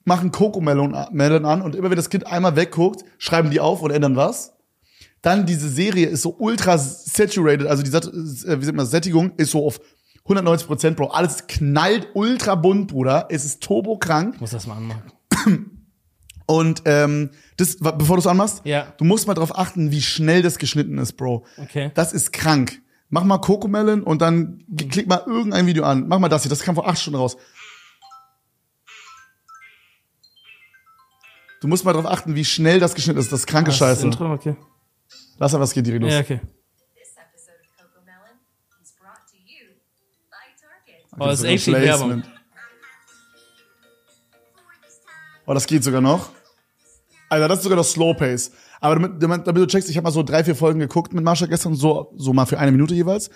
Speaker 1: machen Cocomelon Melon an und immer wenn das Kind einmal wegguckt, schreiben die auf und ändern was. Dann diese Serie ist so ultra saturated, also die Sat äh, wie sagt man, Sättigung ist so auf 190 Prozent, Bro. Alles knallt ultra bunt, Bruder. Es ist turbokrank.
Speaker 2: Ich muss das mal anmachen.
Speaker 1: Und ähm, das, wa- bevor du es anmachst,
Speaker 2: Ja.
Speaker 1: du musst mal drauf achten, wie schnell das geschnitten ist, Bro.
Speaker 2: Okay. Hm.
Speaker 1: Das ist krank. Mach mal Cocomelon und dann g- klick mal irgendein Video an. Mach mal das hier, das kam vor acht Stunden raus. Du musst mal drauf achten, wie schnell das geschnitten ist. Das ist kranke
Speaker 2: Das
Speaker 1: Scheiße.
Speaker 2: Intro, okay.
Speaker 1: Lass einfach, es geht direkt los.
Speaker 2: Ja, okay.
Speaker 4: This episode of Coco Melon is brought to you by Target.
Speaker 2: Oh, das ist
Speaker 1: Okay,
Speaker 2: echt
Speaker 1: sogar
Speaker 2: viel Werbung.
Speaker 1: Placement. Oh, das geht sogar noch. Alter, das ist sogar das Slow Pace. Aber damit, damit, damit du checkst, ich habe mal so drei, vier Folgen geguckt mit Marsha gestern, so, so mal für eine Minute jeweils.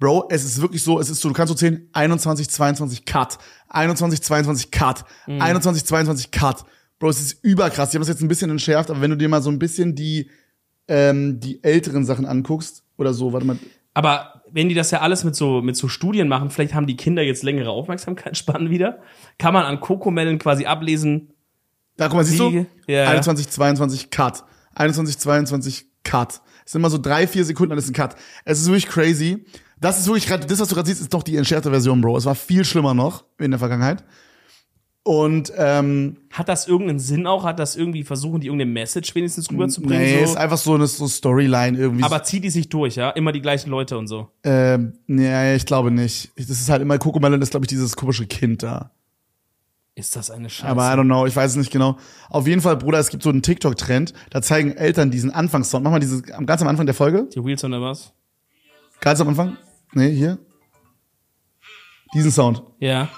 Speaker 1: Bro, es ist wirklich so, es ist so, du kannst so zählen, 21, 22, Cut. 21, 22, Cut. 21, 22, Cut. Bro, es ist überkrass. Ich habe das jetzt ein bisschen entschärft, aber wenn du dir mal so ein bisschen die, ähm, die älteren Sachen anguckst, oder so, warte mal.
Speaker 2: Aber wenn die das ja alles mit so, mit so Studien machen, vielleicht haben die Kinder jetzt längere Aufmerksamkeitsspannen wieder, kann man an Cocomelon quasi ablesen,
Speaker 1: Da, guck mal, siehst
Speaker 2: Siege.
Speaker 1: du?
Speaker 2: Ja.
Speaker 1: 21, 22, Cut. 21, 22, Cut. Es sind immer so drei, vier Sekunden, dann ist ein Cut. Es ist wirklich crazy. Das ist wirklich gerade, das, was du gerade siehst, ist doch die entschärfte Version, Bro. Es war viel schlimmer noch in der Vergangenheit. Und, ähm,
Speaker 2: Hat das irgendeinen Sinn auch? Hat das irgendwie versuchen, die irgendeine Message wenigstens rüberzubringen?
Speaker 1: nee, ist
Speaker 2: so?
Speaker 1: einfach so eine so Storyline irgendwie.
Speaker 2: Aber zieht die sich durch, ja? Immer die gleichen Leute und so.
Speaker 1: ähm, nee, ich glaube nicht. Das ist halt immer, Cocomelon ist, glaube ich, dieses komische Kind da.
Speaker 2: Ist das eine Scheiße?
Speaker 1: Aber I don't know, ich weiß es nicht genau. Auf jeden Fall, Bruder, es gibt so einen TikTok-Trend, da zeigen Eltern diesen Anfangssound. Mach mal dieses, ganz am Anfang der Folge.
Speaker 2: die Wheels oder was?
Speaker 1: Ganz am Anfang? Nee, hier. Diesen Sound.
Speaker 2: Ja.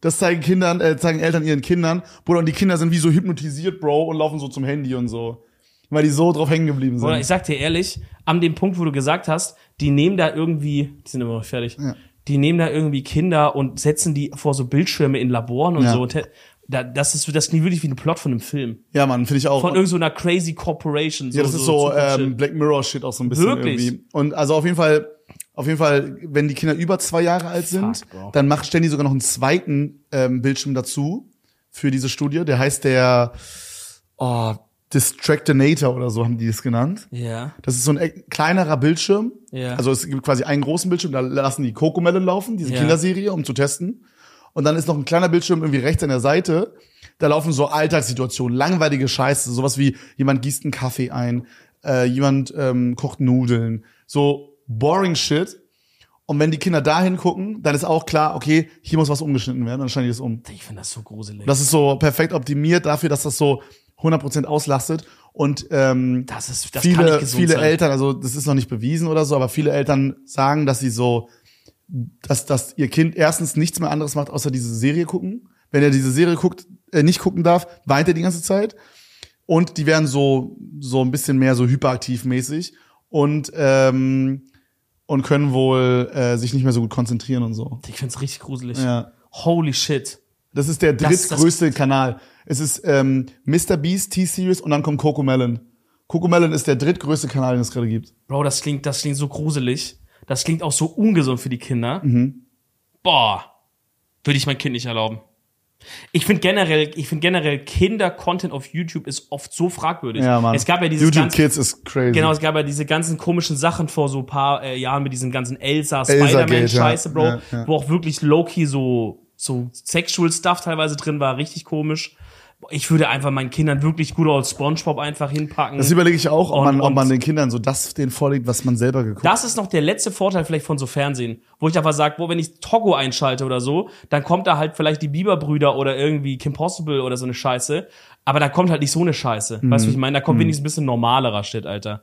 Speaker 1: Das zeigen Kindern, äh, zeigen Eltern ihren Kindern. Bruder, und die Kinder sind wie so hypnotisiert, Bro, und laufen so zum Handy und so. Weil die so drauf hängen geblieben sind.
Speaker 2: Oder ich sag dir ehrlich, an dem Punkt, wo du gesagt hast, die nehmen da irgendwie, die sind immer noch fertig, die nehmen da irgendwie Kinder und setzen die vor so Bildschirme in Laboren und
Speaker 1: Ja.
Speaker 2: so. Und te- da, das ist das klingt wirklich wie ein Plot von einem Film.
Speaker 1: ja, Mann, finde ich auch.
Speaker 2: Von irgendeiner so einer crazy Corporation.
Speaker 1: Ja, das ist so
Speaker 2: Zukunftsshit.
Speaker 1: ähm, Black Mirror Shit auch so ein bisschen
Speaker 2: Wirklich?
Speaker 1: irgendwie. Und also auf jeden Fall, auf jeden Fall, wenn die Kinder über zwei Jahre alt sind,
Speaker 2: Bro.
Speaker 1: dann macht Ständy sogar noch einen zweiten ähm, Bildschirm dazu für diese Studie. Der heißt der oh, Distractinator oder so haben die es genannt.
Speaker 2: ja.
Speaker 1: Das ist so ein e- kleinerer Bildschirm.
Speaker 2: Ja.
Speaker 1: Also es gibt quasi einen großen Bildschirm, da lassen die Cocomelon laufen, diese
Speaker 2: Ja.
Speaker 1: Kinderserie, um zu testen. Und dann ist noch ein kleiner Bildschirm irgendwie rechts an der Seite. Da laufen so Alltagssituationen, langweilige Scheiße, sowas wie jemand gießt einen Kaffee ein, äh, jemand ähm, kocht Nudeln, so boring Shit. Und wenn die Kinder da hingucken, dann ist auch klar, okay, hier muss was umgeschnitten werden, dann schneiden die das um.
Speaker 2: Ich finde das so gruselig.
Speaker 1: Das ist so perfekt optimiert dafür, dass das so 100% auslastet. Und ähm,
Speaker 2: Das ist- das kann
Speaker 1: viele,
Speaker 2: nicht gesund
Speaker 1: viele
Speaker 2: sein.
Speaker 1: Eltern, also das ist noch nicht bewiesen oder so, aber viele Eltern sagen, dass sie so, dass, dass ihr Kind erstens nichts mehr anderes macht, außer diese Serie gucken. Wenn er diese Serie guckt, äh, nicht gucken darf, weint er die ganze Zeit. Und die werden so, so ein bisschen mehr so hyperaktiv mäßig und, ähm, und können wohl äh, sich nicht mehr so gut konzentrieren und so.
Speaker 2: ich finde es richtig gruselig.
Speaker 1: Ja.
Speaker 2: Holy shit.
Speaker 1: Das ist der
Speaker 2: Das-
Speaker 1: drittgrößte Kanal. Es ist ähm, Mr. Beast, T-Series und dann kommt Cocomelon. Cocomelon ist der drittgrößte Kanal, den es gerade gibt.
Speaker 2: Bro, das klingt, das klingt so gruselig. Das klingt auch so ungesund für die Kinder.
Speaker 1: Mhm.
Speaker 2: Boah, würde ich mein Kind nicht erlauben. Ich finde generell, ich finde generell Kinder-Content auf YouTube ist oft so fragwürdig.
Speaker 1: Ja, Mann.
Speaker 2: Es gab ja dieses
Speaker 1: YouTube
Speaker 2: ganze-
Speaker 1: Kids ist crazy.
Speaker 2: Genau, es gab ja diese ganzen komischen Sachen vor so ein paar äh, Jahren mit diesem ganzen Elsa,
Speaker 1: Elsa-Gate,
Speaker 2: Spider-Man-Scheiße,
Speaker 1: ja.
Speaker 2: Bro,
Speaker 1: Ja, ja.
Speaker 2: wo auch wirklich Loki so, so Sexual Stuff teilweise drin war, richtig komisch. Ich würde einfach meinen Kindern wirklich gut old Spongebob einfach hinpacken.
Speaker 1: Das überlege ich auch, ob
Speaker 2: Und-
Speaker 1: man, ob
Speaker 2: und-
Speaker 1: man den Kindern so das denen vorlegt, was man selber geguckt hat.
Speaker 2: Das ist noch der letzte Vorteil vielleicht von so Fernsehen, wo ich einfach sage, wo wenn ich Togo einschalte oder so, dann kommt da halt vielleicht die Bieber-Brüder oder irgendwie Kim Possible oder so eine Scheiße. Aber da kommt halt nicht so eine Scheiße. Weißt du,
Speaker 1: Mhm.
Speaker 2: wie ich meine? Da kommt wenigstens ein bisschen normalerer Shit, Alter.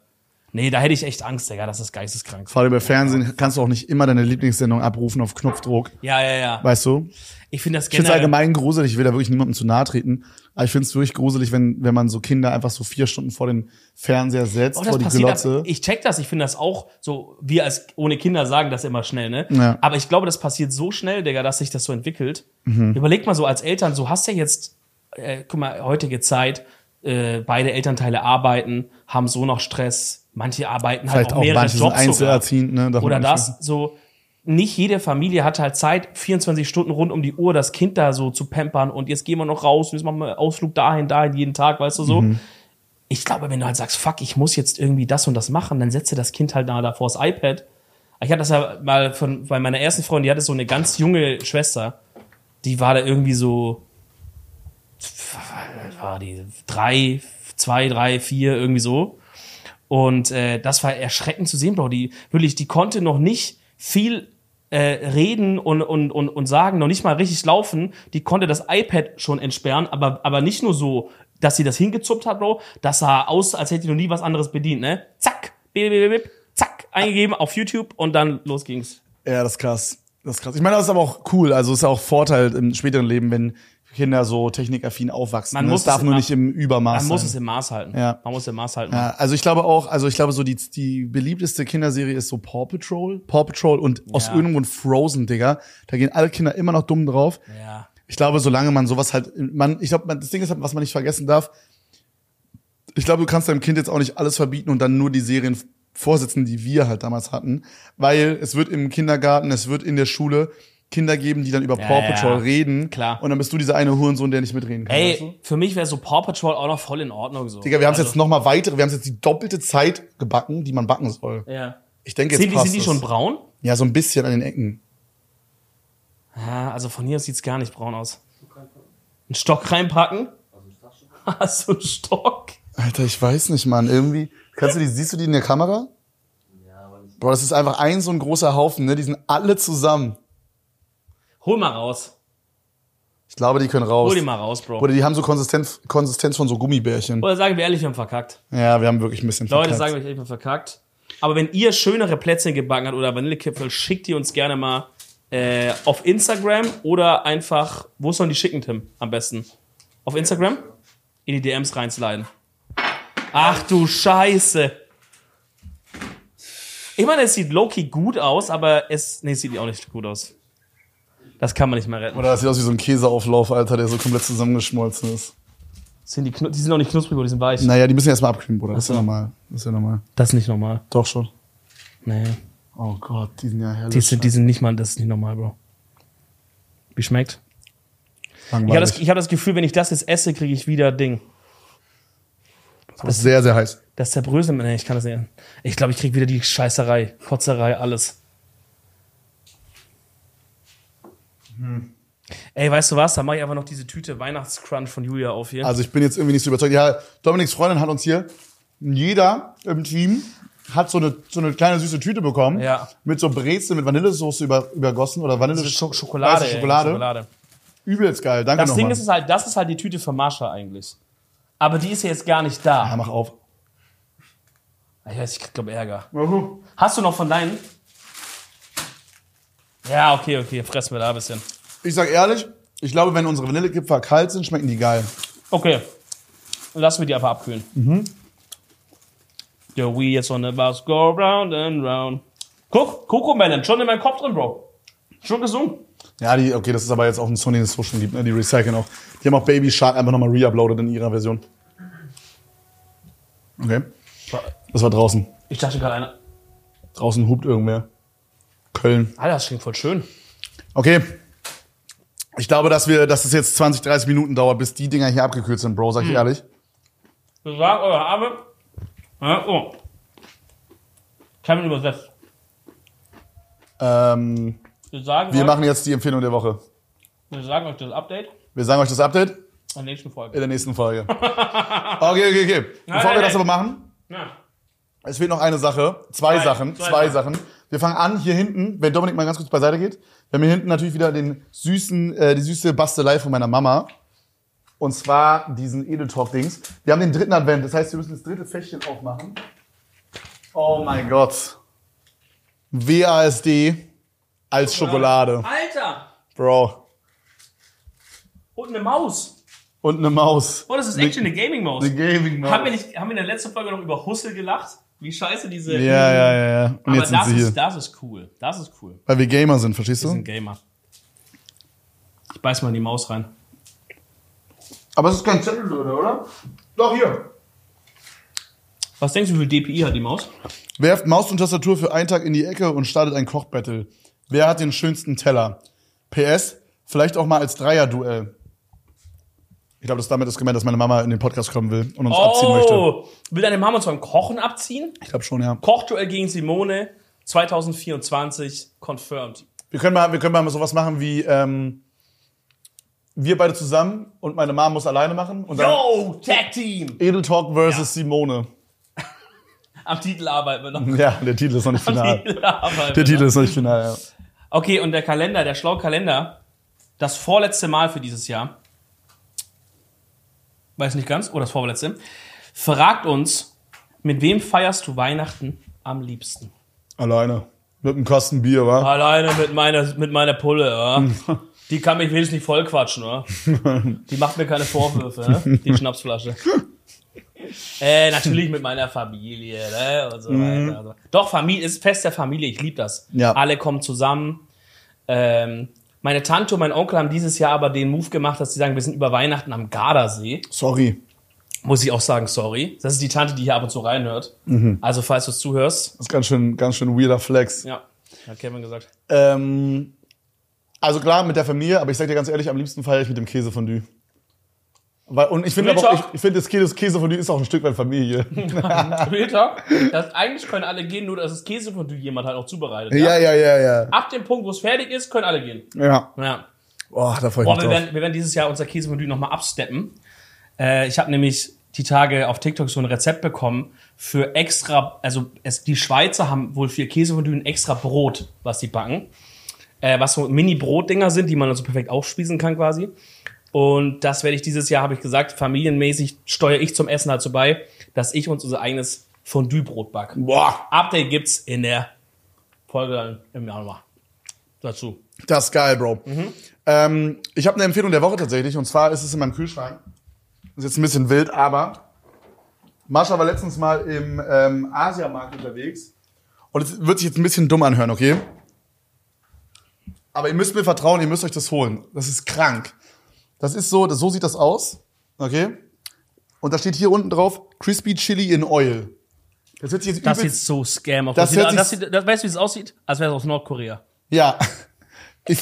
Speaker 2: Nee, da hätte ich echt Angst, Digga. Das ist geisteskrank.
Speaker 1: Vor allem bei Fernsehen kannst du auch nicht immer deine Lieblingssendung abrufen auf Knopfdruck,
Speaker 2: Ja, ja, ja.
Speaker 1: weißt du?
Speaker 2: Ich finde
Speaker 1: Ich finde
Speaker 2: das
Speaker 1: es
Speaker 2: generell.
Speaker 1: allgemein gruselig, ich will da wirklich niemandem zu nahe treten, aber ich finde es wirklich gruselig, wenn, wenn man so Kinder einfach so vier Stunden vor den Fernseher setzt,
Speaker 2: Oh,
Speaker 1: vor
Speaker 2: das
Speaker 1: die
Speaker 2: passiert.
Speaker 1: Glotze.
Speaker 2: aber- Ich check das. Ich finde das auch so. Wir als ohne Kinder sagen das immer schnell, ne?
Speaker 1: Ja.
Speaker 2: Aber ich glaube, das passiert so schnell, Digga, dass sich das so entwickelt.
Speaker 1: Mhm.
Speaker 2: Überleg mal so als Eltern, so hast ja jetzt, äh, guck mal, heutige Zeit, äh, beide Elternteile arbeiten, haben so noch Stress. Manche arbeiten halt
Speaker 1: Vielleicht
Speaker 2: auch
Speaker 1: auch
Speaker 2: mehrere
Speaker 1: manche sind
Speaker 2: Jobs sogar.
Speaker 1: einzelerziehend, ne? darf man
Speaker 2: Oder
Speaker 1: nicht
Speaker 2: das, so, nicht jede Familie hat halt Zeit, 24 Stunden rund um die Uhr das Kind da so zu pampern und jetzt gehen wir noch raus, jetzt machen wir einen Ausflug dahin, dahin, jeden Tag, weißt du so. Ich glaube, wenn du halt sagst, fuck, ich muss jetzt irgendwie das und das machen, dann setzt dir das Kind halt da davor das iPad. Ich hatte das ja mal von, bei meiner ersten Freundin, die hatte so eine ganz junge Schwester, die war da irgendwie so, war die drei, zwei, drei, vier, irgendwie so. Und äh, das war erschreckend zu sehen, Bro. Die, wirklich, die konnte noch nicht viel äh, reden und, und, und, und sagen, noch nicht mal richtig laufen. Die konnte das iPad schon entsperren, aber, aber nicht nur so, dass sie das hingezupft hat, Bro. Das sah aus, als hätte die noch nie was anderes bedient, ne? Zack, bip, bip, bip, zack, eingegeben auf YouTube und dann los ging's.
Speaker 1: Ja, das ist krass. Das ist krass. Ich meine, das ist aber auch cool. Also es ist auch Vorteil im späteren Leben, wenn Kinder so technikaffin aufwachsen.
Speaker 2: Man
Speaker 1: ne?
Speaker 2: muss
Speaker 1: das darf
Speaker 2: es
Speaker 1: nur
Speaker 2: immer-
Speaker 1: nicht im Übermaß
Speaker 2: Man muss
Speaker 1: sein.
Speaker 2: es im Maß halten.
Speaker 1: Ja.
Speaker 2: Man muss es im Maß halten.
Speaker 1: ja, also ich glaube auch, also ich glaube so die, die beliebteste Kinderserie ist so Paw Patrol. Paw Patrol und aus
Speaker 2: Ja.
Speaker 1: irgendeinem Grund Frozen, Digga. Da gehen alle Kinder immer noch dumm drauf.
Speaker 2: Ja.
Speaker 1: Ich glaube, solange man sowas halt, man, ich glaube, man- das Ding ist halt, was man nicht vergessen darf. Ich glaube, du kannst deinem Kind jetzt auch nicht alles verbieten und dann nur die Serien vorsitzen, die wir halt damals hatten, weil es wird im Kindergarten, es wird in der Schule Kinder geben, die dann über
Speaker 2: Ja,
Speaker 1: Paw
Speaker 2: ja,
Speaker 1: Patrol
Speaker 2: ja.
Speaker 1: reden.
Speaker 2: Klar.
Speaker 1: Und dann bist du dieser eine Hurensohn, der nicht mitreden kann. weißt du?
Speaker 2: Ey, für mich wäre so Paw Patrol auch noch voll in Ordnung so.
Speaker 1: Digga, wir haben es
Speaker 2: Also,
Speaker 1: jetzt nochmal weitere, wir haben jetzt die doppelte Zeit gebacken, die man backen soll.
Speaker 2: Ja.
Speaker 1: Ich denke, jetzt
Speaker 2: Sind die,
Speaker 1: passt
Speaker 2: sind die
Speaker 1: es.
Speaker 2: schon braun?
Speaker 1: Ja, so ein bisschen an den Ecken.
Speaker 2: Ah, also von hier aus sieht's gar nicht braun aus. Einen Stock reinpacken? Hast du einen Stock?
Speaker 1: Alter, ich weiß nicht, Mann. Irgendwie. Kannst du die, siehst du die in der Kamera? Bro, das ist einfach ein so ein großer Haufen, ne? Die sind alle zusammen.
Speaker 2: Hol mal raus.
Speaker 1: Ich glaube, die können raus.
Speaker 2: Hol den mal raus, Bro.
Speaker 1: Oder die haben so Konsistenz, Konsistenz von so Gummibärchen.
Speaker 2: Oder sagen wir ehrlich, wir haben verkackt.
Speaker 1: Ja, wir haben wirklich ein bisschen
Speaker 2: Leute,
Speaker 1: verkackt.
Speaker 2: sagen wir ehrlich, wir haben verkackt. Aber wenn ihr schönere Plätzchen gebacken habt oder Vanillekipferl, schickt ihr uns gerne mal äh, auf Instagram oder einfach, wo sollen die schicken, Tim, am besten? Auf Instagram? In die DMs reinsliden. Ach du Scheiße. Ich meine, es sieht Loki gut aus, aber es. Nee, es sieht auch nicht gut aus. Das kann man nicht mehr retten.
Speaker 1: Oder das sieht aus wie so ein Käseauflauf, Alter, der so komplett zusammengeschmolzen ist.
Speaker 2: Sind die, knu- die sind auch nicht knusprig, die sind weich.
Speaker 1: Naja, die müssen erstmal abkühlen, Bruder. Das ist ja
Speaker 2: Ach so.
Speaker 1: normal. Das ist ja normal.
Speaker 2: Das ist nicht normal.
Speaker 1: Doch schon.
Speaker 2: Nee.
Speaker 1: Oh Gott, die sind ja herrlich.
Speaker 2: Die sind, die sind nicht mal, das ist nicht normal, Bro. Wie schmeckt? Ich habe das,
Speaker 1: langweilig.
Speaker 2: ich hab das Gefühl, wenn ich das jetzt esse, kriege ich wieder Ding.
Speaker 1: das ist sehr, sehr heiß.
Speaker 2: Das zerbröselt mir. Nee, ich kann das nicht. essen. Ich glaube, ich kriege wieder die Scheißerei, Kotzerei, alles.
Speaker 1: Hm.
Speaker 2: Ey, weißt du was? Da mache ich einfach noch diese Tüte Weihnachtscrunch von Julia auf hier.
Speaker 1: Also ich bin jetzt irgendwie nicht so überzeugt. Ja, Dominiks Freundin hat uns hier, jeder im Team hat so eine, so eine kleine süße Tüte bekommen.
Speaker 2: Ja.
Speaker 1: Mit so Brezel, mit Vanillesoße über, übergossen oder Vanille
Speaker 2: Diese Scho Schokolade.
Speaker 1: weiße
Speaker 2: ey,
Speaker 1: Schokolade.
Speaker 2: Schokolade.
Speaker 1: Übelst geil. Danke
Speaker 2: Das Ding
Speaker 1: nochmal.
Speaker 2: ist, es halt, das ist halt die Tüte für Marsha eigentlich. Aber die ist ja jetzt gar nicht da.
Speaker 1: ja, mach auf.
Speaker 2: Ich weiß, ich krieg, glaub, Ärger. Hast du noch von deinen? Ja, okay, okay, fressen wir da ein bisschen.
Speaker 1: Ich sag ehrlich, ich glaube, wenn unsere Vanillekipfer kalt sind, schmecken die geil.
Speaker 2: Okay, lassen wir die einfach abkühlen. Mhm. Yo, we jetzt on the bus go round and round. Guck, Coco-Melon, schon in meinem Kopf drin, Bro. Schon gesungen.
Speaker 1: Ja, die, okay, das ist aber jetzt auch ein Sony, das es so schon gibt, ne? Die recyceln auch. Die haben auch Baby Shark einfach nochmal reuploadet in ihrer Version. Okay. Das war draußen.
Speaker 2: Ich dachte gerade einer.
Speaker 1: Draußen hupt irgendwer. Köln.
Speaker 2: Alter, das klingt voll schön.
Speaker 1: Okay. Ich glaube, dass wir, dass es jetzt 20, 30 Minuten dauert, bis die Dinger hier abgekühlt sind, Bro, sag ich ehrlich.
Speaker 2: Wir sagen eure Arme. Ja, oh. Kevin übersetzt.
Speaker 1: Ähm,
Speaker 2: Wir sagen,
Speaker 1: wir
Speaker 2: euch,
Speaker 1: machen jetzt die Empfehlung der Woche.
Speaker 2: wir sagen euch das Update in
Speaker 1: Wir sagen euch das Update in
Speaker 2: der nächsten Folge.
Speaker 1: der nächsten Folge. Okay, okay, okay. Bevor
Speaker 2: nein,
Speaker 1: wir das
Speaker 2: nein.
Speaker 1: aber machen,
Speaker 2: Ja.
Speaker 1: es fehlt noch eine Sache, zwei,
Speaker 2: Zwei,
Speaker 1: Sachen,
Speaker 2: zwei
Speaker 1: zwei Sachen. Wir fangen an hier hinten, wenn Dominik mal ganz kurz beiseite geht. Wir haben hier hinten natürlich wieder den süßen, äh, die süße Bastelei von meiner Mama. Und zwar diesen Edeltalk-Dings. Wir haben den dritten Advent, das heißt, wir müssen das dritte Fächchen aufmachen. Oh mein Gott. WASD als Schokolade.
Speaker 2: Alter!
Speaker 1: Bro.
Speaker 2: Und eine Maus.
Speaker 1: Und eine Maus.
Speaker 2: Oh, das ist echt eine Gaming-Maus.
Speaker 1: Eine Gaming-Maus.
Speaker 2: Haben wir, nicht, haben wir in der letzten Folge noch über Hussel gelacht? Wie scheiße diese.
Speaker 1: Ja, ja, ja, ja. Und
Speaker 2: Aber
Speaker 1: jetzt sind
Speaker 2: das,
Speaker 1: sie hier.
Speaker 2: ist, das ist cool. Das ist cool.
Speaker 1: Weil wir Gamer sind, verstehst
Speaker 2: Wir
Speaker 1: du?
Speaker 2: sind Gamer. Ich beiß mal in die Maus rein.
Speaker 1: Aber es ist kein Zettel, oder? oder? Doch, hier.
Speaker 2: Was denkst du, wie viel DPI hat die Maus?
Speaker 1: Werft Maus und Tastatur für einen Tag in die Ecke und startet ein Kochbattle. Wer hat den schönsten Teller? PS, vielleicht auch mal als Dreier-Duell. Ich glaube, das damit ist gemeint, dass meine Mama in den Podcast kommen will und
Speaker 2: Oh!
Speaker 1: uns abziehen möchte.
Speaker 2: Will deine Mama uns beim Kochen abziehen?
Speaker 1: Ich glaube schon, ja.
Speaker 2: Kochduell gegen Simone 2024 confirmed.
Speaker 1: Wir können mal, wir können mal sowas machen wie ähm, wir beide zusammen und meine Mama muss alleine machen und dann
Speaker 2: Yo, Tag Team!
Speaker 1: Edel Talk versus Simone.
Speaker 2: Am Titel arbeiten wir noch.
Speaker 1: Ja, der Titel ist noch nicht
Speaker 2: *laughs*
Speaker 1: final.
Speaker 2: Titel arbeiten
Speaker 1: Der
Speaker 2: wir
Speaker 1: Titel ist noch nicht final, ja.
Speaker 2: Okay, und der Kalender, der schlaue Kalender, das vorletzte Mal für dieses Jahr, weiß nicht ganz, oder das vorletzte, fragt uns, mit wem feierst du Weihnachten am liebsten?
Speaker 1: Alleine. Mit einem Kasten Bier, wa?
Speaker 2: Alleine mit meiner, mit meiner Pulle, ja. Die kann mich wenigstens nicht vollquatschen, oder? Die macht mir keine Vorwürfe, ne? die Schnapsflasche. Äh, natürlich mit meiner Familie, ne? Und so weiter. Also, Doch, Familie ist Fest der Familie, ich liebe das.
Speaker 1: Ja.
Speaker 2: Alle kommen zusammen. Ähm, meine Tante und mein Onkel haben dieses Jahr aber den Move gemacht, dass sie sagen, wir sind über Weihnachten am Gardasee.
Speaker 1: Sorry.
Speaker 2: Muss ich auch sagen, sorry. Das ist die Tante, die hier ab und zu reinhört. Also, falls du es zuhörst.
Speaker 1: Das ist ganz schön, ganz schön weirder Flex.
Speaker 2: Ja, hat Kevin gesagt.
Speaker 1: Ähm, also klar, mit der Familie, aber ich sag dir ganz ehrlich, am liebsten feiere ich mit dem Käsefondue. Weil, und ich finde
Speaker 2: Real
Speaker 1: aber auch, ich,
Speaker 2: Talk.
Speaker 1: ich finde, das Käse- Käsefondue ist auch ein Stück weit Familie.
Speaker 2: Später, das eigentlich können alle gehen, nur dass das Käsefondue jemand halt auch zubereitet. Ja?
Speaker 1: ja, ja, ja.
Speaker 2: Ab dem Punkt, wo es fertig ist, können alle gehen.
Speaker 1: Ja.
Speaker 2: Ja.
Speaker 1: Boah, da freue ich
Speaker 2: Boah,
Speaker 1: mich drauf.
Speaker 2: wir, werden, wir werden dieses Jahr unser Käsefondue nochmal absteppen. Äh, ich habe nämlich die Tage auf TikTok so ein Rezept bekommen für extra, also es, die Schweizer haben wohl für Käsefondue ein extra Brot, was sie backen. Äh, was so Mini-Brotdinger sind, die man also perfekt aufspießen kann quasi. Und das werde ich dieses Jahr, habe ich gesagt, familienmäßig steuere ich zum Essen dazu bei, dass ich uns unser eigenes Fondue-Brot backe.
Speaker 1: Boah,
Speaker 2: Update gibt's in der Folge dann im Januar. Dazu.
Speaker 1: das ist geil, Bro.
Speaker 2: Mhm.
Speaker 1: Ähm, ich habe eine Empfehlung der Woche tatsächlich, und zwar ist es in meinem Kühlschrank. Ist jetzt ein bisschen wild, aber Marsha war letztens mal im ähm, Asiamarkt unterwegs. Und es wird sich jetzt ein bisschen dumm anhören, okay? Aber ihr müsst mir vertrauen, ihr müsst euch das holen. Das ist krank. Das ist so, das, so sieht das aus, okay? Und da steht hier unten drauf, Crispy Chili in Oil. Das hört sich jetzt
Speaker 2: Das
Speaker 1: übelst-
Speaker 2: sieht so Scam aus.
Speaker 1: Das
Speaker 2: Das sieht,
Speaker 1: hört sich-
Speaker 2: das sieht, das, weißt du, wie es aussieht? Als wäre es aus Nordkorea.
Speaker 1: Ja. Ich,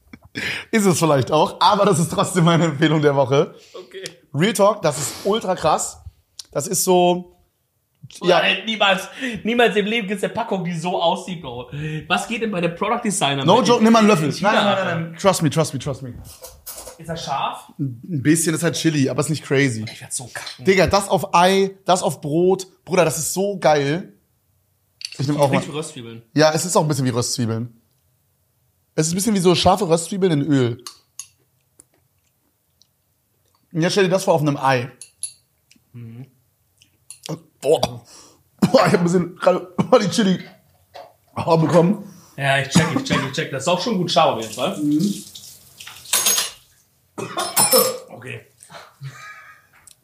Speaker 1: *laughs* ist es vielleicht auch, aber das ist trotzdem meine Empfehlung der Woche.
Speaker 2: Okay.
Speaker 1: Real Talk, das ist ultra krass. Das ist so.
Speaker 2: Ja.
Speaker 1: Ja,
Speaker 2: Niemals, niemals im Leben gibt es eine Packung, die so aussieht, Bro. Was geht denn bei den Product Designer?
Speaker 1: no
Speaker 2: Bei-
Speaker 1: joke, nimm mal einen Löffel.
Speaker 2: in China,
Speaker 1: nein. Trust me, trust me, trust me.
Speaker 2: Alter. Ist er scharf?
Speaker 1: Ein bisschen ist halt Chili, aber ist nicht crazy.
Speaker 2: Ich werd so kacken.
Speaker 1: Digga, das auf Ei, das auf Brot. Bruder, das ist so geil. Ich nehme auch mal.
Speaker 2: Nicht für Röstzwiebeln.
Speaker 1: Ja, es ist auch ein bisschen wie Röstzwiebeln. Es ist ein bisschen wie so scharfe Röstzwiebeln in Öl. Und jetzt stell dir das vor auf einem Ei. Boah. Boah, ich hab ein bisschen gerade boah, die Chili oh, bekommen. *laughs*
Speaker 2: Ja, ich check, ich check, ich check. Das ist auch schon gut scharf auf jeden Fall.
Speaker 1: Mhm.
Speaker 2: Okay.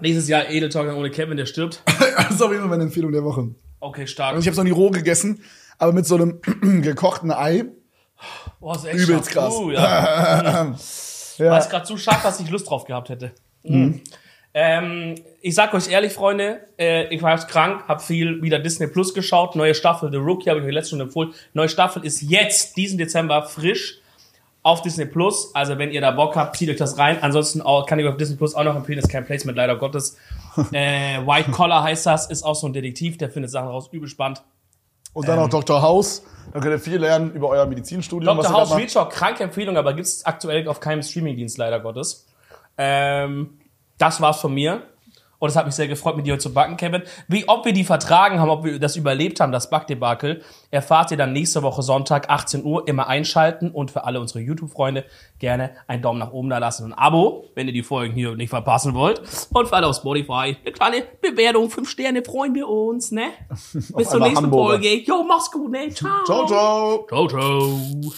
Speaker 2: Nächstes Jahr Edeltalker ohne Kevin, der stirbt.
Speaker 1: Das ist auf jeden Fall meine Empfehlung der Woche.
Speaker 2: Okay,
Speaker 1: Ich
Speaker 2: stark.
Speaker 1: habe es noch nie roh gegessen, aber mit so einem *clears throat* gekochten Ei.
Speaker 2: Boah, ist echt
Speaker 1: Übelst
Speaker 2: scharf.
Speaker 1: krass. *laughs*
Speaker 2: Uh, ja.
Speaker 1: Ja.
Speaker 2: War es gerade so scharf, dass ich Lust drauf gehabt hätte. Mhm. Ähm, ich sag euch ehrlich, Freunde, äh, ich war jetzt krank, hab viel wieder Disney Plus geschaut, neue Staffel The Rookie habe ich euch letzte schon empfohlen. Neue Staffel ist jetzt diesen Dezember frisch auf Disney Plus. Also wenn ihr da Bock habt, zieht euch das rein. Ansonsten auch, kann ich euch auf Disney Plus auch noch empfehlen, ist kein Placement
Speaker 1: *laughs*
Speaker 2: leider Gottes. Äh, White Collar heißt das, ist auch so ein Detektiv, der findet Sachen raus, übel spannend.
Speaker 1: Und dann noch Dr. House. Da könnt ihr viel lernen über euer Medizinstudium. was
Speaker 2: Dr.
Speaker 1: ihr da
Speaker 2: House
Speaker 1: macht.
Speaker 2: Real Talk, kranke Empfehlung, aber gibt's aktuell auf keinem Streamingdienst leider Gottes. Ähm, das war's von mir. Und es hat mich sehr gefreut, mit dir heute zu backen, Kevin. Wie, ob wir die vertragen haben, ob wir das überlebt haben, das Backdebakel, erfahrt ihr dann nächste Woche Sonntag, 18 Uhr, immer einschalten und für alle unsere YouTube-Freunde gerne einen Daumen nach oben da lassen und ein Abo, wenn ihr die Folgen hier nicht verpassen wollt. Und für alle auf Spotify, eine kleine Bewertung, 5 Sterne, freuen wir uns, ne? Bis zur
Speaker 1: einmal
Speaker 2: nächsten
Speaker 1: Hamburger.
Speaker 2: Folge. Jo, mach's gut, ne? Ciao.
Speaker 1: Ciao, ciao.
Speaker 2: Ciao, ciao.